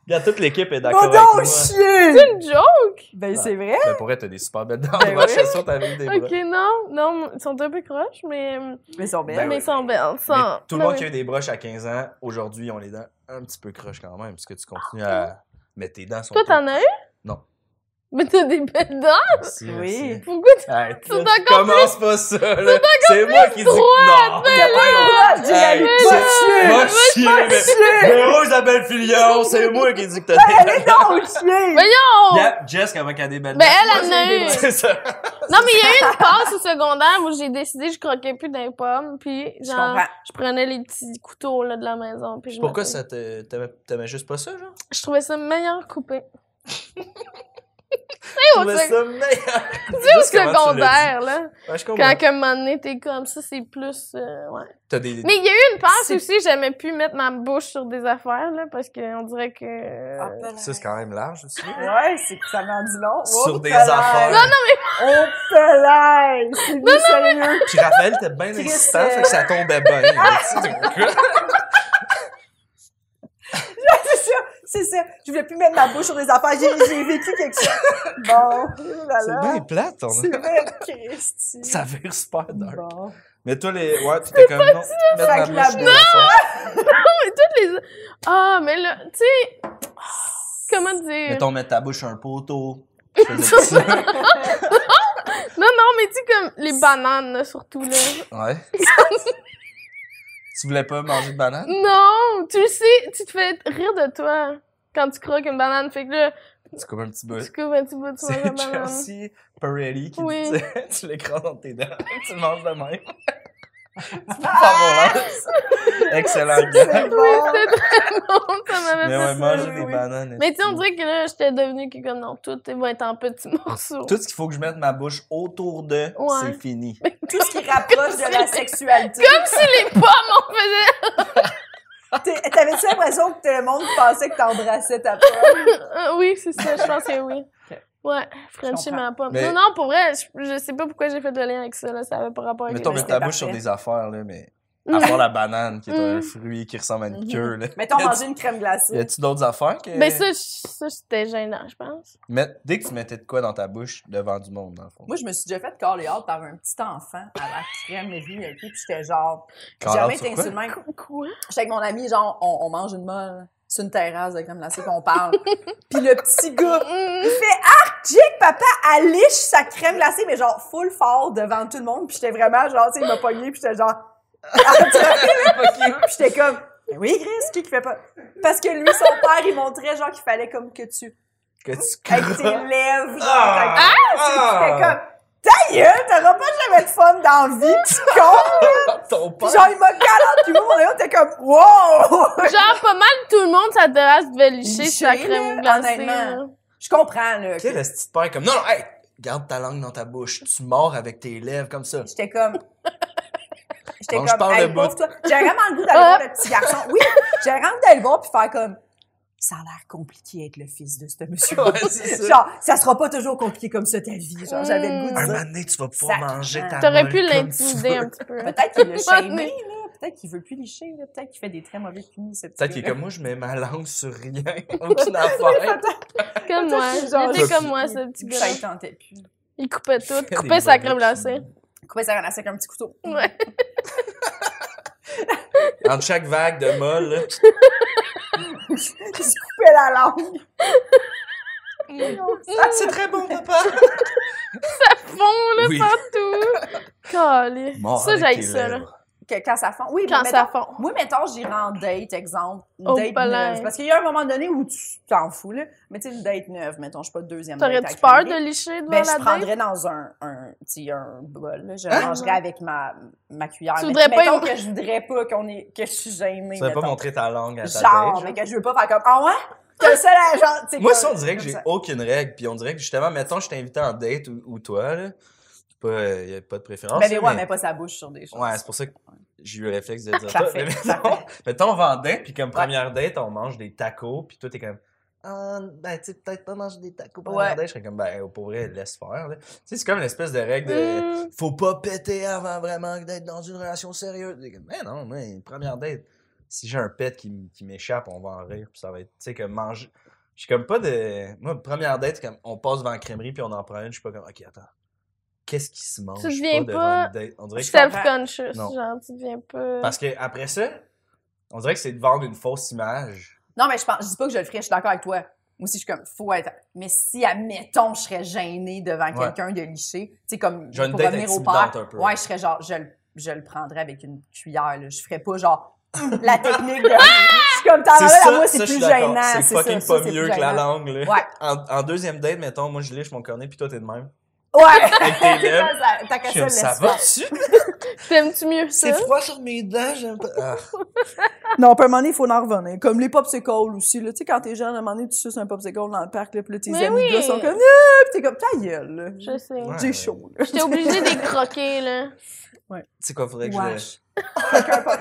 Speaker 4: Regarde, toute l'équipe est d'accord
Speaker 2: Va
Speaker 4: avec moi.
Speaker 2: donc chier!
Speaker 3: une joke.
Speaker 2: Ben, c'est vrai.
Speaker 4: Mais pour vrai, t'as des super belles dents
Speaker 2: Ben
Speaker 4: de broche,
Speaker 2: oui.
Speaker 4: c'est sûr t'as eu des broches.
Speaker 3: Ok, non, non, ils sont un peu croches, mais, euh,
Speaker 2: Mais ils sont
Speaker 4: Ben
Speaker 2: belles.
Speaker 3: mais
Speaker 4: oui.
Speaker 3: ils sont belles. ils
Speaker 4: Mais
Speaker 3: sont-
Speaker 4: tout le
Speaker 3: ben
Speaker 4: monde
Speaker 3: oui.
Speaker 4: qui a eu des broches à 15 ans, aujourd'hui, on les dents un petit peu croches quand même, parce que tu continues à... Mais tes dents sont...
Speaker 3: Toi, t'en as eu?
Speaker 4: Non.
Speaker 3: Mais t'as des belles dents?
Speaker 4: Merci,
Speaker 2: Oui.
Speaker 4: merci.
Speaker 3: Pourquoi tu...
Speaker 4: Arrête,
Speaker 3: Tout
Speaker 4: là,
Speaker 3: encore
Speaker 4: tu commences pas ça, là. C'est moi qui dis... Non!
Speaker 2: T'as pas le droit de dire à
Speaker 4: Hey,
Speaker 2: lui,
Speaker 4: c'est-
Speaker 2: Va
Speaker 4: Va
Speaker 2: chier!
Speaker 4: chier, mais-
Speaker 2: Chier!
Speaker 4: Véro Isabelle Filion, c'est moi qui dis que t'as des
Speaker 2: Allez donc chier!
Speaker 3: Mais non!
Speaker 4: Yeah, Jess, comment qu'elle a des belles
Speaker 3: Ben,
Speaker 4: dents.
Speaker 3: elle, elle en
Speaker 2: Moi,
Speaker 3: a
Speaker 2: j'ai
Speaker 3: eu.
Speaker 2: des
Speaker 4: C'est ça.
Speaker 3: Non, mais il y a eu une passe au secondaire où j'ai décidé que je croquais plus d'un pomme, puis
Speaker 2: Je
Speaker 3: genre,
Speaker 2: comprends.
Speaker 3: je prenais les petits couteaux là, de la maison. Puis je
Speaker 4: Pourquoi
Speaker 3: mettais-
Speaker 4: ça te... t'aimais- T'aimais juste pas ça, genre?
Speaker 3: Je trouvais ça meilleur coupé. [LAUGHS]
Speaker 4: Je
Speaker 3: au
Speaker 4: trouvais
Speaker 3: sec-
Speaker 4: ça meilleur. [LAUGHS]
Speaker 3: au
Speaker 4: Juste comment tu l'as
Speaker 3: secondaire, là.
Speaker 4: dit. Ouais, je comprends.
Speaker 3: Quand que un moment donné, t'es comme ça, c'est plus... euh, ouais.
Speaker 4: T'as des...
Speaker 3: Mais il y a eu une passe
Speaker 2: C'est-
Speaker 3: aussi, j'aimais plus mettre ma bouche sur des affaires, là, parce qu'on dirait que...
Speaker 4: Ça, Euh, c'est quand même large aussi. hein.
Speaker 2: Ouais, c'est que ça m'en dit long.
Speaker 4: Sur des affaires.
Speaker 2: Non, non, mais... Oh, putain! C'est bien sérieux.
Speaker 4: Puis Raphaël était bien excitant, fait que ça tombait bien. là,
Speaker 3: [LAUGHS]
Speaker 4: tu sais. hein.
Speaker 2: C'est ça, c'est ça. Je voulais plus mettre ma bouche sur des affaires. J'ai j'ai vécu quelque chose. [LAUGHS] Bon, oh là
Speaker 4: C'est
Speaker 2: là.
Speaker 4: bien plate, ton...
Speaker 2: C'est vrai, Christy.
Speaker 4: Ça vire super dark.
Speaker 2: Bon.
Speaker 4: Mais toi, les... Ouais, tu t'es comme... Non, mettre
Speaker 2: Fait
Speaker 4: ma
Speaker 2: que
Speaker 4: bouche
Speaker 2: la
Speaker 4: dans
Speaker 2: bouche-
Speaker 4: l'affaire.
Speaker 3: les- Ah, mais là, tu sais... Comment dire?
Speaker 4: Mettons, mettre ta bouche à
Speaker 3: [LAUGHS]
Speaker 4: un poteau. Tu faisais petit-
Speaker 3: Non, non, mais tu sais, comme les bananes, là, surtout, là.
Speaker 4: Ouais. tu voulais pas manger de banane?
Speaker 3: Non, drôle. Tu le sais, tu te fais rire de toi quand tu croques une banane. Fait que là,
Speaker 4: C'est comme un petit bout.
Speaker 3: tu coupes un petit bout de soin de
Speaker 4: C'est
Speaker 3: banane.
Speaker 4: Chelsea Peretti qui
Speaker 3: Oui.
Speaker 4: dit [LAUGHS] tu l'écrases dans tes dents, tu le manges de même.
Speaker 3: [LAUGHS]
Speaker 4: C'est pas hein?
Speaker 2: Ah!
Speaker 4: bon, Excellent gars.
Speaker 3: Oui, c'est très bon. Ça m'avait
Speaker 4: Mais ouais,
Speaker 3: fait
Speaker 4: manger
Speaker 3: ça,
Speaker 4: des
Speaker 3: oui.
Speaker 4: bananes.
Speaker 3: Mais tu sais, on dirait que là, j'étais devenue que comme non, tout va être en petits morceaux.
Speaker 4: Tout ce qu'il faut que je mette ma bouche autour de,
Speaker 3: Ouais.
Speaker 4: c'est fini.
Speaker 2: Tout ce qui rapproche de la sexualité.
Speaker 3: Comme si les pommes, on faisait.
Speaker 2: T'es- T'avais-tu l'impression que tout le monde pensait que t'embrassais ta [LAUGHS] pomme?
Speaker 3: Ah, oui, c'est ça, je pense que oui.
Speaker 2: Ok.
Speaker 3: Ouais, Frenchie
Speaker 2: comprends.
Speaker 3: ma pomme.
Speaker 4: Mais-
Speaker 3: Non, non, pour vrai, je, je sais pas pourquoi j'ai fait le lien avec ça, là, ça avait pas rapport avec
Speaker 4: Mettons,
Speaker 3: les
Speaker 4: mets
Speaker 2: mais
Speaker 4: ta
Speaker 2: c'était
Speaker 4: bouche sur
Speaker 2: parfait.
Speaker 4: des affaires, là,
Speaker 3: [LAUGHS]
Speaker 4: mais
Speaker 3: Mm.
Speaker 4: à part la banane, qui est un
Speaker 3: Mm.
Speaker 4: fruit qui ressemble à une
Speaker 2: Mhm.
Speaker 4: queue, là.
Speaker 2: Mettons,
Speaker 4: Y a-tu-
Speaker 2: manger une crème
Speaker 4: Y
Speaker 2: glacée.
Speaker 4: a-tu d'autres affaires que.
Speaker 3: Ben ça, je- ça c'était gênant, je pense.
Speaker 4: Mettre- Dès que tu mettais de quoi dans ta bouche devant du monde, dans le fond.
Speaker 2: Moi, je me suis déjà fait caler out par un petit enfant à la crème vie, puis j'étais genre,
Speaker 4: Call
Speaker 2: jamais
Speaker 4: out sur
Speaker 2: été
Speaker 4: quoi?
Speaker 2: insulté de même.
Speaker 3: Quoi?
Speaker 2: J'étais avec mon ami, genre, on, on mange une molle sur une terrasse de crème glacée, qu'on
Speaker 4: [LAUGHS]
Speaker 2: parle. puis le petit gars,
Speaker 3: Mm.
Speaker 2: il fait Arc, Jake, papa, elle liche sa crème glacée, mais genre full fort devant tout le monde. Puis j'étais vraiment genre, tu sais, il m'a pogné, puis j'étais genre. Ah,
Speaker 4: [LAUGHS]
Speaker 2: tu vois,
Speaker 4: Ok.
Speaker 2: puis j'étais comme. Mais Oui, Chris, qui qui fait pas? Parce que lui, son père, il montrait genre qu'il fallait comme que tu.
Speaker 4: Que tu
Speaker 2: Avec
Speaker 4: [LAUGHS]
Speaker 2: tes
Speaker 4: crois.
Speaker 2: lèvres, genre,
Speaker 4: Ah!
Speaker 2: ta-
Speaker 4: Ah!
Speaker 2: J'étais comme. Ta gueule, t'auras pas jamais de fun dans la vie, tu con!
Speaker 4: Ton
Speaker 2: Puis
Speaker 4: père.
Speaker 2: genre,
Speaker 4: [LAUGHS]
Speaker 2: il m'a calante, puis moi, mon ami, on était comme, wow!
Speaker 3: Genre pas mal tout le monde sa terrasse devait licher
Speaker 2: Licher,
Speaker 3: sa crème
Speaker 2: là,
Speaker 3: glacée.
Speaker 2: honnêtement.
Speaker 3: là.
Speaker 2: Je comprends, là.
Speaker 4: Quel est ce père comme. Non, non, hey! Garde ta langue dans ta bouche. Tu mords avec tes lèvres comme ça.
Speaker 2: J'étais comme. J'étais
Speaker 4: Bon, je
Speaker 2: comme,
Speaker 4: parle
Speaker 2: hey,
Speaker 4: de
Speaker 2: pauvre
Speaker 4: bout.
Speaker 2: toi. J'avais vraiment le goût d'aller voir le petit garçon. Oui, j'avais vraiment le goût d'aller le voir puis faire comme. Ça a l'air compliqué d'être le fils de ce monsieur.
Speaker 4: Ouais, c'est ça.
Speaker 2: Genre, ça sera pas toujours compliqué comme ça ta vie. Genre, j'avais le
Speaker 3: Mm.
Speaker 2: goût de
Speaker 4: Un
Speaker 2: dire.
Speaker 4: moment donné, tu vas pouvoir
Speaker 2: Sacre.
Speaker 4: manger ta
Speaker 3: T'aurais
Speaker 4: molle
Speaker 3: pu
Speaker 4: Ah, comme tu
Speaker 3: l'intimider
Speaker 4: veux.
Speaker 3: un petit peu.
Speaker 2: Peut-être qu'il l'a shamé,
Speaker 3: Mané.
Speaker 2: là. Peut-être qu'il veut plus licher, là. Peut-être qu'il fait des très mauvais finis, ce petit
Speaker 4: Peut-être qu'il est
Speaker 2: gars-là.
Speaker 4: comme moi, je mets ma langue sur [LAUGHS] rien.
Speaker 2: [LAUGHS]
Speaker 4: Aucune affaire.
Speaker 3: Comme moi.
Speaker 2: Peut-être que
Speaker 3: Il
Speaker 2: genre-
Speaker 3: était comme moi, ce petit
Speaker 2: Ça, il
Speaker 3: gars.
Speaker 2: tentait plus.
Speaker 3: Il coupait tout,
Speaker 4: Des
Speaker 3: coupait sa
Speaker 4: bobettes.
Speaker 3: crème glacée.
Speaker 2: Coupait ça avec un petit couteau. [LAUGHS]
Speaker 3: Ouais.
Speaker 4: Entre chaque vague de molle, là,
Speaker 2: Il se coupait la langue. [LAUGHS]
Speaker 4: Ah, c'est très bon, papa!
Speaker 3: Fond, là,
Speaker 4: Oui.
Speaker 3: partout.
Speaker 4: [LAUGHS]
Speaker 3: Calé.
Speaker 4: Mort
Speaker 3: Ça,
Speaker 4: avec
Speaker 3: j'haïs
Speaker 4: tes
Speaker 3: ça, là.
Speaker 4: lèvres.
Speaker 2: Que quand ça fond. Oui,
Speaker 3: Quand
Speaker 2: mais
Speaker 3: ça fond.
Speaker 2: Moi, mettons, j'irai en date, exemple. Une
Speaker 3: Oh,
Speaker 2: date
Speaker 3: palais.
Speaker 2: neuve. Parce qu'il y a un moment donné où tu t'en fous, là. Mais tu sais, une date neuve, mettons, je suis pas deuxième date.
Speaker 3: T'aurais-tu
Speaker 2: avec
Speaker 3: peur
Speaker 2: un
Speaker 3: de
Speaker 2: gars.
Speaker 3: licher devant
Speaker 2: Ben,
Speaker 3: la
Speaker 2: je
Speaker 3: date?
Speaker 2: prendrais dans un, un, petit, un bol, là. Je
Speaker 4: Hein?
Speaker 2: mangerais avec ma, ma cuillère.
Speaker 3: Tu
Speaker 2: Mais
Speaker 3: voudrais pas
Speaker 2: mettons
Speaker 3: une-
Speaker 2: que je voudrais pas qu'on est, que je suis gênée.
Speaker 4: Tu vas pas
Speaker 2: mettons.
Speaker 4: montrer ta langue à ta
Speaker 2: Genre,
Speaker 4: date,
Speaker 2: mais
Speaker 4: genre.
Speaker 2: que je veux pas faire comme, ah ouais? T'es le seul à genre, tu sais,
Speaker 4: Moi,
Speaker 2: comme-
Speaker 4: ça, on dirait que
Speaker 2: comme
Speaker 4: j'ai
Speaker 2: ça.
Speaker 4: aucune règle. Puis on dirait que, justement, mettons, je t'invite en date ou, ou toi, là. Il n'y a pas de préférence.
Speaker 2: Ben,
Speaker 4: là,
Speaker 2: Véro, elle
Speaker 4: mais-
Speaker 2: met pas sa bouche sur des choses.
Speaker 4: Ouais, c'est pour ça que j'ai eu le réflexe de
Speaker 2: [LAUGHS]
Speaker 4: dire ça.
Speaker 2: Parfait,
Speaker 4: Mais mettons,
Speaker 2: parfait.
Speaker 4: mettons, on va en date, puis comme première date, on mange des tacos, puis toi, t'es comme. Ah, ben, tu sais, peut-être pas manger des tacos pour
Speaker 2: Ouais.
Speaker 4: date. Je serais comme, ben, pour vrai, laisse faire. là. Tu sais, c'est comme une espèce de règle
Speaker 2: Mmh.
Speaker 4: de.
Speaker 3: Hmm.
Speaker 4: Faut pas péter avant vraiment d'être dans une relation sérieuse. T'es comme, Ben non, mais première date. Si j'ai un pet qui, m- qui m'échappe, on va en rire, puis ça va être. Tu sais, comme manger. Je suis comme pas de. Moi, première date, c'est comme, on passe devant la crèmerie, puis on en prend une, je suis pas comme, ok, attends. Qu'est-ce qui se mange?
Speaker 3: deviens
Speaker 4: devant
Speaker 3: pas-
Speaker 4: une date? On dirait que je
Speaker 3: Self-conscious,
Speaker 4: Non.
Speaker 3: genre, tu deviens pas...
Speaker 4: parce que après ça, on dirait que c'est de vendre une fausse image.
Speaker 2: Non, mais je pense, je dis pas que je le ferais, je suis d'accord avec toi. Moi aussi, je suis comme, faut être. Mais si, admettons, je serais gênée devant
Speaker 4: Ouais.
Speaker 2: quelqu'un de liché, tu sais, comme,
Speaker 4: Genre une
Speaker 2: pour
Speaker 4: date
Speaker 2: revenir au
Speaker 4: intimidante
Speaker 2: père.
Speaker 4: un peu.
Speaker 2: Ouais, je serais genre, je, le- je le prendrais avec une cuillère, là. Je ferais pas genre, [LAUGHS] la technique de. je suis comme, t'en
Speaker 4: C'est
Speaker 2: as là,
Speaker 4: ça,
Speaker 2: moi,
Speaker 4: ça,
Speaker 2: c'est
Speaker 4: je suis
Speaker 2: plus
Speaker 4: d'accord.
Speaker 2: gênant.
Speaker 4: C'est
Speaker 2: C'est
Speaker 4: fucking
Speaker 2: ça,
Speaker 4: pas
Speaker 2: ça, c'est
Speaker 4: mieux
Speaker 2: plus
Speaker 4: que la
Speaker 2: gênant.
Speaker 4: langue, là.
Speaker 2: Ouais.
Speaker 4: En, en deuxième date, mettons, moi, je liche mon cornet, puis toi, [LAUGHS] t'es
Speaker 2: [LAUGHS]
Speaker 4: de même.
Speaker 2: Ouais!
Speaker 4: Avec tes
Speaker 2: [LAUGHS]
Speaker 4: lèvres.
Speaker 2: Ça, T'as
Speaker 4: Je suis
Speaker 2: qu'à
Speaker 4: comme,
Speaker 2: ça,
Speaker 4: ça
Speaker 2: laisse faire.
Speaker 4: va-tu?
Speaker 3: T'aimes-tu mieux ça?
Speaker 4: C'est froid sur mes dents, j'aime pas. Ah.
Speaker 2: Non, puis à un moment donné, il faut en revenir. Comme les popsicles aussi, là. Tu sais, quand t'es jeune, à un moment donné, tu suces un popsicle dans le parc, là, puis là, tes
Speaker 3: Mais
Speaker 2: amis
Speaker 3: oui.
Speaker 2: gars sont comme, Ah! Puis t'es comme, ta gueule, là.
Speaker 3: Je sais.
Speaker 4: Ouais.
Speaker 2: J'ai chaud, là.
Speaker 3: J'étais obligée de les croquer, là.
Speaker 4: Tu sais quoi, faudrait que
Speaker 2: Wesh. Croquer un pop-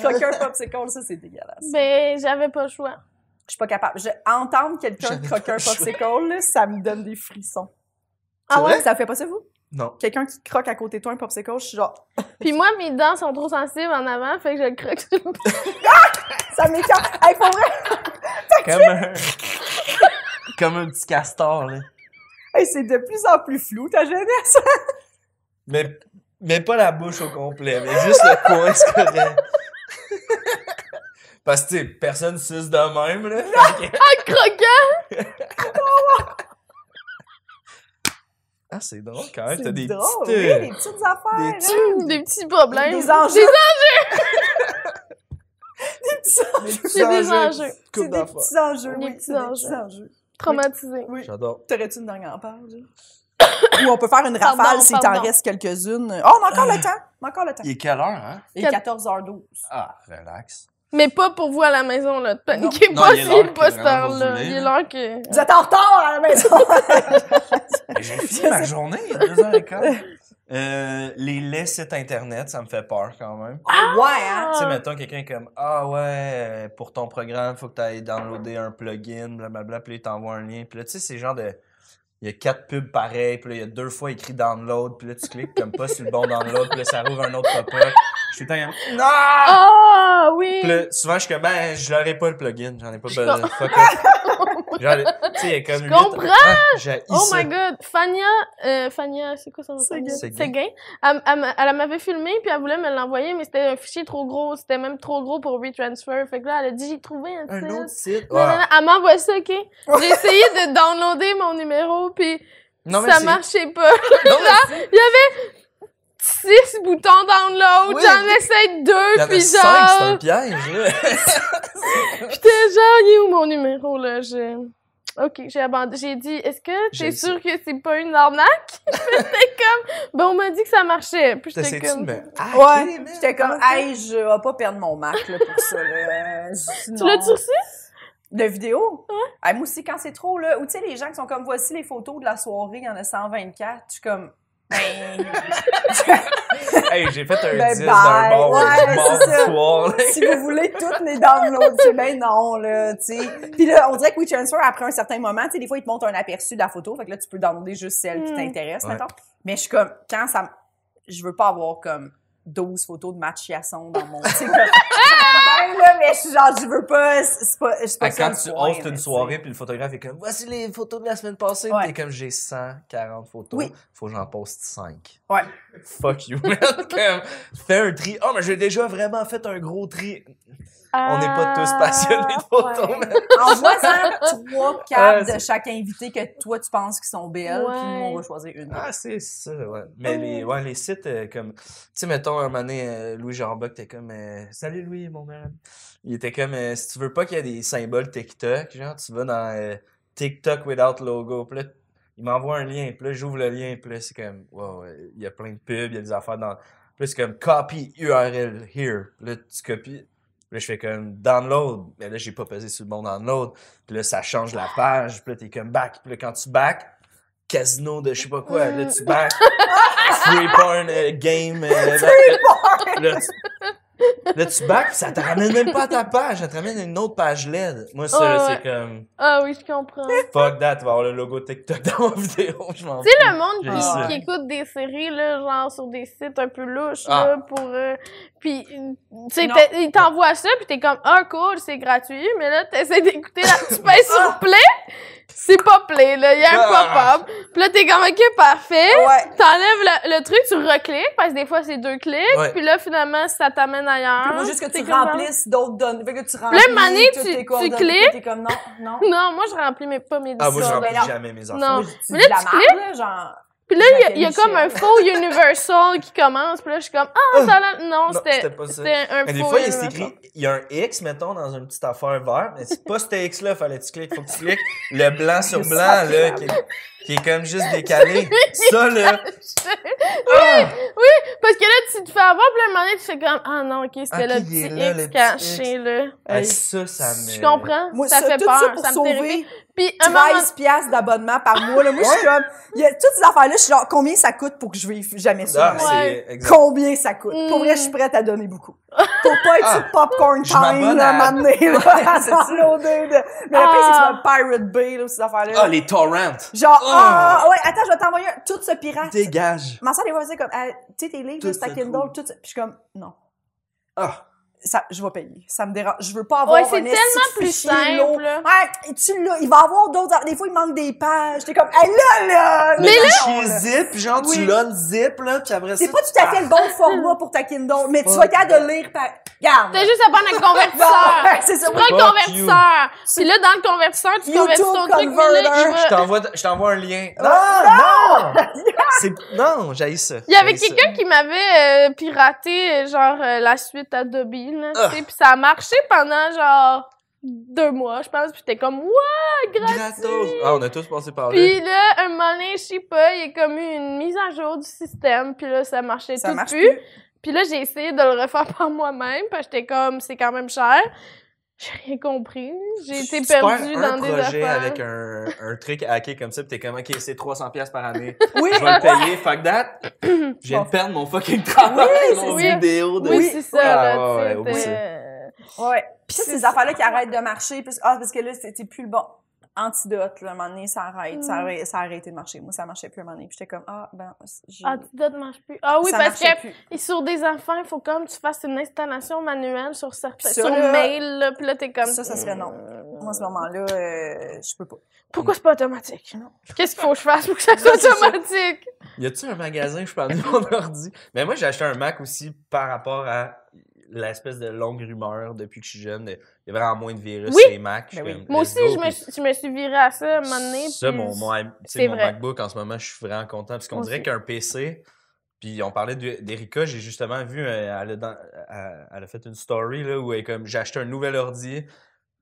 Speaker 2: Croquer un popsicle, ça, c'est dégueulasse.
Speaker 3: Ben, j'avais pas le choix.
Speaker 2: Je suis pas capable. Je, entendre quelqu'un
Speaker 4: J'avais
Speaker 2: croquer
Speaker 4: pas
Speaker 2: un
Speaker 4: le choix.
Speaker 2: popsicle, là, ça me donne des frissons.
Speaker 4: Ah ouais?
Speaker 2: Ça fait pas ça, vous?
Speaker 4: je. Non.
Speaker 2: Quelqu'un qui croque à côté de toi un popsicle, je suis genre,
Speaker 3: Puis moi, mes dents sont trop sensibles en avant, fait que je le croque [LAUGHS] sur le
Speaker 2: ça m'écarte. [LAUGHS] hey, pour vrai,
Speaker 4: Comme un. Comme un [LAUGHS] petit castor, là.
Speaker 2: hey, c'est de plus en plus flou, ta jeunesse.
Speaker 4: Mais, mais pas la bouche au complet, mais juste le coin, c'est
Speaker 2: [LAUGHS]
Speaker 4: correct. Parce que, tu sais, personne suce de même, là.
Speaker 3: croquant!
Speaker 4: [LAUGHS] Ah, c'est drôle quand même.
Speaker 2: C'est
Speaker 4: T'as des
Speaker 2: drôle,
Speaker 4: petites.
Speaker 2: oui,
Speaker 4: euh,
Speaker 2: des petites affaires.
Speaker 4: des
Speaker 2: hein.
Speaker 4: petits-
Speaker 3: Des petits problèmes.
Speaker 2: Des enjeux.
Speaker 4: euh,
Speaker 2: enjeux.
Speaker 4: [LAUGHS]
Speaker 3: Il y a des enjeux.
Speaker 2: C'est des petits enjeux,
Speaker 3: Des
Speaker 2: oui.
Speaker 3: petits
Speaker 2: C'est des
Speaker 3: enjeux.
Speaker 2: petits enjeux.
Speaker 3: Traumatisé.
Speaker 2: Oui.
Speaker 4: J'adore.
Speaker 2: T'aurais-tu une dernière page? [COUGHS] Ou on peut faire une
Speaker 3: Pardon,
Speaker 2: rafale s'il t'en
Speaker 3: pardon.
Speaker 2: reste quelques-unes. Oh, mais encore le temps! Mais encore le temps.
Speaker 4: Il est quelle heure, hein?
Speaker 2: Il est
Speaker 3: Quel-
Speaker 2: 14h12.
Speaker 4: Ah,
Speaker 2: [LAUGHS]
Speaker 4: relax.
Speaker 3: Mais pas pour vous à la maison, là. De paniquez
Speaker 4: Non,
Speaker 3: pas
Speaker 4: il est l'heure
Speaker 3: s'il
Speaker 4: que
Speaker 3: pas cette
Speaker 4: vraiment vous
Speaker 3: heure-là.
Speaker 4: voulez,
Speaker 3: Il est
Speaker 4: là.
Speaker 3: l'heure que.
Speaker 2: Vous êtes en retard hein, à la maison!
Speaker 4: Mais J'ai fini ma journée, il y a deux heures
Speaker 2: [LAUGHS]
Speaker 4: et quart. Euh, les laits sites internet, ça me fait peur quand même.
Speaker 2: ouais, hein?
Speaker 4: Tu sais,
Speaker 3: Ah.
Speaker 4: mettons, quelqu'un est comme Ah ouais, euh, pour ton programme, faut que tu ailles downloader un plugin, blablabla, puis là, il t'envoie un lien. Puis là, tu sais, c'est genre de. Il y a quatre pubs pareils, puis là, il y a deux fois écrit download, puis là, tu cliques comme pas sur le bon download, puis là, ça rouvre un autre pop-up. Je suis tout le temps comme Non!
Speaker 3: Ah oui!
Speaker 4: Puis là, souvent, je suis comme Ben, je l'aurais pas le plugin, j'en ai pas besoin. Fuck off. Genre, tu sais, il y a comme.
Speaker 3: Je
Speaker 4: huit-
Speaker 3: comprends!
Speaker 4: Ah, j'ai
Speaker 3: [LAUGHS] Oh
Speaker 4: ça.
Speaker 3: my god! Fania, euh, Fania, c'est quoi son nom?
Speaker 2: Séguin.
Speaker 4: Séguin.
Speaker 3: Séguin. Elle, elle m'a- elle m'avait filmé puis elle voulait me l'envoyer, mais c'était un fichier trop gros. C'était même trop gros pour retransfer. Fait que là, elle a dit, j'ai trouvé un
Speaker 4: Un
Speaker 3: site.
Speaker 4: autre site. Ah.
Speaker 3: Non, non, non, elle m'envoie ça,
Speaker 4: [LAUGHS]
Speaker 3: OK? J'ai essayé de downloader mon numéro, puis
Speaker 4: Non, mais
Speaker 3: ça
Speaker 4: c'est-
Speaker 3: marchait pas. [LAUGHS]
Speaker 4: Non, mais c'est-
Speaker 3: Six boutons download,
Speaker 4: Oui.
Speaker 3: j'en essaye deux,
Speaker 4: Il y en a
Speaker 3: puis
Speaker 4: cinq, c'est un
Speaker 3: genre... [LAUGHS]
Speaker 4: piège, là.
Speaker 3: Putain, genre, il est où mon numéro, là? J'ai... OK, j'ai abandonné. J'ai dit, est-ce que
Speaker 4: J'ai
Speaker 3: t'es
Speaker 4: dit
Speaker 3: sûr que c'est pas une arnaque? [LAUGHS] C'était comme... Ben, on m'a dit que ça marchait. Puis j'étais
Speaker 4: T'essayes-tu de
Speaker 3: comme...
Speaker 4: me. Ah,
Speaker 2: Ouais,
Speaker 4: ok, man.
Speaker 2: j'étais comme,
Speaker 3: Ah,
Speaker 2: hey, je vais pas perdre mon Mac là, pour ça. Là. Je-
Speaker 3: Tu l'as-tu
Speaker 2: non.
Speaker 3: reçu?
Speaker 2: De vidéo? Ah, moi aussi, quand c'est trop, là. Ou tu sais, les gens qui sont comme, voici les photos de la soirée, il y en a 124. Je suis comme, ben,
Speaker 4: Hey, j'ai fait un
Speaker 2: Ben,
Speaker 4: 10 d'un
Speaker 2: bye.
Speaker 4: bon,
Speaker 2: Ouais, ben,
Speaker 4: du
Speaker 2: c'est
Speaker 4: bon
Speaker 2: ça.
Speaker 4: soir. là.
Speaker 2: si vous voulez toutes les downloads, c'est ben non, là, tu sais. Puis là, on dirait que WeTransfer, après un certain moment, tu sais, des fois, ils te montrent un aperçu de la photo. Fait que là, tu peux downloader juste celle qui
Speaker 3: Hmm.
Speaker 2: t'intéresse,
Speaker 4: Ouais.
Speaker 2: mettons. Mais je suis comme, quand ça. m- Je veux pas avoir comme 12 photos de match chiasson dans mon. Tu sais, comme. ben, là, mais je suis genre, je veux pas. C'est c'est pas. c'est pas
Speaker 4: Ah,
Speaker 2: ça
Speaker 4: Quand
Speaker 2: le
Speaker 4: tu
Speaker 2: point,
Speaker 4: hostes
Speaker 2: là,
Speaker 4: une
Speaker 2: tu sais.
Speaker 4: soirée, puis le photographe est comme Voici les photos de la semaine passée,
Speaker 2: Ouais.
Speaker 4: t'es comme J'ai 140 photos,
Speaker 2: Oui.
Speaker 4: faut que j'en poste 5.
Speaker 2: Ouais.
Speaker 4: Fuck you, man. [LAUGHS] Comme, Fais un tri. Oh, mais j'ai déjà vraiment fait un gros tri. On n'est
Speaker 2: Ah,
Speaker 4: pas tous passionnés de photos,
Speaker 3: ouais.
Speaker 4: man. [LAUGHS]
Speaker 2: Envoie-en trois,
Speaker 4: Ah,
Speaker 2: quatre
Speaker 4: c'est-
Speaker 2: de chaque invité que toi, tu penses qu'ils sont belles, puis nous, on va choisir une.
Speaker 4: Ah, c'est ça, ouais. Mais les, ouais, les sites, euh, comme, tu sais, mettons, un moment donné, euh, Louis Jarboc, t'es comme, euh, salut Louis, mon meilleur ami. Il était comme, euh, si tu veux pas qu'il y ait des symboles TikTok, genre, tu vas dans euh, TikTok without logo, puis là, il m'envoie un lien, puis là, j'ouvre le lien, puis là, c'est comme, wow, euh, il y a plein de pubs, il y a des affaires dans. Puis là, c'est comme, copy URL here. Puis là, tu copies. Puis là, je fais comme, download. Mais là, j'ai pas pesé sur le bon download. Puis là, ça change la page, puis là, t'es comme, back. Puis là, quand tu back, casino de je sais pas quoi. Là, tu
Speaker 3: [LAUGHS]
Speaker 4: back. Free porn euh, game. euh, là, là, tu- là, tu back, puis ça te ramène même pas à ta page. Ça te ramène à une autre page LED. Moi, ça,
Speaker 3: Ouais,
Speaker 4: là,
Speaker 3: ouais.
Speaker 4: c'est comme,
Speaker 3: Ah oui, je comprends. tu
Speaker 4: fuck that. Tu vas avoir le logo TikTok dans ma [LAUGHS] vidéo. Je m'en
Speaker 3: sais, le monde
Speaker 4: J'ai
Speaker 3: qui,
Speaker 2: ça.
Speaker 3: qui écoute des séries, là, genre sur des sites un peu louches,
Speaker 4: Ah.
Speaker 3: là, pour... euh, puis, tu sais,
Speaker 2: Non.
Speaker 3: t'es- ils t'envoient ça, puis t'es comme, ah, cool, c'est gratuit, mais là, t'essaies d'écouter, là,
Speaker 4: [LAUGHS]
Speaker 3: tu pèses sur play, c'est pas play, là, il y a
Speaker 4: Ah.
Speaker 3: un pop-up. Puis là, t'es comme, OK, parfait.
Speaker 2: Ouais.
Speaker 3: T'enlèves le, le truc, tu recliques, parce que des fois, c'est deux clics,
Speaker 4: Ouais.
Speaker 3: puis là, finalement, ça t'amène ailleurs.
Speaker 2: Puis moi, juste que
Speaker 3: T'es
Speaker 2: tu
Speaker 3: comme, ah.
Speaker 2: remplisses d'autres données. Fait que tu
Speaker 3: Puis
Speaker 2: remplis.
Speaker 3: là, Mané,
Speaker 2: toutes
Speaker 3: tu-
Speaker 2: tes
Speaker 3: tu
Speaker 2: coordonnées,
Speaker 3: cliques.
Speaker 2: T'es comme non, non.
Speaker 3: Non, moi, je remplis mes, pas mes
Speaker 4: Ah, moi, je
Speaker 3: histoires,
Speaker 4: remplis
Speaker 3: là.
Speaker 4: jamais mes enfants.
Speaker 3: ben Non.
Speaker 2: Tu dis
Speaker 3: Mais là,
Speaker 2: de la
Speaker 3: tu
Speaker 2: marque, là, genre.
Speaker 3: Puis là, il y a- il y, a
Speaker 2: Michel.
Speaker 3: comme un faux Universal qui commence. Puis là, je suis comme, ah, ça là, non,
Speaker 4: Non,
Speaker 3: c'était
Speaker 4: c'était pas ça.
Speaker 3: c'était un
Speaker 4: Mais des
Speaker 3: faux
Speaker 4: fois, il s'est
Speaker 3: Universal.
Speaker 4: écrit, il y a un X, mettons, dans une petite affaire verte, mais c'est pas ce X-là, fallait que tu cliques, faut que tu cliques le blanc sur
Speaker 2: C'est
Speaker 4: blanc, là, qui, est- qui est comme juste décalé. Ça, là. Ah!
Speaker 3: Parce que là, tu te fais avoir, puis là, à un moment donné, tu fais comme, ah non, ok, c'était
Speaker 4: Ok,
Speaker 3: le
Speaker 4: il est
Speaker 3: petit
Speaker 4: là,
Speaker 3: X
Speaker 4: le petit
Speaker 3: caché, là. Euh,
Speaker 4: Ah, ça, ça me.
Speaker 3: Je comprends,
Speaker 2: Moi,
Speaker 3: ça, fait
Speaker 2: tout
Speaker 3: peur,
Speaker 2: ça pour
Speaker 3: ça me terrifie.
Speaker 2: sauver
Speaker 3: Puis un moment
Speaker 2: 13 piastres d'abonnement par mois. Là, moi, je suis comme, il y a toutes ces affaires-là, je suis genre, combien ça coûte pour que je vive jamais ça?
Speaker 4: Ah,
Speaker 2: dans ma vie?
Speaker 3: Ouais. Mm.
Speaker 4: c'est exact.
Speaker 2: Combien ça coûte? Pour vrai, je suis prête à donner beaucoup. Pour pas être sur popcorn
Speaker 4: Ah. Je
Speaker 2: time,
Speaker 4: m'abonne
Speaker 2: là,
Speaker 4: à-
Speaker 2: m'amener, là, à
Speaker 4: [LAUGHS]
Speaker 2: downloader. de- Mais le pire, c'est que tu vas
Speaker 3: Ah.
Speaker 2: Pirate Bay, là, ou ces affaires-là.
Speaker 4: Ah, les torrents.
Speaker 2: Genre,
Speaker 4: Oh.
Speaker 2: ah, ouais, attends, je vais t'envoyer un- tout ce pirate.
Speaker 4: Dégage.
Speaker 2: Ma soeur, des fois, c'est comme, Ah, tu sais, tes livres,
Speaker 4: Tout
Speaker 2: là, c'est ta
Speaker 4: se
Speaker 2: Kindle,
Speaker 4: trouve.
Speaker 2: tout ça. Puis je suis comme, non.
Speaker 4: Ah.
Speaker 2: Ça, je vais payer. Ça me dérange. Je veux pas avoir
Speaker 3: Ouais, c'est
Speaker 2: un esti
Speaker 3: tellement
Speaker 2: de
Speaker 3: plus
Speaker 2: fichier lourd.
Speaker 3: simple. là.
Speaker 2: Ouais, tu l'as. Il va y avoir d'autres. Des fois, il manque des pages. T'es comme, hey, là, là!
Speaker 4: Mais
Speaker 2: là,
Speaker 4: là,
Speaker 2: là.
Speaker 4: zip, genre,
Speaker 2: Oui.
Speaker 4: tu l'unzip, là, puis après ça.
Speaker 2: C'est pas tout à fait le bon format pour ta Kindle, mais tu
Speaker 4: Fuck.
Speaker 2: vas être capable de lire par. Garde!
Speaker 3: T'as juste à prendre
Speaker 4: [LAUGHS]
Speaker 3: un convertisseur.
Speaker 2: [LAUGHS] Ouais, c'est ça.
Speaker 3: Tu prends le
Speaker 4: Fuck
Speaker 3: convertisseur. Puis là, dans le convertisseur, tu
Speaker 2: YouTube
Speaker 3: convertis ton truc, mais
Speaker 2: converter.
Speaker 3: là,
Speaker 4: Je
Speaker 3: je vais-
Speaker 4: t'envoie, je t'envoie un lien. Non, non! C'est, non, j'ai ça.
Speaker 3: Il y avait
Speaker 4: J'haïs ça.
Speaker 3: quelqu'un qui m'avait euh, piraté, euh, genre, euh, la suite Adobe, vie, là,
Speaker 4: Ah.
Speaker 3: tu sais. Puis ça a marché pendant, genre, deux mois, je pense. Puis j'étais comme, ouais, gratuit!
Speaker 4: Ah, on a tous passé par là.
Speaker 3: Puis là, un moment donné, je sais pas, il y a comme eu une mise à jour du système. Puis là, ça marchait
Speaker 2: Ça
Speaker 3: tout
Speaker 2: marche
Speaker 3: plus.
Speaker 2: plus.
Speaker 3: Puis là, j'ai essayé de le refaire [LAUGHS] par moi-même, parce que j'étais comme, c'est quand même cher. J'ai rien compris. J'ai été
Speaker 4: Tu perds
Speaker 3: perdue
Speaker 4: un
Speaker 3: dans des
Speaker 4: projet
Speaker 3: affaires.
Speaker 4: avec un, un truc hacké comme ça, pis t'es comme, OK, c'est 300$ piastres
Speaker 3: [LAUGHS]
Speaker 4: par année.
Speaker 2: Oui,
Speaker 4: Je vais le payer, fuck that. Je viens de perdre mon fucking travail,
Speaker 2: Oui,
Speaker 4: mon
Speaker 3: c'est ça.
Speaker 4: vidéo de...
Speaker 3: Oui, c'est ça,
Speaker 4: Ah,
Speaker 3: là,
Speaker 4: ouais,
Speaker 3: tu sais,
Speaker 4: ouais, oublie ça.
Speaker 3: t'es-
Speaker 2: ouais. Puis ça, ces affaires-là qui arrêtent de marcher, puis ah, parce que là, c'était plus le bon antidote, là, à un moment donné, ça arrête, ça,
Speaker 3: Mm.
Speaker 2: arrête- ça a arrêté de marcher. Moi, ça marchait plus à un moment donné, puis j'étais comme, ah, ben, j'ai...
Speaker 3: euh, Antidote marche plus. Ah oui,
Speaker 2: ça
Speaker 3: parce
Speaker 2: marchait
Speaker 3: que
Speaker 2: plus.
Speaker 3: et sur des enfants, il faut comme tu fasses une installation manuelle sur certains,
Speaker 2: Ça,
Speaker 3: sur
Speaker 2: là-
Speaker 3: mail, là, puis là, t'es comme... euh,
Speaker 2: Ça, ça serait non. Moi, à ce moment-là, euh, je peux pas.
Speaker 3: Pourquoi c'est pas automatique? Qu'est-ce qu'il faut que je fasse pour que ça soit
Speaker 4: Non, c'est ça.
Speaker 3: automatique?
Speaker 4: Y a-tu un magasin, je parle de mon [LAUGHS] ordi? Mais moi, j'ai acheté un Mac aussi par rapport à l'espèce de longue rumeur depuis que je suis jeune. de- Il y a vraiment moins de virus
Speaker 3: Oui.
Speaker 4: sur les Macs. Je suis
Speaker 2: Ben oui.
Speaker 4: comme,
Speaker 3: Moi
Speaker 4: let's
Speaker 3: aussi,
Speaker 4: go,
Speaker 3: je me,
Speaker 4: puis
Speaker 3: suis- je me suis virée à ça, à un moment donné.
Speaker 4: Ça,
Speaker 3: puis-
Speaker 4: mon, mon, tu sais,
Speaker 3: c'est
Speaker 4: mon
Speaker 3: vrai.
Speaker 4: MacBook, en ce moment, je suis vraiment content. Parce qu'on
Speaker 3: Moi
Speaker 4: dirait
Speaker 3: aussi.
Speaker 4: qu'un PC, puis on parlait de- d'Erika, j'ai justement vu, euh, elle a, dans- euh, elle a fait une story là, où elle est comme j'ai acheté un nouvel ordi.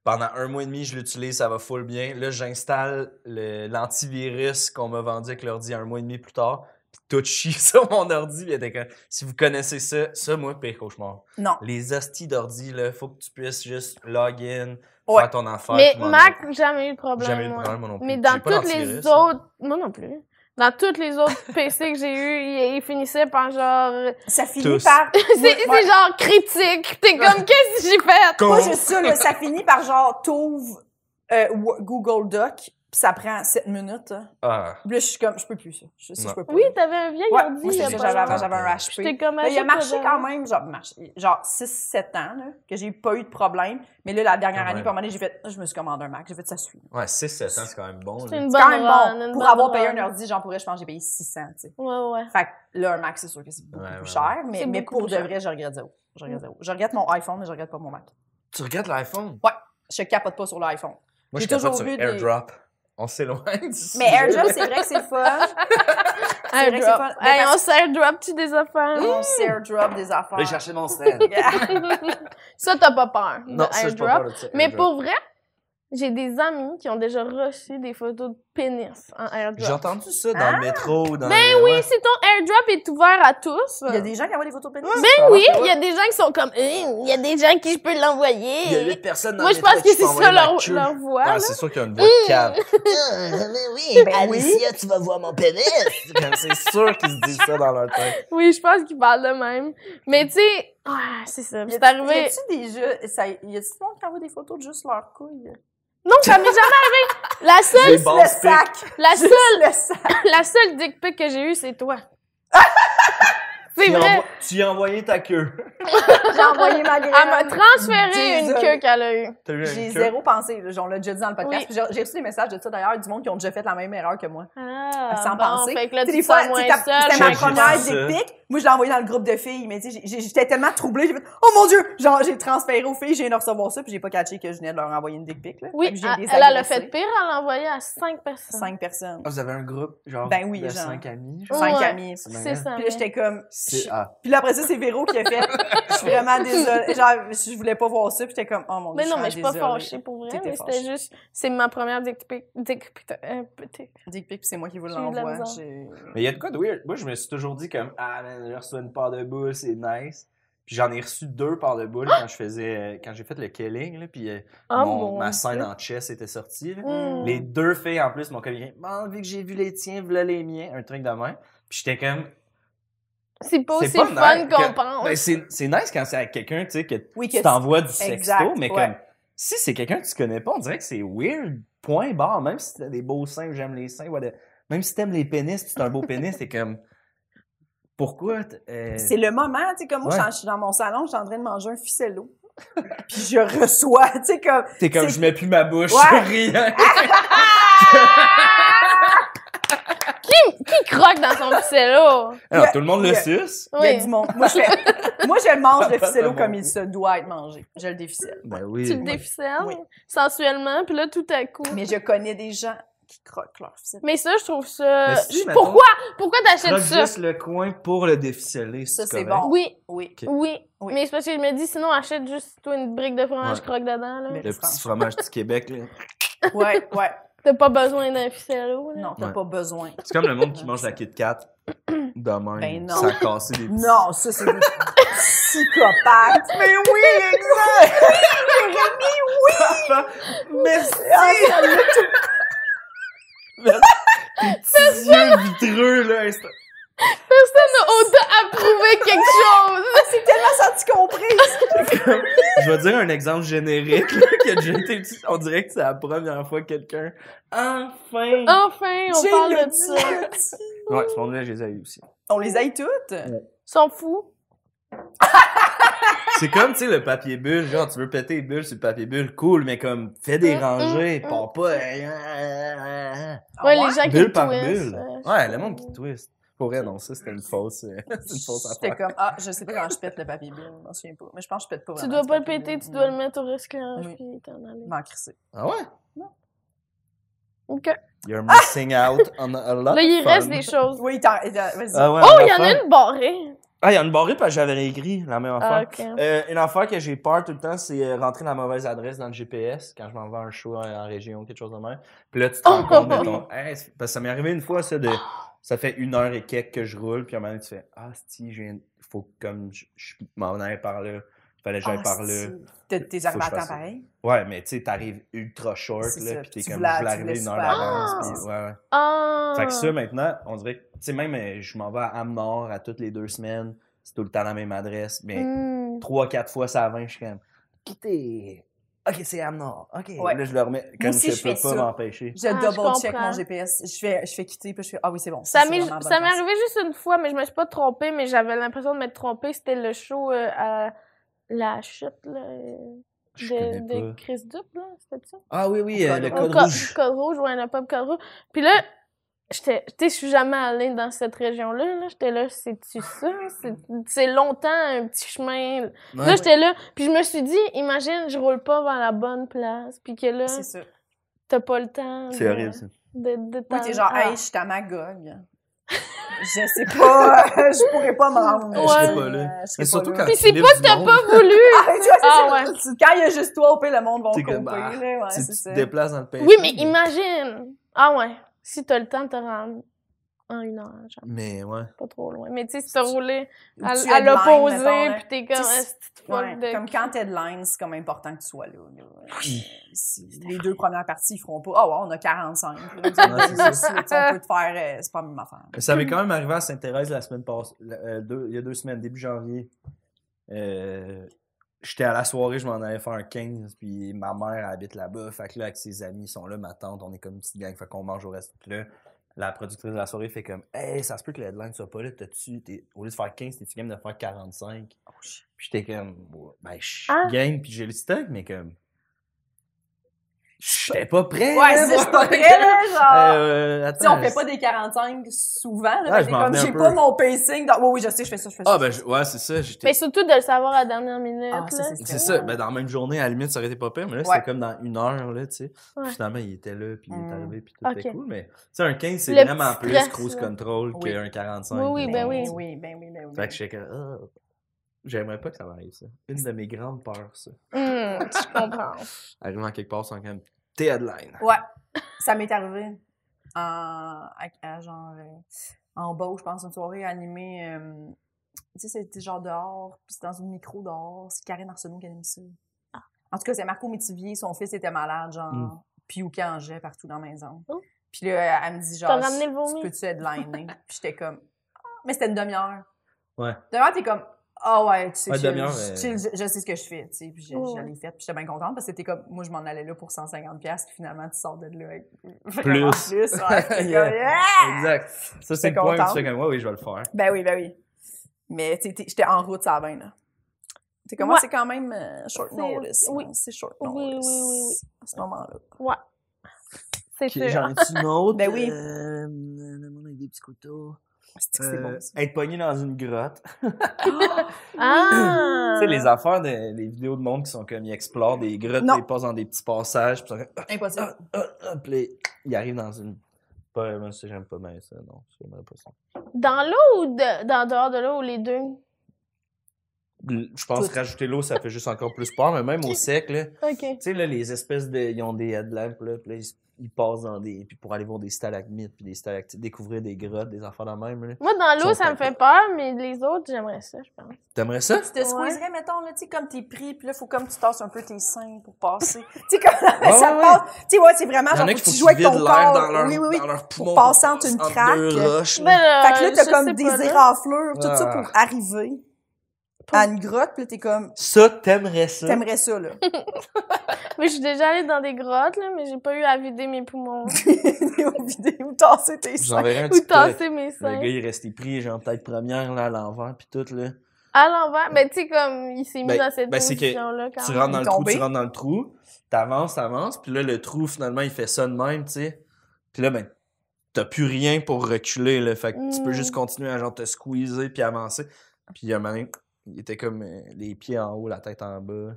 Speaker 4: Pendant un mois et demi, je l'utilise, ça va full bien. Là, j'installe le- l'antivirus qu'on m'a vendu avec l'ordi un mois et demi plus tard. Puis tout chie [LAUGHS] sur mon ordi. Puis elle était comme, si vous connaissez ça, ça, moi, pire cauchemar.
Speaker 2: Non.
Speaker 4: Les hosties d'ordi, là, faut que tu puisses juste login,
Speaker 2: Ouais.
Speaker 4: faire ton affaire.
Speaker 3: Mais
Speaker 4: puis m'en aller.
Speaker 3: Mac, jamais eu de problème.
Speaker 4: Jamais eu de
Speaker 3: moi.
Speaker 4: problème, moi non plus.
Speaker 3: Mais
Speaker 4: J'ai
Speaker 3: dans
Speaker 4: pas
Speaker 3: toutes les
Speaker 4: d'antivirus.
Speaker 2: hein.
Speaker 3: autres. Moi non plus. Dans toutes les autres
Speaker 2: [LAUGHS]
Speaker 3: PC que j'ai eu, ils, ils finissaient par genre. euh,
Speaker 2: Ça finit
Speaker 4: Tous.
Speaker 2: par...
Speaker 3: [LAUGHS] C'est c'est genre critique. T'es comme, qu'est-ce que j'ai fait?
Speaker 2: Pas juste ça, là, ça finit par genre t'ouvres euh, Wo- Google Doc, puis ça prend 7 minutes. hein.
Speaker 4: [LAUGHS] Ah.
Speaker 2: Puis là, je suis comme, je peux plus ça. Je, ça, je peux pas.
Speaker 3: [LAUGHS] Oui, t'avais un vieil
Speaker 2: Ouais,
Speaker 3: ordi.
Speaker 2: moi,
Speaker 3: il y a
Speaker 2: c'est ça,
Speaker 3: pas
Speaker 2: j'avais
Speaker 3: longtemps.
Speaker 2: avant, j'avais un HP.
Speaker 3: J'étais comme
Speaker 2: Mais il a
Speaker 3: achète
Speaker 2: marché
Speaker 3: pas de-
Speaker 2: quand même, genre, marché- genre 6-7 ans, là, que j'ai pas eu de problème. Mais là, la dernière
Speaker 4: Quand
Speaker 2: année,
Speaker 4: même.
Speaker 2: puis à un moment donné, j'ai fait, je me suis commandé un Mac, j'ai fait ça suit.
Speaker 4: Ouais, 6-7 ans, c'est quand même bon.
Speaker 3: C'est
Speaker 4: là.
Speaker 3: une
Speaker 2: C'est
Speaker 3: bonne
Speaker 2: quand même
Speaker 3: run, une
Speaker 2: bon. Pour
Speaker 3: bonne
Speaker 2: avoir payé
Speaker 3: run.
Speaker 2: un ordi, j'en pourrais, je pense, que j'ai payé 600, tu sais.
Speaker 3: Ouais, ouais.
Speaker 2: Fait que là, un Mac, c'est sûr que c'est beaucoup
Speaker 4: Ouais, ouais,
Speaker 2: plus
Speaker 4: ouais.
Speaker 2: cher, Mm. mais,
Speaker 3: C'est
Speaker 2: mais
Speaker 3: beaucoup
Speaker 2: pour
Speaker 3: plus
Speaker 2: de
Speaker 3: cher.
Speaker 2: vrai, je regrette zéro. Je regrette zéro. Je regrette mon iPhone, mais je regrette pas mon Mac.
Speaker 4: Tu regardes l'iPhone?
Speaker 2: Je capote pas sur l'iPhone. J'ai
Speaker 4: Moi, je capote
Speaker 2: toujours
Speaker 4: sur
Speaker 2: vu des-
Speaker 4: AirDrop. On s'éloigne du
Speaker 2: [LAUGHS]
Speaker 3: [LAUGHS]
Speaker 2: Mais AirDrop, c'est vrai que c'est le [LAUGHS] fun. C'est vrai que c'est
Speaker 3: Airdrop.
Speaker 2: fun. Mais
Speaker 3: Hey,
Speaker 2: parce-
Speaker 3: on s'airdrop-tu des
Speaker 2: [LAUGHS]
Speaker 3: affaires?
Speaker 2: On s'airdrop des affaires. [LAUGHS]
Speaker 4: J'ai
Speaker 3: [LAUGHS]
Speaker 4: cherché mon stand.
Speaker 3: ça, t'as pas peur. de
Speaker 4: non, ça, je peux
Speaker 3: airdrop.
Speaker 4: pas le dire.
Speaker 3: Mais
Speaker 4: AirDrop.
Speaker 3: pour vrai, j'ai des amis qui ont déjà reçu des photos de pénis en
Speaker 4: J'ai
Speaker 3: airdrop.
Speaker 4: entendu ça dans le métro ou dans
Speaker 3: Ben
Speaker 4: le...
Speaker 3: oui, si ton airdrop est ouvert à tous.
Speaker 2: Il y a des gens qui envoient des photos de pénis.
Speaker 3: Ben oui, il y a des gens qui sont comme, Eh, il y a des gens qui je peux
Speaker 4: Il y a
Speaker 3: l'envoyer.
Speaker 4: 8 personnes dans
Speaker 3: Moi,
Speaker 4: le
Speaker 3: je
Speaker 4: métro
Speaker 3: pense que
Speaker 4: qui
Speaker 3: c'est
Speaker 4: se font
Speaker 3: ça
Speaker 4: envoyer
Speaker 3: leur,
Speaker 4: la queue.
Speaker 3: leur voix.
Speaker 4: Ouais,
Speaker 3: là.
Speaker 4: c'est sûr qu'il y
Speaker 3: [LAUGHS]
Speaker 4: a une voix de cave.
Speaker 5: Mais Ah, ben oui,
Speaker 4: Ben
Speaker 5: Alicia, tu vas voir mon pénis.
Speaker 4: [LAUGHS] C'est sûr qu'ils se disent ça dans leur tête.
Speaker 3: Oui, je pense qu'ils parlent de même. Mais tu sais, ah, c'est ça.
Speaker 2: Y
Speaker 3: C'est
Speaker 2: a-tu- Y
Speaker 3: arrivé.
Speaker 2: a-tu des jeux, ça, y a-tu du monde qui envoie des photos de juste leur couille?
Speaker 3: Non, ça m'est jamais arrivé. La seule,
Speaker 4: Des bons
Speaker 2: le
Speaker 4: pics.
Speaker 2: sac! [LAUGHS]
Speaker 3: la
Speaker 2: Juste
Speaker 3: seule,
Speaker 2: le sac!
Speaker 3: la seule dick pic que j'ai eue, c'est
Speaker 4: [LAUGHS]
Speaker 3: toi. c'est
Speaker 4: Tu y
Speaker 3: vrai.
Speaker 4: envoies- Tu y as envoyé ta queue. [LAUGHS]
Speaker 2: J'ai envoyé ma
Speaker 3: Elle
Speaker 2: graine.
Speaker 3: m'a transféré une
Speaker 2: Désolée.
Speaker 3: queue qu'elle a eue.
Speaker 4: T'as eu une
Speaker 2: J'ai
Speaker 4: queue.
Speaker 2: zéro pensée. là. On l'a déjà dit dans le podcast. Puis
Speaker 3: Oui.
Speaker 2: J'ai j'ai reçu des messages de ça d'ailleurs, du monde qui ont déjà fait la même erreur que moi.
Speaker 3: Ah,
Speaker 2: sans
Speaker 3: bon,
Speaker 2: penser.
Speaker 3: Fait que là,
Speaker 2: Tu sais,
Speaker 3: tu
Speaker 2: des
Speaker 3: te
Speaker 2: fois,
Speaker 3: sens moins
Speaker 2: tu sais, t'as- c'était
Speaker 3: seule.
Speaker 2: ma
Speaker 4: J'ai- j'ai
Speaker 2: première
Speaker 4: vu ça.
Speaker 2: dick pic. Moi, je l'ai envoyé dans le groupe de filles, mais tu sais, j'ai- j'étais tellement troublée. J'ai fait, oh mon Dieu! Genre, j'ai transféré aux filles, j'ai viens de recevoir ça, puis j'ai pas catché que je venais de leur envoyer une dick pic. Là.
Speaker 3: Oui, ah,
Speaker 2: Fait que j'ai
Speaker 3: elle,
Speaker 2: les
Speaker 3: elle a le
Speaker 2: agressées.
Speaker 3: fait pire, elle l'a envoyé à cinq personnes.
Speaker 2: Cinq personnes.
Speaker 4: Ah, vous avez un groupe, genre,
Speaker 2: Ben oui,
Speaker 4: de
Speaker 2: genre.
Speaker 4: 5 amis? genre?
Speaker 2: Cinq
Speaker 3: Ouais.
Speaker 2: amis.
Speaker 4: C'est
Speaker 3: C'est
Speaker 4: dingue.
Speaker 3: ça.
Speaker 2: Puis là, j'étais comme.
Speaker 4: C'est...
Speaker 2: je-
Speaker 4: Ah.
Speaker 2: Puis là, après ça, c'est Véro qui a fait. Je suis
Speaker 3: [LAUGHS]
Speaker 2: vraiment désolée. Genre, je voulais pas voir ça. Puis j'étais comme, oh mon dieu.
Speaker 3: Mais non, mais je suis pas
Speaker 2: désolée.
Speaker 3: fâchée pour vrai.
Speaker 2: T'étais
Speaker 3: Mais c'était
Speaker 2: fâchée.
Speaker 3: juste, c'est ma première dick pic. Dick pic. euh, petit.
Speaker 2: Dick pic, puis c'est moi qui vous
Speaker 3: J'ai eu de la
Speaker 2: l'envoie.
Speaker 3: misère.
Speaker 2: j'ai-
Speaker 4: Mais il y a de quoi de weird. Moi, je me suis toujours dit comme ah man, j'ai reçu une part de boule, c'est nice. Puis j'en ai reçu deux parts de boule quand je faisais quand j'ai fait le killing là, puis euh,
Speaker 3: [GASPS] Oh
Speaker 4: mon-
Speaker 3: mon
Speaker 4: ma scène
Speaker 3: Dieu.
Speaker 4: en chess était sortie. là.
Speaker 3: Mm.
Speaker 4: Les deux filles en plus m'ont comme bon, vu que j'ai vu les tiens, voilà les miens, un truc de même. Puis j'étais comme
Speaker 3: C'est pas aussi
Speaker 4: pas
Speaker 3: fun
Speaker 4: nice
Speaker 3: qu'on
Speaker 4: que-
Speaker 3: pense.
Speaker 4: ben, c'est c'est nice quand c'est à quelqu'un tu sais que
Speaker 2: [LAUGHS] Oui,
Speaker 4: tu
Speaker 2: que
Speaker 4: t'envoies du sexto,
Speaker 2: Exact,
Speaker 4: mais
Speaker 2: ouais.
Speaker 4: comme si c'est quelqu'un que tu connais pas, on dirait que c'est weird. Point barre, même si t'as des beaux seins, j'aime les seins, whatever. même si t'aimes les pénis, tu t'as un beau pénis, c'est comme pourquoi t- euh,
Speaker 2: C'est le moment, tu sais, comme moi,
Speaker 4: Ouais.
Speaker 2: je suis dans mon salon, je suis en train de manger un ficello. [LAUGHS] puis je reçois, tu sais, comme,
Speaker 4: t'es comme
Speaker 2: c'est-
Speaker 4: je mets plus ma bouche
Speaker 2: Ouais. Ah,
Speaker 4: sur rien.
Speaker 3: Qui croque dans son
Speaker 2: [LAUGHS]
Speaker 3: ficello?
Speaker 4: Alors
Speaker 2: Yeah,
Speaker 4: Ah tout le monde le
Speaker 2: yeah.
Speaker 4: suce.
Speaker 2: il y a
Speaker 3: Oui.
Speaker 2: du monde. Moi, je [LAUGHS] fais, moi, je le mange le
Speaker 4: Papa,
Speaker 2: ficello
Speaker 4: mon
Speaker 2: comme
Speaker 4: Dieu.
Speaker 2: il se doit être mangé. Je le déficelle.
Speaker 4: Ben
Speaker 3: Tu
Speaker 4: oui.
Speaker 3: le déficelles
Speaker 2: Oui.
Speaker 3: sensuellement, puis là, tout à coup.
Speaker 2: Mais je connais des gens qui croquent leur ficelle.
Speaker 3: Mais ça, je trouve ça.
Speaker 4: Mais Ben, si,
Speaker 3: je-
Speaker 4: mettons,
Speaker 3: Pourquoi? Pourquoi t'achètes
Speaker 4: Croque
Speaker 3: ça?
Speaker 4: juste le coin pour le déficeler.
Speaker 2: Ça, c'est
Speaker 4: correct.
Speaker 2: bon.
Speaker 3: Oui,
Speaker 2: Oui.
Speaker 4: Ok.
Speaker 3: oui,
Speaker 2: Oui.
Speaker 3: Mais c'est parce que je me dis, sinon, achète juste toi une brique de fromage
Speaker 4: Ouais.
Speaker 3: croque dedans, là.
Speaker 2: Mais-
Speaker 4: Le petit fromage du Québec, là.
Speaker 2: Ouais, ouais.
Speaker 3: T'as pas besoin d'un ficello, là.
Speaker 2: Non, t'as
Speaker 4: Ouais.
Speaker 2: pas besoin.
Speaker 4: C'est comme le monde qui mange la Kit Kat. Demain,
Speaker 2: Ben non.
Speaker 4: ça a cassé des petits-
Speaker 2: Non, ça, c'est des psychopathes. [LAUGHS] Mais oui, [LAUGHS] exact!
Speaker 4: Merci!
Speaker 2: Ah, ça l'a tout-
Speaker 4: Petits yeux vitreux, là. insta-
Speaker 3: Personne n'a autant approuvé quelque chose.
Speaker 2: C'est tellement senti comprise.
Speaker 4: Je vais dire un exemple générique, là, qui a déjà été utilisé. On dirait que c'est la première fois que quelqu'un. Enfin!
Speaker 3: Enfin, on
Speaker 2: Jane
Speaker 3: parle
Speaker 2: l'a
Speaker 3: de
Speaker 2: dit,
Speaker 3: ça.
Speaker 2: elle l'a dit.
Speaker 4: Ouais, ce monde-là, je les ai eu aussi.
Speaker 2: [LAUGHS] On les aille toutes?
Speaker 3: S'en fout.
Speaker 4: C'est comme, tu sais, le papier bulle. Genre, tu veux péter les bulles sur le papier bulle, cool, mais comme, fais des
Speaker 3: Mm,
Speaker 4: rangées,
Speaker 3: mm, mm.
Speaker 4: pars pas. hein, euh, euh, euh,
Speaker 2: Ah
Speaker 3: Ouais,
Speaker 2: ouais?
Speaker 3: les gens qui
Speaker 4: Bulle par
Speaker 3: twist,
Speaker 4: bulle.
Speaker 3: euh, je-
Speaker 4: Ouais, le monde qui twist. Pour vrai, non, ça, c'était une fausse, euh, [LAUGHS] c'est une fausse
Speaker 2: J'étais
Speaker 4: affaire.
Speaker 2: comme, ah, je sais pas comment je pète le papier bulle, je m'en souviens pas. Mais je pense que je pète pas
Speaker 3: Tu
Speaker 2: vraiment
Speaker 3: dois
Speaker 2: du
Speaker 3: pas le
Speaker 2: papier
Speaker 3: péter,
Speaker 2: bulle.
Speaker 3: tu dois le mettre au risquage,
Speaker 2: Oui.
Speaker 3: puis t'en aller.
Speaker 2: M'en crisser.
Speaker 4: Ah ouais?
Speaker 3: OK.
Speaker 4: You're missing out on a lot
Speaker 3: Là, il
Speaker 4: of Ah, fun.
Speaker 3: reste des choses.
Speaker 2: Oui, t'en- euh, vas-y.
Speaker 4: Ah ouais,
Speaker 3: Oh,
Speaker 4: on
Speaker 3: il y en
Speaker 4: fun.
Speaker 3: a une barrée.
Speaker 4: Ah, il y en a une barrée parce que j'avais écrit la même
Speaker 3: Ah,
Speaker 4: affaire.
Speaker 3: OK.
Speaker 4: Euh, une affaire que j'ai peur tout le temps, c'est euh, rentrer la mauvaise adresse dans le GPS quand je m'en vais à un show en, en région, quelque chose de même. Puis là, tu te rends
Speaker 3: Oh!
Speaker 4: compte de ton. [LAUGHS] Hey, c'est- parce que ça m'est arrivé une fois, ça, de. Ça fait une heure et quelques que je roule, puis à un moment donné, tu fais Ah, si, je viens. Faut comme. Je, je m'en aille par là. Fallait que j'aille
Speaker 2: Ah,
Speaker 4: par là.
Speaker 2: si. T'es- T'es arrivé
Speaker 4: Faut que
Speaker 2: à
Speaker 4: je fasse
Speaker 2: temps
Speaker 4: ça.
Speaker 2: pareil?
Speaker 3: Ah,
Speaker 4: Ouais, mais tu sais, t'arrives ultra short,
Speaker 2: C'est ça,
Speaker 4: là, puis t'es
Speaker 2: tu
Speaker 4: comme, je
Speaker 2: voulais-
Speaker 4: voulais
Speaker 2: tu
Speaker 4: arriver
Speaker 2: voulais
Speaker 4: une heure
Speaker 2: super.
Speaker 4: d'avance,
Speaker 3: Ah!
Speaker 4: puis ouais, ouais.
Speaker 3: Ah!
Speaker 4: Fait que ça, maintenant, on dirait que, tu sais, même, euh, je m'en vais à Amnor à toutes les deux semaines, c'est tout le temps la même adresse, mais
Speaker 3: Hmm.
Speaker 4: trois, quatre fois, ça va, je suis comme, quittez, ok, c'est Amnor, ok.
Speaker 2: Ouais.
Speaker 4: Là, je le remets, comme
Speaker 2: aussi, je
Speaker 4: je peux
Speaker 2: fais
Speaker 4: pas
Speaker 2: ça.
Speaker 4: m'empêcher.
Speaker 2: Je
Speaker 3: Ah, je
Speaker 2: double-check
Speaker 3: comprends.
Speaker 2: mon GPS. Je fais, je fais quitter, puis je fais, ah oui, c'est bon.
Speaker 3: Ça
Speaker 2: c'est
Speaker 3: m'est
Speaker 2: vraiment la bonne
Speaker 3: ça m'est
Speaker 2: place.
Speaker 3: arrivé juste une fois, mais je me suis pas trompée, mais j'avais l'impression de m'être trompée. C'était le show euh, à la chute là, euh,
Speaker 4: Je connais
Speaker 3: de, de
Speaker 4: pas.
Speaker 3: Chris Dupe, là, c'était ça?
Speaker 4: Ah oui, oui, euh,
Speaker 2: Au
Speaker 4: le
Speaker 3: Au
Speaker 4: code
Speaker 3: co-
Speaker 4: rouge.
Speaker 3: Code rouge, ouais, le pub code rouge. Puis là, j'étais, tu sais, je suis jamais allée dans cette région-là. Là. J'étais là, c'est-tu ça? C'est, c'est longtemps un petit chemin. Là, j'étais là, puis je me suis dit, imagine, je roule pas vers la bonne place, puis que là,
Speaker 2: C'est ça.
Speaker 3: hein. t'as pas le temps.
Speaker 4: C'est
Speaker 3: de-
Speaker 4: horrible, ça.
Speaker 3: De, de
Speaker 2: Oui, t'es
Speaker 3: t'en-
Speaker 2: genre,
Speaker 3: Ah.
Speaker 2: hey, je suis à Magog.
Speaker 3: [LAUGHS]
Speaker 2: je sais pas, euh, je pourrais pas me rendre. Euh,
Speaker 3: Je serais
Speaker 4: pas là.
Speaker 2: Je serais
Speaker 4: Mais surtout
Speaker 2: là.
Speaker 4: quand
Speaker 3: Puis
Speaker 4: tu
Speaker 3: c'est
Speaker 4: livres
Speaker 3: pas
Speaker 4: du
Speaker 3: que t'as
Speaker 4: monde,
Speaker 3: pas
Speaker 4: [LAUGHS]
Speaker 3: voulu!
Speaker 2: Ah, tu vois, c'est
Speaker 3: Ah,
Speaker 2: ça. Tu- Quand il y a juste toi, au pire, le monde va
Speaker 4: T'es
Speaker 2: couper.
Speaker 4: comme, ah,
Speaker 2: là, ouais,
Speaker 4: tu-
Speaker 2: c'est
Speaker 4: tu
Speaker 2: ça.
Speaker 4: te déplaces dans le pays.
Speaker 3: Oui, mais imagine! Ah ouais, si t'as le temps de te rendre en une heure, genre,
Speaker 4: Mais ouais.
Speaker 3: pas trop loin. Mais tu sais, si t'as roulé
Speaker 2: Ou
Speaker 3: à,
Speaker 2: tu
Speaker 3: à
Speaker 2: headlines, mettons,
Speaker 3: l'opposé,
Speaker 2: là.
Speaker 3: puis t'es
Speaker 2: Tu
Speaker 3: comme,
Speaker 2: sais,
Speaker 3: est-ce que tu te fuck
Speaker 2: Ouais,
Speaker 3: de
Speaker 2: Comme quand Deadline, c'est comme important que tu sois là. là. Si les deux premières parties, ils feront pas. Ah ouais, on a 45. là. Tu sais,
Speaker 4: Ouais, c'est
Speaker 2: tu sais, on peut te faire. euh, c'est pas la même affaire.
Speaker 4: Ça m'est quand même arrivé à Sainte-Thérèse la semaine passée, la- euh, deux- il y a deux semaines, début janvier. Euh, J'étais à la soirée, je m'en allais faire un 15, puis ma mère habite là-bas. Fait que là, avec ses amis, ils sont là, ma tante, on est comme une petite gang, fait qu'on mange au reste. Puis là, la productrice de la soirée fait comme Hey, ça se peut que le headline soit pas là, t'as-tu, t'es- au lieu de faire 15, t'es-tu game de faire 45?
Speaker 2: Oh,
Speaker 4: Puis j'étais comme, Ouais, ben, je suis
Speaker 3: Ah.
Speaker 4: game, puis j'ai le stock, mais comme. J'étais pas prêt!
Speaker 2: Ouais,
Speaker 4: là,
Speaker 2: c'est je suis
Speaker 4: moi.
Speaker 2: pas prêt, là. Genre.
Speaker 4: [LAUGHS] Euh, attends,
Speaker 2: Tu sais, on fait pas des 45 souvent.
Speaker 4: Ah,
Speaker 2: Là, mais
Speaker 4: je
Speaker 2: c'est
Speaker 4: m'en
Speaker 2: comme
Speaker 4: venais un
Speaker 2: j'ai
Speaker 4: peu.
Speaker 2: pas mon pacing. dans- Oui, oui, je sais, je fais ça, je fais ça.
Speaker 4: Ah, ben, je- ouais, c'est ça, j'étais.
Speaker 3: Mais surtout de le savoir à la dernière minute.
Speaker 2: Ah, ça,
Speaker 3: là.
Speaker 2: c'est
Speaker 4: C'est ça, ben dans la même journée, à la limite, ça aurait été pas pire, mais là,
Speaker 2: Ouais.
Speaker 4: c'était comme dans une heure, là, tu sais. Puis
Speaker 3: Ouais. Mmh.
Speaker 4: Finalement, il était là, puis il
Speaker 2: Mm.
Speaker 4: est arrivé, puis tout était
Speaker 3: Ok.
Speaker 4: cool, mais tu sais, un 15, c'est
Speaker 3: Le
Speaker 4: vraiment
Speaker 3: petit
Speaker 4: plus
Speaker 3: stress,
Speaker 4: cruise
Speaker 3: là.
Speaker 4: control
Speaker 2: Oui.
Speaker 4: qu'un 45.
Speaker 3: Oui, oui,
Speaker 4: là.
Speaker 3: ben oui.
Speaker 2: oui, ben oui, ben oui.
Speaker 4: Fait que j'étais comme, Ah, j'aimerais pas que ça m'arrive, ça. Une de mes grandes peurs, ça.
Speaker 3: Hmm, je comprends.
Speaker 4: Arriver en quelque part sans quand même. T'es headline.
Speaker 2: Ouais, ça m'est arrivé. En, à, à genre, euh, en bas, je pense, une soirée animée. euh, tu sais, c'était genre dehors, puis c'est dans une micro dehors. C'est Karine Arsenault qui anime ça. En tout cas, c'est Marco Métivier. Son fils était malade, genre,
Speaker 4: Ah. Mm.
Speaker 2: puis au jet partout dans la maison.
Speaker 3: Oh.
Speaker 2: Puis là, elle me dit, genre,
Speaker 3: T'as ramené le
Speaker 2: tu
Speaker 3: vomi.
Speaker 2: peux-tu headliner?
Speaker 4: [LAUGHS]
Speaker 2: puis j'étais comme, Ah, mais c'était une demi-heure.
Speaker 4: Ouais.
Speaker 2: Demi-heure, t'es comme, ah ouais, tu sais,
Speaker 4: Ouais,
Speaker 2: je,
Speaker 4: demi-heure,
Speaker 2: je-
Speaker 4: euh,
Speaker 2: chill, je- je sais ce que je fais, tu sais, puis je,
Speaker 3: Ouais,
Speaker 2: je
Speaker 3: ouais.
Speaker 2: l'ai faite, puis j'étais bien contente parce que c'était comme, moi, je m'en allais là pour 150$, puis finalement, tu sors de là avec
Speaker 3: [LAUGHS]
Speaker 2: vraiment
Speaker 4: Plus.
Speaker 2: plus.
Speaker 4: [LAUGHS]
Speaker 2: ouais. T'es comme,
Speaker 4: Yeah.
Speaker 3: ah!
Speaker 2: Yeah!
Speaker 4: Exact. Ça,
Speaker 2: J'étais
Speaker 4: c'est le point où tu
Speaker 2: contente.
Speaker 4: fais comme, ouais, oui, je vais le faire.
Speaker 2: Ben oui, ben oui. Mais tu sais, t'es- j'étais en route, ça va, là. C'est comment?
Speaker 3: Ouais.
Speaker 2: C'est quand même euh, short
Speaker 3: C'est-
Speaker 2: notice.
Speaker 3: oui.
Speaker 2: hein, C'est short
Speaker 3: Oui, oui,
Speaker 2: notice.
Speaker 3: oui, oui.
Speaker 2: À ce moment-là.
Speaker 3: Ouais. C'est
Speaker 4: Ok,
Speaker 3: sûr.
Speaker 4: J'en ai une
Speaker 3: [LAUGHS]
Speaker 4: autre.
Speaker 2: Ben oui.
Speaker 4: Euh, le monde avec des petits couteaux.
Speaker 2: C'est Ah, que c'est
Speaker 4: Euh,
Speaker 2: bon, ça.
Speaker 4: être pogné dans une grotte.
Speaker 3: Ah!
Speaker 4: [CLEARS THROAT] Tu sais, les affaires, de, les vidéos de monde qui sont comme, ils explorent des grottes,
Speaker 2: Non.
Speaker 4: ils passent dans des petits passages, puis ils sont comme,
Speaker 2: Impossible.
Speaker 4: ah, ah, puis là, ils arrivent dans une... Pas, moi, ça, j'aime pas bien ça, non, j'aimerais pas ça.
Speaker 3: Dans l'eau ou de- dans dehors de l'eau ou les deux?
Speaker 4: Je pense que rajouter l'eau, ça fait juste encore plus peur, mais même au sec, là,
Speaker 3: OK.
Speaker 4: Tu sais, là, les espèces de. Ils ont des headlamps, là, puis là, ils, s- ils passent dans des. Puis pour aller voir des stalagmites, puis des stalactites, découvrir des grottes, des affaires de même, là.
Speaker 3: Moi, dans l'eau,
Speaker 4: Sont
Speaker 3: ça me
Speaker 4: pas-
Speaker 3: fait peur, mais les autres, j'aimerais ça, je pense.
Speaker 4: T'aimerais ça?
Speaker 2: Ah, Tu te squeezerais, mettons, là, tu sais, comme t'es pris, puis là, faut comme tu tasses un peu tes seins pour
Speaker 3: [LAUGHS]
Speaker 2: passer. tu sais, comme
Speaker 4: Ouais,
Speaker 2: ça
Speaker 4: ouais,
Speaker 2: passe. Tu sais, ouais, c'est vraiment
Speaker 4: Il y en
Speaker 2: Ah, genre,
Speaker 4: a
Speaker 2: faut
Speaker 4: qui
Speaker 2: que
Speaker 4: faut
Speaker 2: tu
Speaker 4: qu'ils
Speaker 2: joues avec
Speaker 4: vident
Speaker 2: ton corps.
Speaker 4: l'air dans leur,
Speaker 2: oui, oui, oui.
Speaker 4: dans leur poumon.
Speaker 2: passer entre une
Speaker 4: deux
Speaker 2: craque.
Speaker 4: roches, là.
Speaker 3: Ben, euh,
Speaker 2: Fait que là, t'as
Speaker 3: je
Speaker 2: comme
Speaker 3: sais
Speaker 2: des
Speaker 3: pas, là.
Speaker 2: éraflures, tout
Speaker 4: Ah.
Speaker 2: ça pour arriver
Speaker 3: Pour-
Speaker 2: à une grotte, puis là, t'es comme,
Speaker 4: Ça, t'aimerais ça?
Speaker 2: t'aimerais ça, là.
Speaker 3: Mais je suis déjà allée dans des grottes, là, mais j'ai pas eu à vider mes
Speaker 4: [LAUGHS]
Speaker 2: [LAUGHS]
Speaker 3: poumons
Speaker 2: Ou vider, ou tasser tes
Speaker 4: Je vous
Speaker 2: seins.
Speaker 4: enverrai un
Speaker 3: ou
Speaker 4: petit peu.
Speaker 3: tasser mes
Speaker 4: Le
Speaker 3: seins.
Speaker 4: gars, il est resté pris, genre, tête première, là, à l'envers, puis tout, là.
Speaker 3: À l'envers. Mais tu sais, comme, il s'est mis
Speaker 4: Ben-
Speaker 3: dans cette
Speaker 4: ben, c'est que
Speaker 3: position-là quand
Speaker 4: Tu
Speaker 3: même.
Speaker 4: rentres dans le trou,
Speaker 2: Tombé.
Speaker 4: tu rentres dans le trou, t'avances, t'avances, puis là, le trou, finalement, il fait ça de même, tu sais. Puis là, ben, t'as plus rien pour reculer, là. Fait que tu peux
Speaker 3: Mm.
Speaker 4: juste continuer à, genre, te squeezer puis avancer. Puis, à un moment donné, il était comme euh, les pieds en haut, la tête en bas.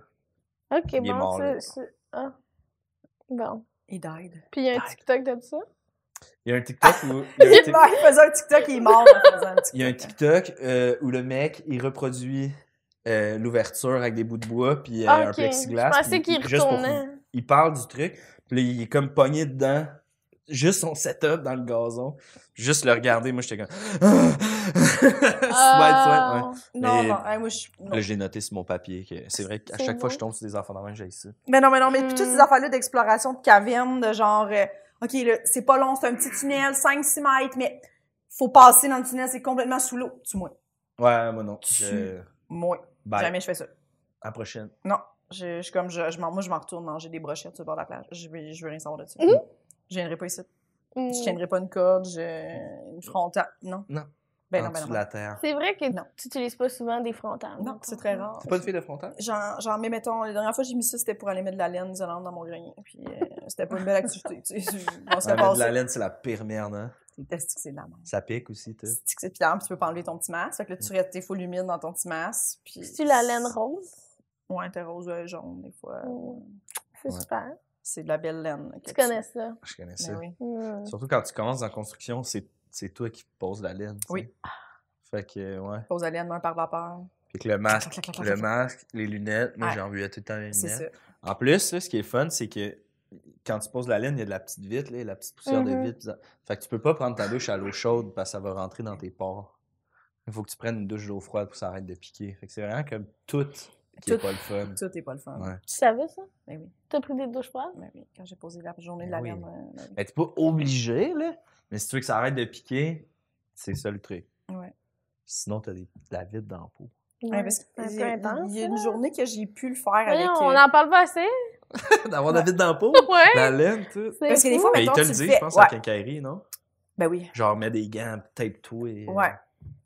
Speaker 3: OK,
Speaker 4: est mort,
Speaker 3: bon, ça...
Speaker 4: là.
Speaker 3: c'est- Ah. Bon.
Speaker 2: Il died.
Speaker 3: Puis il y a un TikTok de ça.
Speaker 4: Il y a un TikTok où...
Speaker 3: [LAUGHS]
Speaker 4: Il y a un,
Speaker 2: Il
Speaker 4: tic-
Speaker 2: meurt, il faisait un TikTok, il est mort en faisant un TikTok.
Speaker 4: il y a un TikTok euh, où le mec, il reproduit euh, l'ouverture avec des bouts de bois puis euh,
Speaker 3: Ah,
Speaker 4: un
Speaker 3: OK.
Speaker 4: plexiglas.
Speaker 3: Je pensais
Speaker 4: puis
Speaker 3: qu'il
Speaker 4: juste pour-
Speaker 3: retournait.
Speaker 4: il parle du truc, puis là, il est comme pogné dedans, juste son setup dans le gazon, juste le regarder, moi j'étais comme [LAUGHS] sweat, [LAUGHS] sweat, ouais.
Speaker 3: Ah.
Speaker 2: Non,
Speaker 4: Mais-
Speaker 2: non, hein, moi, je suis- non.
Speaker 4: Là, j'ai noté sur mon papier que c'est vrai qu'à
Speaker 3: C'est
Speaker 4: chaque fois
Speaker 3: bon.
Speaker 4: que je tombe sur des enfants dans j'ai ça.
Speaker 2: Mais non, mais non, mais puis
Speaker 3: Hmm.
Speaker 2: toutes ces affaires-là d'exploration de cavernes, de genre, euh, OK, là, c'est pas long, c'est un petit tunnel, 5-6 mètres, mais faut passer dans le tunnel, c'est complètement sous l'eau. Tu moins.
Speaker 4: Ouais, moi non.
Speaker 2: Tu-
Speaker 4: Je-
Speaker 2: Moi,
Speaker 4: Bye.
Speaker 2: jamais je fais ça.
Speaker 4: À la prochaine.
Speaker 2: Non, je, je suis comme, je, je m'en- moi, je m'en retourne manger des brochettes sur le bord de la plage. Je veux, je veux rien savoir de ça.
Speaker 3: Mhm.
Speaker 2: Je viendrai pas ici.
Speaker 3: Mm.
Speaker 2: Je tiendrai pas une corde, je... une frontale. Non.
Speaker 4: Non.
Speaker 2: Ben
Speaker 4: en
Speaker 2: non, ben
Speaker 4: dessous
Speaker 2: non.
Speaker 4: de la terre.
Speaker 3: C'est vrai que
Speaker 2: Non.
Speaker 3: tu n'utilises pas souvent des frontales.
Speaker 2: Non, c'est très rare.
Speaker 4: T'es pas une fille de frontale?
Speaker 2: J'en, j'en mets, mettons, la dernière fois que j'ai mis ça, c'était pour aller mettre de la laine isolante dans mon grenier. Puis euh, c'était pas une belle activité, tu sais. On se
Speaker 4: Ouais,
Speaker 2: fait
Speaker 4: mais de la
Speaker 2: passer.
Speaker 4: laine, c'est la pire merde, hein.
Speaker 2: C'est testé que c'est de la merde.
Speaker 4: Ça pique aussi, tu
Speaker 2: C'est que c'est pire, puis tu peux pas enlever ton petit masque. Fait que là, tu restes tes full humides dans ton petit masque. Puis...
Speaker 3: C'est la laine rose.
Speaker 2: Ouais, t'es rose, ouais, jaune, des fois.
Speaker 3: Mm. C'est
Speaker 4: Ouais.
Speaker 3: super.
Speaker 2: C'est de la belle laine. là, que
Speaker 3: Tu connais ça.
Speaker 4: Je connais
Speaker 2: Ben
Speaker 4: ça.
Speaker 2: oui.
Speaker 3: Mm.
Speaker 4: Surtout quand tu commences en construction, c'est c'est toi qui poses la laine. tu sais.
Speaker 2: Oui.
Speaker 4: Fait que, ouais.
Speaker 2: Pose la laine, main par vapeur.
Speaker 4: Fait que le masque,
Speaker 2: Clac, clac, clac,
Speaker 4: le
Speaker 2: clac,
Speaker 4: masque, les lunettes, moi
Speaker 2: Ouais.
Speaker 4: j'ai envie de tout le temps les
Speaker 2: C'est
Speaker 4: lunettes.
Speaker 2: ça.
Speaker 4: En plus, là, ce qui est fun, c'est que quand tu poses la laine, il y a de la petite vitre, là, la petite poussière
Speaker 3: Mhm.
Speaker 2: Mm-hmm.
Speaker 4: de vitre. pis ça- Fait que tu peux pas prendre ta douche à l'eau chaude parce que ça va rentrer dans tes pores. Il faut que tu prennes une douche d'eau froide pour que ça arrête de piquer. Fait que c'est vraiment comme tout qui est
Speaker 2: Tout.
Speaker 4: pas le fun.
Speaker 2: Tout est pas le fun.
Speaker 4: Ouais.
Speaker 3: Tu savais ça?
Speaker 2: Ben oui.
Speaker 3: T'as pris des douches froides?
Speaker 2: Ben oui, quand j'ai posé la journée de la
Speaker 4: Ben oui.
Speaker 2: laine. euh, ben oui.
Speaker 4: Mais t'es pas obligé, là. Mais si tu veux que ça arrête de piquer, c'est ça le truc.
Speaker 2: Ouais.
Speaker 4: Sinon, t'as des- de la vitre dans le pot.
Speaker 2: Ouais, parce que
Speaker 3: c'est un
Speaker 2: il y
Speaker 3: peu
Speaker 2: a-
Speaker 3: intense.
Speaker 2: Il y a une
Speaker 3: là.
Speaker 2: journée que j'ai pu le faire avec.
Speaker 3: Voyons, on
Speaker 2: euh,
Speaker 3: n'en parle pas
Speaker 2: [LAUGHS]
Speaker 3: assez.
Speaker 4: [LAUGHS] D'avoir de la vitre dans le pot,
Speaker 3: ouais.
Speaker 4: la laine, tout.
Speaker 3: c'est
Speaker 2: Parce que des
Speaker 3: fou.
Speaker 2: fois,
Speaker 4: Mais il
Speaker 2: mettons,
Speaker 4: te
Speaker 2: tu
Speaker 4: le
Speaker 2: le
Speaker 4: dit,
Speaker 2: fais-
Speaker 4: je pense, à la
Speaker 2: ouais.
Speaker 4: quincaillerie, non?
Speaker 2: Ben oui.
Speaker 4: Genre, mets des gants, tape tout et. euh,
Speaker 2: Ouais.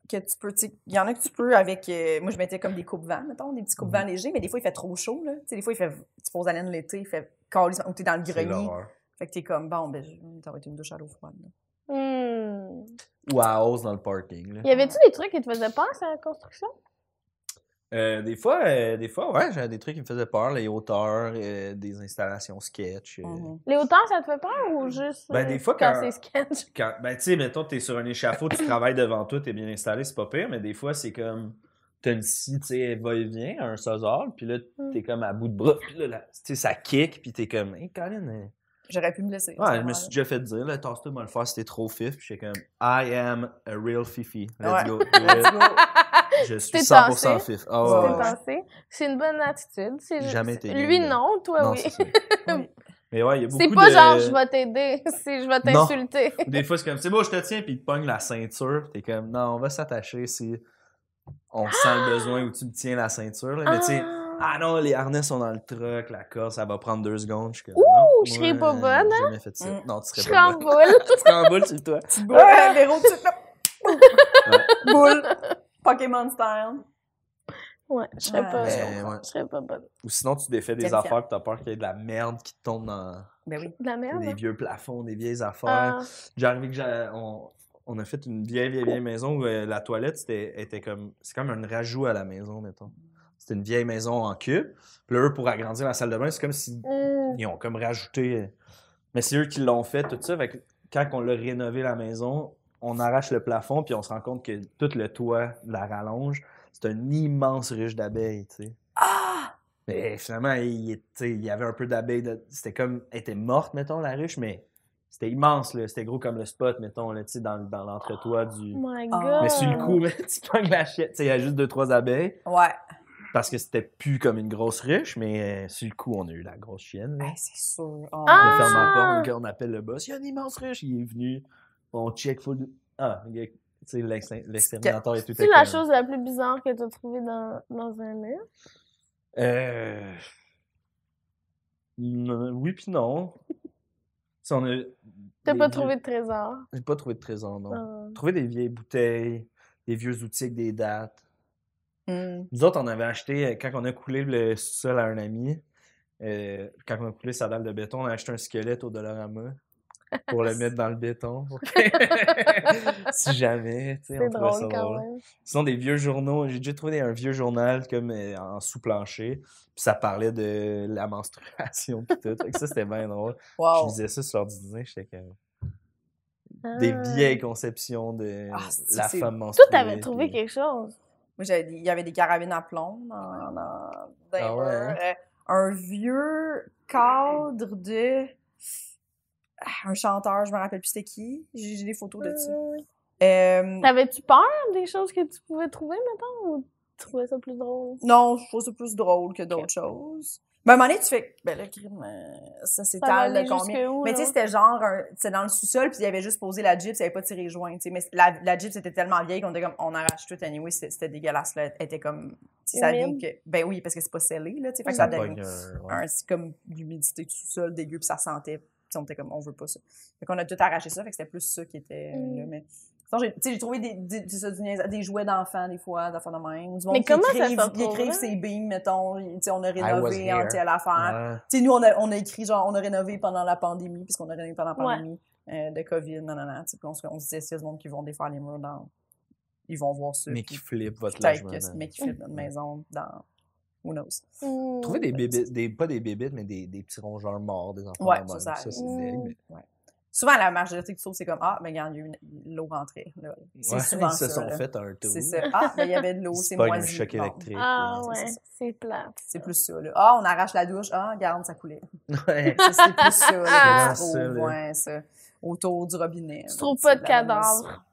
Speaker 2: Que tu peux, tu sais, il y en a que tu peux avec. euh, moi, je mettais comme des coupes-vents, mettons, des petits coupes-vents légers, mais des fois, il fait trop chaud, là. Tu sais, des fois, il fait. Tu poses la laine l'été, il fait calissement, ou t'es dans le
Speaker 4: C'est
Speaker 2: grenier.
Speaker 4: l'horreur.
Speaker 2: Fait que t'es comme, bon, ben, je- ça va être une douche à l'eau froide. là.
Speaker 3: Hmm.
Speaker 4: Ou à hausse dans le parking. là.
Speaker 3: Y avait-tu des trucs qui te faisaient peur sur la construction?
Speaker 4: Euh, des fois, euh, des fois, ouais, j'avais des trucs qui me faisaient peur, les hauteurs, euh, des installations sketch. euh.
Speaker 2: Mhm.
Speaker 3: Les hauteurs, ça te fait peur
Speaker 2: Hmm.
Speaker 3: ou juste euh,
Speaker 4: Ben, des fois, quand-
Speaker 3: c'est sketch?
Speaker 4: Quand, ben, tu sais, mettons, t'es sur un échafaud, tu travailles devant toi, t'es bien installé, c'est pas pire, mais des fois, c'est comme, t'as une scie, tu sais, va-et-vient, un sazard, puis là,
Speaker 2: Mm.
Speaker 4: t'es comme à bout de bras, puis là, là, tu sais, ça kick, puis t'es comme, hey, Colin, euh,
Speaker 2: J'aurais pu me laisser. à ce
Speaker 4: Ouais, je me
Speaker 2: moment-là.
Speaker 4: suis déjà fait dire, là, tasse-toi, moi le faire, c'était trop fif. Puis j'étais comme, I am a real fifi. Let's
Speaker 2: Ouais. [LAUGHS]
Speaker 4: go.
Speaker 2: Let's go.
Speaker 4: Je suis
Speaker 3: T'es
Speaker 4: 100%
Speaker 3: tassé.
Speaker 4: fif. Ah,
Speaker 2: Ouais,
Speaker 3: C'était
Speaker 4: ouais, ouais.
Speaker 3: pensé. C'est une bonne attitude. C'est
Speaker 4: J'ai
Speaker 3: juste-
Speaker 4: jamais été
Speaker 3: Lui,
Speaker 4: gay, là.
Speaker 3: non, toi, [LAUGHS]
Speaker 4: Non,
Speaker 3: oui.
Speaker 4: c'est ça.
Speaker 2: Oui.
Speaker 4: Mais ouais, il y a beaucoup
Speaker 3: C'est pas
Speaker 4: de...
Speaker 3: genre je vais t'aider, [LAUGHS] c'est je vais
Speaker 4: Non.
Speaker 3: t'insulter.
Speaker 4: Des fois, c'est comme, c'est bon, je te tiens, puis il te pogne la ceinture. T'es comme, non, on va s'attacher si on sent le besoin où tu me tiens la ceinture. Là. Mais tu sais,
Speaker 3: Ah.
Speaker 4: ah non, les harnais sont dans le truck, la corde, ça va prendre deux secondes. Je suis comme,
Speaker 3: Ouh,
Speaker 4: non,
Speaker 3: je
Speaker 4: moi,
Speaker 3: serais pas bonne, hein?
Speaker 4: J'ai jamais fait ça.
Speaker 2: Mm.
Speaker 4: Non, tu
Speaker 3: Je
Speaker 4: serais
Speaker 3: serais
Speaker 4: pas
Speaker 3: en
Speaker 4: bonne.
Speaker 3: boule.
Speaker 4: tu te remboule
Speaker 3: [LAUGHS]
Speaker 4: sur toi.
Speaker 2: Petit boule, euh, Véro, tu te- Boule. Pokémon style.
Speaker 3: Ouais, je serais pas,
Speaker 4: Mais ouais.
Speaker 3: je serais pas bonne.
Speaker 4: Ou sinon, tu défais des
Speaker 2: Qualifiant.
Speaker 4: affaires que t'as peur qu'il y ait de la merde qui te tombe dans
Speaker 2: Ben oui.
Speaker 3: De la merde.
Speaker 4: des
Speaker 3: hein?
Speaker 4: vieux plafonds, des vieilles
Speaker 3: Ah.
Speaker 4: affaires. J'ai arrivé que j'ai- on, on a fait une vieille, vieille, vieille maison où euh, la toilette, c'était était comme. C'est comme un rajout à la maison, mettons. C'était une vieille maison en cube. Puis là, eux, pour agrandir la salle de bain, c'est comme si
Speaker 3: Hum,
Speaker 4: ils ont comme rajouté. euh, Mais c'est eux qui l'ont fait, tout ça. Fait que quand on l'a rénové la maison, on arrache le plafond, puis on se rend compte que tout le toit de la rallonge, c'est un immense ruche d'abeilles, tu sais.
Speaker 2: Ah!
Speaker 4: Mais finalement, il, tu sais, il y avait un peu d'abeilles. de- C'était comme. Elle était morte, mettons, la ruche, mais c'était immense, là. C'était gros comme le spot, mettons, là, tu sais, dans, dans l'entretoit du.
Speaker 3: my
Speaker 2: Ah.
Speaker 3: god.
Speaker 4: Mais sur le coup, [LAUGHS] tu prends la chienne. Tu sais, il y a juste deux, trois abeilles
Speaker 2: Ouais.
Speaker 4: parce que c'était plus comme une grosse ruche, mais euh, sur le coup, on a eu la grosse chienne. là.
Speaker 2: Hey, c'est sûr. Oh,
Speaker 3: Ah!
Speaker 4: On ferme la porte, le gars, on appelle le boss. Il y a un immense ruche. Il est venu. On check full. de- Ah, il y a- tu sais, l'ex- l'exterminateur est tout à
Speaker 3: C'est la chose la plus bizarre que tu as trouvée dans, dans un mur.
Speaker 4: Euh... non, oui, puis non. Si on a...
Speaker 3: T'as
Speaker 4: des
Speaker 3: pas
Speaker 4: vieux-
Speaker 3: trouvé de trésor.
Speaker 4: J'ai pas trouvé de trésor, non.
Speaker 3: Ah.
Speaker 4: Trouvé des vieilles bouteilles, des vieux outils avec des dates.
Speaker 2: hum.
Speaker 4: Nous autres, on avait acheté, euh, quand on a coulé le sol à un ami, euh, quand on a coulé sa dalle de béton, on a acheté un squelette au Dollarama pour le mettre dans le béton.
Speaker 2: [LAUGHS]
Speaker 4: pour que- si jamais, tu sais,
Speaker 3: C'est
Speaker 4: on trouvait ça
Speaker 3: drôle quand
Speaker 4: drôle.
Speaker 3: même.
Speaker 4: Sinon, des vieux journaux. J'ai déjà trouvé un vieux journal comme euh, en sous-plancher, puis ça parlait de la menstruation puis tout. Fait que ça, c'était bien drôle. Je
Speaker 2: Wow.
Speaker 4: lisais ça sur l'ordinateur, j'étais comme... Des vieilles conceptions de
Speaker 2: Ah, si,
Speaker 4: la
Speaker 2: c'est-
Speaker 4: femme
Speaker 3: Ah. Toi,
Speaker 4: menstruée.
Speaker 3: t'avais trouvé
Speaker 4: puis-
Speaker 3: quelque chose.
Speaker 2: Moi, j'avais des- il y avait des carabines à plomb dans, dans- dans les
Speaker 4: Ah ouais,
Speaker 2: murs. Euh, Un vieux cadre de. Ah, Un chanteur, je me rappelle plus c'était qui. J'ai j'ai des photos de ça. Euh,
Speaker 3: T'avais-tu peur des choses que tu pouvais trouver, mettons, ou tu trouvais ça plus drôle?
Speaker 2: non, je trouve ça plus drôle que d'autres choses. Mais à un moment donné, tu fais. Ben là, crime, euh, ça s'étale de combien? Mais tu sais, c'était genre, un- c'est dans le sous-sol, puis il avait juste posé la gypse, il avait pas tiré les joints, tu sais. Mais la, la gypse était tellement vieille qu'on était comme, on arrache tout anyway, c'était c'était dégueulasse, là. Elle était comme, tu sais, ça vient
Speaker 3: Humide.
Speaker 2: que, ben oui, parce que c'est pas scellé, là, tu sais. Fait que ça
Speaker 4: Ça
Speaker 2: donne
Speaker 4: pogne un- ouais.
Speaker 2: un, c'est comme l'humidité du sous-sol dégueu, puis ça sentait, puis on était comme, on veut pas ça. Fait qu'on a tout arraché ça, fait que c'était plus ça qui était euh,
Speaker 3: Mm.
Speaker 2: là. Mais, sinon, j'ai- tu sais, j'ai trouvé des, des, des- ça, du niaise- des jouets d'enfants, des fois, d'enfants de même. Du monde
Speaker 3: Mais
Speaker 2: qui
Speaker 3: comment ça
Speaker 2: écrivent-
Speaker 3: se
Speaker 2: Ils écrivent
Speaker 3: retrouve, hein?
Speaker 2: ses beams, mettons, tu sais, on a
Speaker 4: was
Speaker 2: rénové en
Speaker 4: here.
Speaker 2: telle affaire.
Speaker 4: Ouais.
Speaker 2: Tu sais, nous, on a, on a écrit, genre, on a rénové pendant la pandémie, puisqu'on a rénové pendant la
Speaker 3: Ouais.
Speaker 2: pandémie euh, de COVID, non, non, non. Tu sais, puis on, se- on se disait, s'il y a du monde qui vont défaire les murs, dans... ils vont voir ça.
Speaker 4: Mais qui
Speaker 2: puis
Speaker 4: flippe votre
Speaker 2: peut-être
Speaker 4: logement.
Speaker 2: que c'est
Speaker 4: là.
Speaker 2: mais qui fait notre
Speaker 3: [LAUGHS]
Speaker 2: maison dans. Who knows?
Speaker 3: Hmm.
Speaker 4: Trouver
Speaker 2: ben,
Speaker 4: des bébites, des, pas des bébites, mais des, des petits rongeurs morts, des enfants
Speaker 2: Ouais,
Speaker 4: de
Speaker 2: ça,
Speaker 4: même.
Speaker 2: ça
Speaker 4: Ça, c'est
Speaker 3: arrive.
Speaker 4: dingue, mais-
Speaker 2: Souvent, la majorité que tu trouves, c'est comme Ah, ben, regarde, il y a eu une- l'eau rentrée. là. C'est
Speaker 4: Ouais, [LAUGHS]
Speaker 2: souvent
Speaker 4: ils se
Speaker 2: ça,
Speaker 4: sont
Speaker 2: là.
Speaker 4: fait un tour.
Speaker 2: C'est ça. Ah, ben, il y avait de l'eau,
Speaker 4: Ils se
Speaker 2: c'est
Speaker 4: pognent un
Speaker 2: moisi.
Speaker 4: choc
Speaker 2: Bon,
Speaker 4: électrique. [LAUGHS]
Speaker 3: Ah
Speaker 4: là.
Speaker 3: ouais,
Speaker 2: c'est ça.
Speaker 3: c'est plate.
Speaker 2: C'est plus ça, là. Ah, on arrache la douche. Ah, regarde, ça coulait. [LAUGHS]
Speaker 4: Ouais.
Speaker 2: Ça, C'est plus ça, là.
Speaker 4: C'est vraiment ça, là.
Speaker 2: ouais, ça. Autour du robinet.
Speaker 3: Tu trouves
Speaker 2: là, c'est
Speaker 3: pas de
Speaker 2: la même-
Speaker 3: cadavre.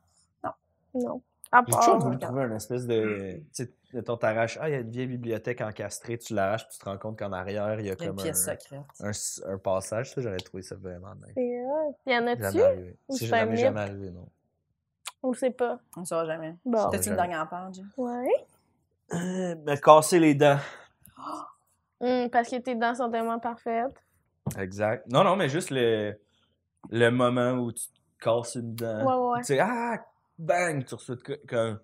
Speaker 3: Non. À
Speaker 4: J'ai
Speaker 2: Ah,
Speaker 4: toujours
Speaker 3: part.
Speaker 4: voulu trouver une espèce de. Tu sais, mettons, t'arraches. Ah, il y a une vieille bibliothèque encastrée, tu l'arraches, puis tu te rends compte qu'en arrière, il y a
Speaker 2: Il y a une
Speaker 4: comme un,
Speaker 2: pièce secrète.
Speaker 4: un, s- un passage. Ça, j'aurais trouvé ça vraiment nice.
Speaker 3: C'est hot. E. Y en
Speaker 4: Jamais
Speaker 3: a-tu?
Speaker 4: arrivé.
Speaker 3: Ou
Speaker 4: C'est
Speaker 3: c'est un
Speaker 4: jamais,
Speaker 3: mythe?
Speaker 4: jamais arrivé, non.
Speaker 3: On le sait pas.
Speaker 2: On ne saura jamais.
Speaker 3: Bon.
Speaker 4: Ça-
Speaker 2: T'as-tu une
Speaker 4: jamais.
Speaker 2: dernière page?
Speaker 3: Ouais.
Speaker 4: Euh, me casser les dents.
Speaker 3: Hum, parce que tes dents sont tellement parfaites.
Speaker 4: Exact. Non, non, mais juste le, le moment où tu te casses une
Speaker 3: Ouais,
Speaker 4: dent.
Speaker 3: ouais. ouais.
Speaker 4: Tu sais, ah, bang, tu reçois de co- comme.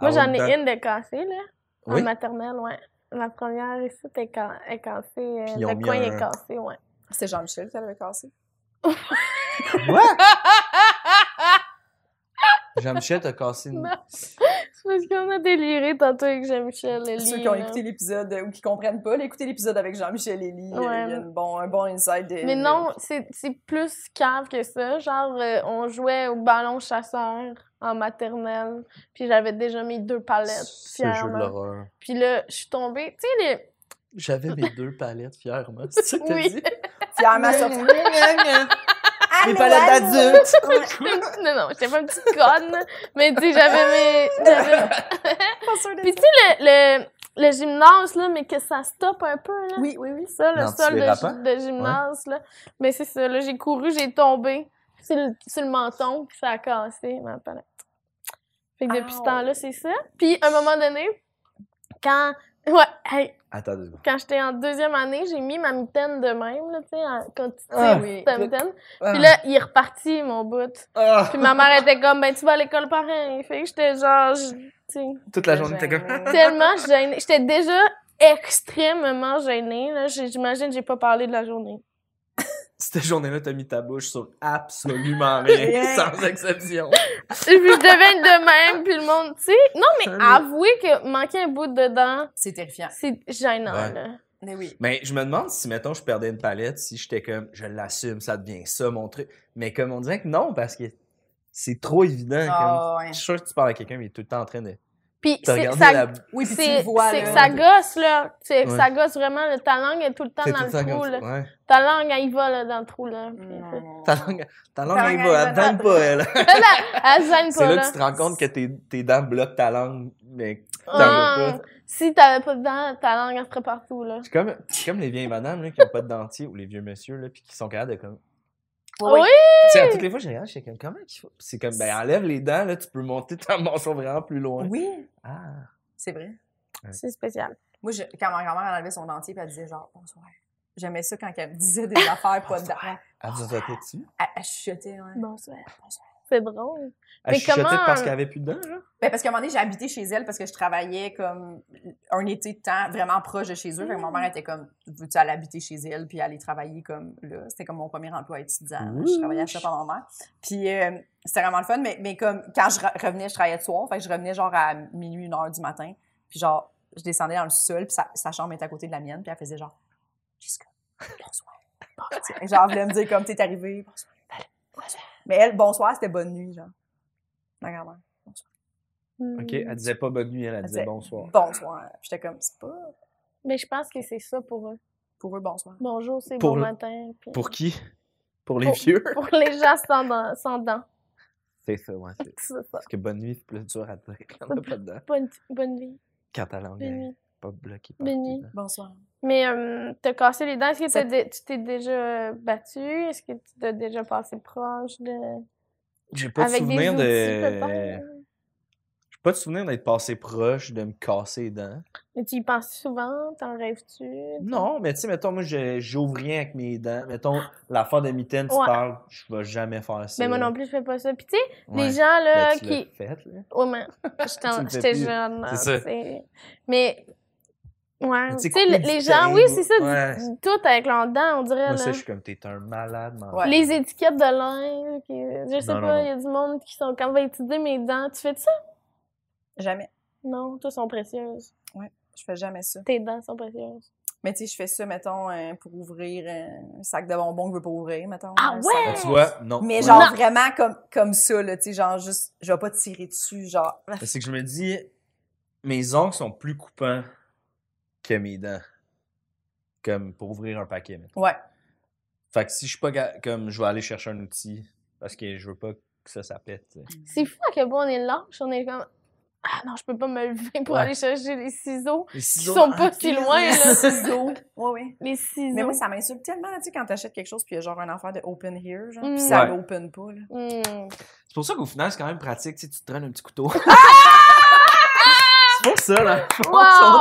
Speaker 3: Moi, j'en
Speaker 4: Ah,
Speaker 3: ai une de cassée, là. En
Speaker 4: Oui?
Speaker 3: maternelle, ouais. La première ici est, ca- est cassée. euh,
Speaker 4: Puis ils ont
Speaker 3: Le
Speaker 4: mis
Speaker 3: coin
Speaker 4: un-
Speaker 3: est cassé, ouais.
Speaker 2: C'est Jean-Michel qui l'avait cassé.
Speaker 4: Quoi? [LAUGHS] Jean-Michel t'a cassé une.
Speaker 3: Non. C'est parce qu'on a déliré tantôt avec Jean-Michel. le
Speaker 2: Ceux
Speaker 3: lit,
Speaker 2: qui ont
Speaker 3: là.
Speaker 2: écouté l'épisode euh, ou qui comprennent pas, écoutez l'épisode avec Jean-Michel Élie.
Speaker 3: Ouais.
Speaker 2: Il y a une bon, un bon insight.
Speaker 4: euh,
Speaker 2: de-
Speaker 3: Mais
Speaker 2: de-
Speaker 3: non, c'est c'est plus cave que ça. Genre, euh, on jouait au ballon chasseur en maternelle, puis j'avais déjà mis deux palettes
Speaker 4: Ce jeu de
Speaker 3: fièrement.
Speaker 4: l'horreur.
Speaker 3: Puis là, je suis tombée. Tu sais,
Speaker 4: J'avais mes deux palettes fièrement. C'est ça que t'as
Speaker 3: Oui. [LAUGHS]
Speaker 4: dit?
Speaker 2: Fièrement sorti. Ah,
Speaker 4: Mes palettes d'adultes!
Speaker 3: les... [LAUGHS] non, non, j'étais pas une petite conne, mais tu sais,
Speaker 4: [LAUGHS]
Speaker 3: j'avais mes... j'avais-
Speaker 2: Pas sûre de
Speaker 3: Puis
Speaker 2: ça.
Speaker 3: tu sais, le, le, le gymnase, là, mais que ça stoppe un peu, là.
Speaker 2: Oui, oui, oui.
Speaker 3: Ça, le
Speaker 4: Non,
Speaker 3: sol
Speaker 4: tu les rapants?
Speaker 3: de, de gymnase, là. Mais c'est ça, là, j'ai couru, j'ai tombé sur le, sur le menton, puis ça a cassé ma palette. Fait que depuis ce
Speaker 2: Ow.
Speaker 3: temps-là, c'est ça. Puis, à un moment donné, quand... Ouais, hey,
Speaker 4: Attends deux secondes.
Speaker 3: quand j'étais en deuxième année, j'ai mis ma mitaine de même, là, tu sais, en- quand tu tires
Speaker 4: Ah,
Speaker 2: oui. Ah.
Speaker 3: ta mitaine. Puis là, il est reparti, mon bout.
Speaker 4: Ah!
Speaker 3: Puis ma mère était comme, ben, tu vas à l'école par rien. Fait que j'étais genre, je- tu sais
Speaker 4: Toute la journée, t'es comme.
Speaker 3: tellement gênée. J'étais déjà extrêmement gênée. Là. J'ai- J'imagine que j'ai pas parlé de la journée.
Speaker 4: Cette journée-là, t'as mis ta bouche sur
Speaker 3: [LAUGHS]
Speaker 4: absolument rien,
Speaker 2: Rien.
Speaker 4: sans exception.
Speaker 3: Puis je devais être de même, puis le monde, tu sais. Non, mais
Speaker 4: Salut.
Speaker 3: avouez que manquer un bout dedans,
Speaker 2: [LAUGHS] C'est terrifiant.
Speaker 3: c'est gênant,
Speaker 4: Ouais.
Speaker 3: là.
Speaker 2: Mais oui.
Speaker 4: Mais Ben, je me demande si, mettons, je perdais une palette, si j'étais comme, je l'assume, ça devient ça, mon truc. Mais comme on dirait que non, parce que c'est trop évident. comme-
Speaker 2: Ah, ouais.
Speaker 4: Je suis sûr que tu parles à quelqu'un, mais il est tout le temps en train de
Speaker 3: Puis
Speaker 4: te
Speaker 3: c'est-
Speaker 4: regarder
Speaker 3: ça,
Speaker 4: la
Speaker 2: Oui, puis tu
Speaker 3: c'est-
Speaker 2: le vois, là.
Speaker 3: c'est que ça gosse, là. C'est que
Speaker 4: Ouais.
Speaker 3: ça gosse vraiment. là. Ta langue est tout le temps
Speaker 4: T'es
Speaker 3: dans
Speaker 4: tout
Speaker 3: le
Speaker 4: le temps
Speaker 3: trou,
Speaker 4: comme
Speaker 3: là.
Speaker 4: ça. Ouais. [LAUGHS]
Speaker 3: Ta langue, elle y va, là, dans le trou, là. Puis,
Speaker 2: Non, non.
Speaker 4: Ta langue, ta langue,
Speaker 2: Ta
Speaker 4: elle
Speaker 2: langue,
Speaker 4: va, elle
Speaker 2: elle va
Speaker 4: donne
Speaker 2: dans-
Speaker 4: pas, elle.
Speaker 3: Elle, euh, elle se gêne
Speaker 4: C'est
Speaker 3: pas,
Speaker 4: là
Speaker 3: là.
Speaker 4: que tu te rends compte que tes, tes dents bloquent ta langue, mais t'en veux
Speaker 3: Ah,
Speaker 4: pas.
Speaker 3: si t'avais pas de dents, ta langue, elle serait partout, là.
Speaker 4: C'est comme, c'est comme les vieilles madames là, qui n'ont pas de dentier ou les vieux monsieur là, puis qui sont capables de comme.
Speaker 3: Ah
Speaker 2: Oui, oui.
Speaker 4: Tu sais, à toutes les fois, je regarde, je suis comme, comment qu'il faut. C'est comme, ben, enlève les dents, là, tu peux monter ta [LAUGHS] mâchoire vraiment plus loin.
Speaker 2: Oui,
Speaker 4: Ah,
Speaker 2: c'est vrai.
Speaker 3: C'est spécial.
Speaker 2: Moi, je- quand ma grand-mère elle enlevait son dentier, puis elle disait genre bonsoir. J'aimais ça quand elle me disait
Speaker 4: [LAUGHS]
Speaker 2: des affaires pas dedans.
Speaker 4: elle vous en était dessus.
Speaker 2: Elle, elle chuchotait, ouais.
Speaker 3: Bonsoir. C'est drôle.
Speaker 4: Elle
Speaker 3: Mais
Speaker 4: chuchotait
Speaker 3: comment-
Speaker 4: parce qu'elle avait plus de dents, genre.
Speaker 2: Ben, parce qu'à un moment donné, j'ai habité chez elle parce que je travaillais comme un été de temps vraiment proche de chez eux. Fait que ma mère était comme, veux-tu aller habiter chez elle puis aller travailler comme là? C'était comme mon premier emploi étudiant. là. Je travaillais à ça pendant ma mère. Puis euh, c'était vraiment le fun. Mais, mais comme quand je re- revenais, je travaillais le soir. Fait que je revenais genre à minuit, une heure du matin. Puis genre, je descendais dans le sol puis sa, sa chambre était à côté de la mienne. Puis elle faisait genre, Jessica, bonsoir. bonsoir. Et genre, elle voulait me dire comme, t'es arrivée, bonsoir. bonsoir. Mais elle, bonsoir, c'était bonne nuit, genre. Ma grand-mère.
Speaker 3: Hum.
Speaker 4: OK, elle disait pas bonne nuit, elle, elle disait
Speaker 2: disait-
Speaker 4: bonsoir.
Speaker 2: Bonsoir. Puis J'étais comme, c'est pas
Speaker 3: Mais je pense que c'est ça pour eux.
Speaker 2: pour eux, bonsoir.
Speaker 3: Bonjour, c'est
Speaker 4: Pour
Speaker 3: bon
Speaker 4: le-
Speaker 3: matin. puis-
Speaker 4: Pour qui Pour les
Speaker 3: Pour-
Speaker 4: vieux
Speaker 3: [LAUGHS] pour les gens sans dents. Sans dents.
Speaker 4: C'est ça, ouais. c'est-
Speaker 3: C'est ça.
Speaker 4: Parce que bonne nuit, c'est plus dur à dire quand t'as pas de dents.
Speaker 3: Bonne, bonne vie.
Speaker 4: Quand ta langue
Speaker 3: Bonne
Speaker 4: est
Speaker 3: nuit.
Speaker 4: pas bloquée. par
Speaker 3: Bonne
Speaker 4: tes
Speaker 3: nuit.
Speaker 4: dents.
Speaker 2: Bonsoir.
Speaker 3: Mais euh, t'as cassé les dents. Est-ce que t'as
Speaker 2: Ça-
Speaker 3: dé- tu t'es déjà euh, battu? Est-ce que tu t'es déjà passé proche de.
Speaker 4: J'ai pas de
Speaker 3: Avec des
Speaker 4: souvenir
Speaker 3: outils,
Speaker 4: de.
Speaker 3: peut-être?
Speaker 4: J'ai pas de souvenir d'être passé proche, de me casser les dents.
Speaker 3: Mais tu y penses souvent? T'en rêves-tu?
Speaker 4: Non, mais tu sais, mettons, moi, je- j'ouvre rien avec mes dents. Mettons, l'affaire de mitaine, tu
Speaker 3: Ouais.
Speaker 4: parles, je vais jamais faire ça.
Speaker 3: Mais Ben, moi non plus, je fais pas ça. Puis tu sais,
Speaker 4: Ouais.
Speaker 3: les gens là
Speaker 4: Mais tu l'as
Speaker 3: qui.
Speaker 4: fait, là.
Speaker 3: Ouais, mais je t'en-
Speaker 4: [LAUGHS] Tu le fais
Speaker 3: j'étais
Speaker 4: plus.
Speaker 3: jeune.
Speaker 4: C'est ça.
Speaker 3: c'est- Mais. Ouais.
Speaker 4: Mais
Speaker 3: Tu
Speaker 4: tu sais,
Speaker 3: sais,
Speaker 4: couper
Speaker 3: les-
Speaker 4: du
Speaker 3: les
Speaker 4: terrain,
Speaker 3: gens, oui, c'est ça. du-
Speaker 4: ouais.
Speaker 3: du Tout avec leurs dents, on dirait.
Speaker 4: Moi,
Speaker 3: là.
Speaker 4: ça, je suis comme, t'es un malade, man.
Speaker 2: Ouais.
Speaker 3: Les étiquettes de linge. qui- Je sais
Speaker 4: Non, non,
Speaker 3: pas,
Speaker 4: non.
Speaker 3: il y a du monde qui sont comme va étudier mes dents. Tu fais de ça?
Speaker 2: Jamais.
Speaker 3: Non, toi, sont précieuses.
Speaker 2: Je fais jamais ça.
Speaker 3: Tes dents sont précieuses.
Speaker 2: Mais tu sais, je fais ça, mettons, euh, pour ouvrir euh, un sac de bonbons que je veux pas ouvrir, mettons.
Speaker 3: Ah
Speaker 2: un
Speaker 3: ouais?
Speaker 4: Ben,
Speaker 2: sac.
Speaker 4: tu vois, non.
Speaker 2: Mais
Speaker 4: Ouais.
Speaker 2: genre vraiment comme, comme ça, là, tu sais, genre juste, je vais pas tirer dessus, genre.
Speaker 4: Mais C'est que je me dis, mes ongles sont plus coupants que mes dents. Comme pour ouvrir un paquet, mettons. [LAUGHS]
Speaker 2: Ouais.
Speaker 4: Fait que si je suis pas ga- comme, je vais aller chercher un outil parce que je veux pas que ça, ça pète. tu sais.
Speaker 3: C'est fou à quel point on est lâche. On est comme. Ah non, je peux pas me lever pour
Speaker 4: Ouais.
Speaker 3: aller chercher les ciseaux.
Speaker 4: Les
Speaker 3: Ils
Speaker 4: ciseaux,
Speaker 3: sont
Speaker 4: ah,
Speaker 3: pas si loin, là.
Speaker 2: ciseaux. Ouais, ouais.
Speaker 3: Les ciseaux.
Speaker 2: Mais moi, ça m'insulte tellement, tu sais, quand t'achètes quelque chose, puis il y a genre un affaire de open here, genre,
Speaker 3: Mm.
Speaker 2: puis ça
Speaker 4: Ouais.
Speaker 2: l'open pas, là.
Speaker 3: Hmm.
Speaker 4: C'est pour ça qu'au final, c'est quand même pratique, tu sais, tu te traînes un
Speaker 3: [LAUGHS]
Speaker 4: petit couteau. c'est pour ça, là.
Speaker 3: Ah!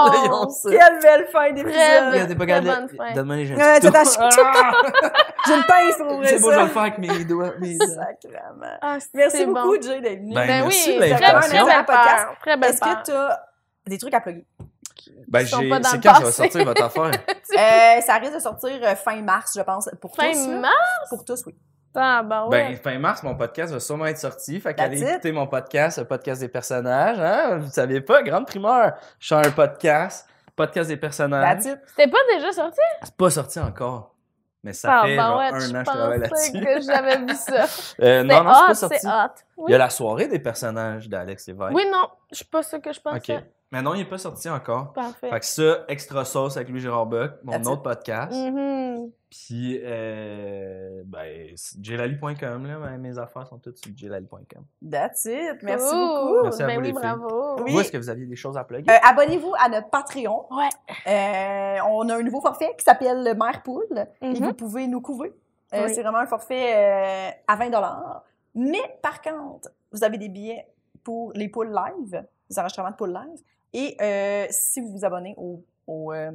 Speaker 3: Wow!
Speaker 4: Ils ont ça.
Speaker 2: Quelle belle fin
Speaker 3: Très
Speaker 4: Regarde,
Speaker 2: d'épisode!
Speaker 3: belle.
Speaker 4: t'es pas capable
Speaker 3: bonne
Speaker 4: de-
Speaker 3: fin.
Speaker 4: Donne-moi les jeunes.
Speaker 2: Ouais,
Speaker 3: Euh,
Speaker 4: couteaux.
Speaker 2: t'attaches-
Speaker 4: Ah!
Speaker 3: [LAUGHS]
Speaker 2: J'ai une pince pour ouvrir
Speaker 4: C'est beau, je vais le
Speaker 2: ça.
Speaker 4: faire avec mes doigts. Mes
Speaker 2: [LAUGHS]
Speaker 4: doigts.
Speaker 2: Sacrément.
Speaker 3: Ah,
Speaker 2: Merci
Speaker 3: c'est
Speaker 2: beaucoup,
Speaker 3: Bon.
Speaker 2: Jay, d'être venu.
Speaker 4: Ben,
Speaker 3: Ben oui,
Speaker 4: merci de
Speaker 3: très
Speaker 4: l'invitation.
Speaker 3: belle
Speaker 2: Podcast.
Speaker 3: peur. Très belle
Speaker 2: Est-ce que
Speaker 3: peur.
Speaker 2: t'as des trucs à
Speaker 3: [LAUGHS]
Speaker 2: plugger?
Speaker 4: Ben,
Speaker 3: Ils sont
Speaker 4: j'ai-
Speaker 3: pas dans
Speaker 4: c'est
Speaker 3: le
Speaker 4: quand ça va
Speaker 3: passé.
Speaker 4: sortir votre affaire?
Speaker 2: Euh, ça risque de sortir euh, fin mars, je pense, pour
Speaker 3: Fin
Speaker 2: tous. là.
Speaker 3: mars?
Speaker 2: Pour tous, oui.
Speaker 3: Ah, bah ouais.
Speaker 4: Ben, fin mars, mon podcast va sûrement être sorti. Fait
Speaker 2: That's
Speaker 4: qu'allez
Speaker 2: it.
Speaker 4: écouter mon podcast, le podcast des personnages. Hein? Vous savez pas, grande primeur. Je suis un podcast, podcast des personnages.
Speaker 2: That's it.
Speaker 3: C'était pas déjà sorti?
Speaker 4: C'est pas sorti encore. Mais ça
Speaker 3: ah,
Speaker 4: fait
Speaker 3: bah
Speaker 4: genre,
Speaker 3: ouais,
Speaker 4: un an
Speaker 3: je
Speaker 4: que je travaille
Speaker 3: pensais
Speaker 4: là-dessus.
Speaker 3: que j'avais vu
Speaker 4: [LAUGHS]
Speaker 3: ça. C'est
Speaker 4: Euh, non, non, c'est pas
Speaker 3: hot,
Speaker 4: sorti.
Speaker 3: c'est hot.
Speaker 4: Il
Speaker 3: Oui.
Speaker 4: y a la soirée des personnages d'Alex Lévesque.
Speaker 3: oui, non, je suis pas sûre que je pensais.
Speaker 4: OK. Mais non, il est pas sorti encore.
Speaker 3: Parfait.
Speaker 4: Fait que ça, Extra Sauce avec Louis-Gérard Buck, mon
Speaker 2: That's it.
Speaker 4: autre podcast.
Speaker 3: Mhm.
Speaker 4: Puis, euh, ben, c'est jlali.com, là, ben, mes affaires sont toutes sur jlali.com.
Speaker 2: That's it. Merci
Speaker 3: Cool.
Speaker 2: beaucoup.
Speaker 4: Merci à
Speaker 3: ben
Speaker 4: vous,
Speaker 3: oui,
Speaker 4: les filles.
Speaker 3: bravo.
Speaker 2: Oui.
Speaker 4: Vous, est-ce que vous aviez des choses à plugger?
Speaker 2: Euh, Abonnez-vous à notre Patreon.
Speaker 3: Ouais.
Speaker 2: Euh, on a un nouveau forfait qui s'appelle le Mère Poule et
Speaker 3: Mhm.
Speaker 2: vous pouvez nous couver. Euh,
Speaker 3: Oui.
Speaker 2: C'est vraiment un forfait euh, à 20 Mais par contre, vous avez des billets pour les poules live, les enregistrements de poules live. Et euh, si vous vous abonnez au, au euh,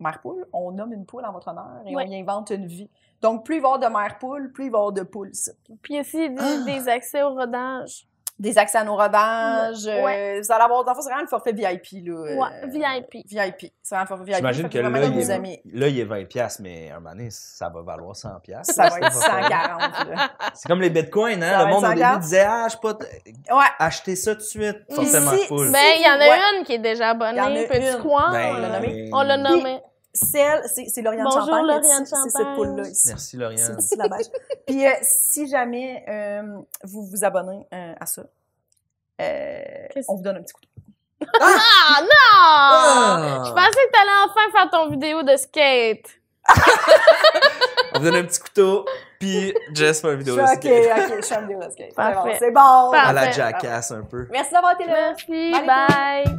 Speaker 2: Mère Poule, on nomme une poule en votre honneur et
Speaker 3: Ouais.
Speaker 2: on y invente une vie. Donc, plus il va y avoir de Mère Poule, plus il va y avoir de poules.
Speaker 3: Puis il y a aussi des, des accès au rodage.
Speaker 2: des accès à nos rodages.
Speaker 3: Ouais.
Speaker 2: euh, vous allez avoir, dans le fond, c'est vraiment le forfait VIP, là. euh,
Speaker 3: Ouais, VIP.
Speaker 2: VIP. C'est vraiment le forfait VIP.
Speaker 4: J'imagine
Speaker 2: Fait
Speaker 4: que
Speaker 2: vraiment
Speaker 4: là,
Speaker 2: comme
Speaker 4: il
Speaker 2: nos
Speaker 4: est- [LAUGHS]
Speaker 2: amis.
Speaker 4: Là, il est 20$, mais un moment donné, ça va valoir 100$.
Speaker 2: Ça va être
Speaker 4: Ça va
Speaker 2: 140. là.
Speaker 4: C'est comme les bitcoins, hein?
Speaker 2: Ça va
Speaker 4: le monde
Speaker 2: être
Speaker 4: au
Speaker 2: 100$.
Speaker 4: début disait, ah, je suis pas. t-
Speaker 2: Ouais.
Speaker 4: Achetez ça tout de suite.
Speaker 3: Ici,
Speaker 4: Forcément full.
Speaker 3: Ben, il y en a
Speaker 2: Ouais.
Speaker 3: une qui est déjà
Speaker 2: Il y en a
Speaker 3: abonnée,
Speaker 2: une.
Speaker 3: Petit Coin.
Speaker 4: Ben,
Speaker 3: on l'a nommée.
Speaker 4: ben,
Speaker 3: On l'a
Speaker 4: Puis-
Speaker 3: nommée.
Speaker 2: Celle, c'est c'est Lauriane
Speaker 3: Bonjour,
Speaker 2: Champagne.
Speaker 3: Lauriane
Speaker 2: c'est- C'est cette
Speaker 3: Champagne.
Speaker 2: poule-là ici.
Speaker 4: Merci, hein. Lauriane.
Speaker 2: C'est ici la
Speaker 4: [LAUGHS]
Speaker 2: bâche. Puis euh, si jamais euh, vous vous abonnez euh, à ça, euh,
Speaker 3: Qu'est-ce-
Speaker 2: on vous donne un petit coup de
Speaker 3: Ah, non!
Speaker 4: Ah!
Speaker 3: Je pensais que t'allais enfin faire ton vidéo de skate.
Speaker 4: On vous donne un petit couteau, puis Jess fait une vidéo de
Speaker 2: Ok,
Speaker 4: skate.
Speaker 2: ok, je suis un vidéo de skate. C'est bon,
Speaker 3: Parfait.
Speaker 2: C'est bon.
Speaker 4: À la
Speaker 3: Parfait.
Speaker 4: jackass un peu.
Speaker 2: Merci d'avoir été là.
Speaker 3: Merci,
Speaker 2: Bye, les
Speaker 3: bye.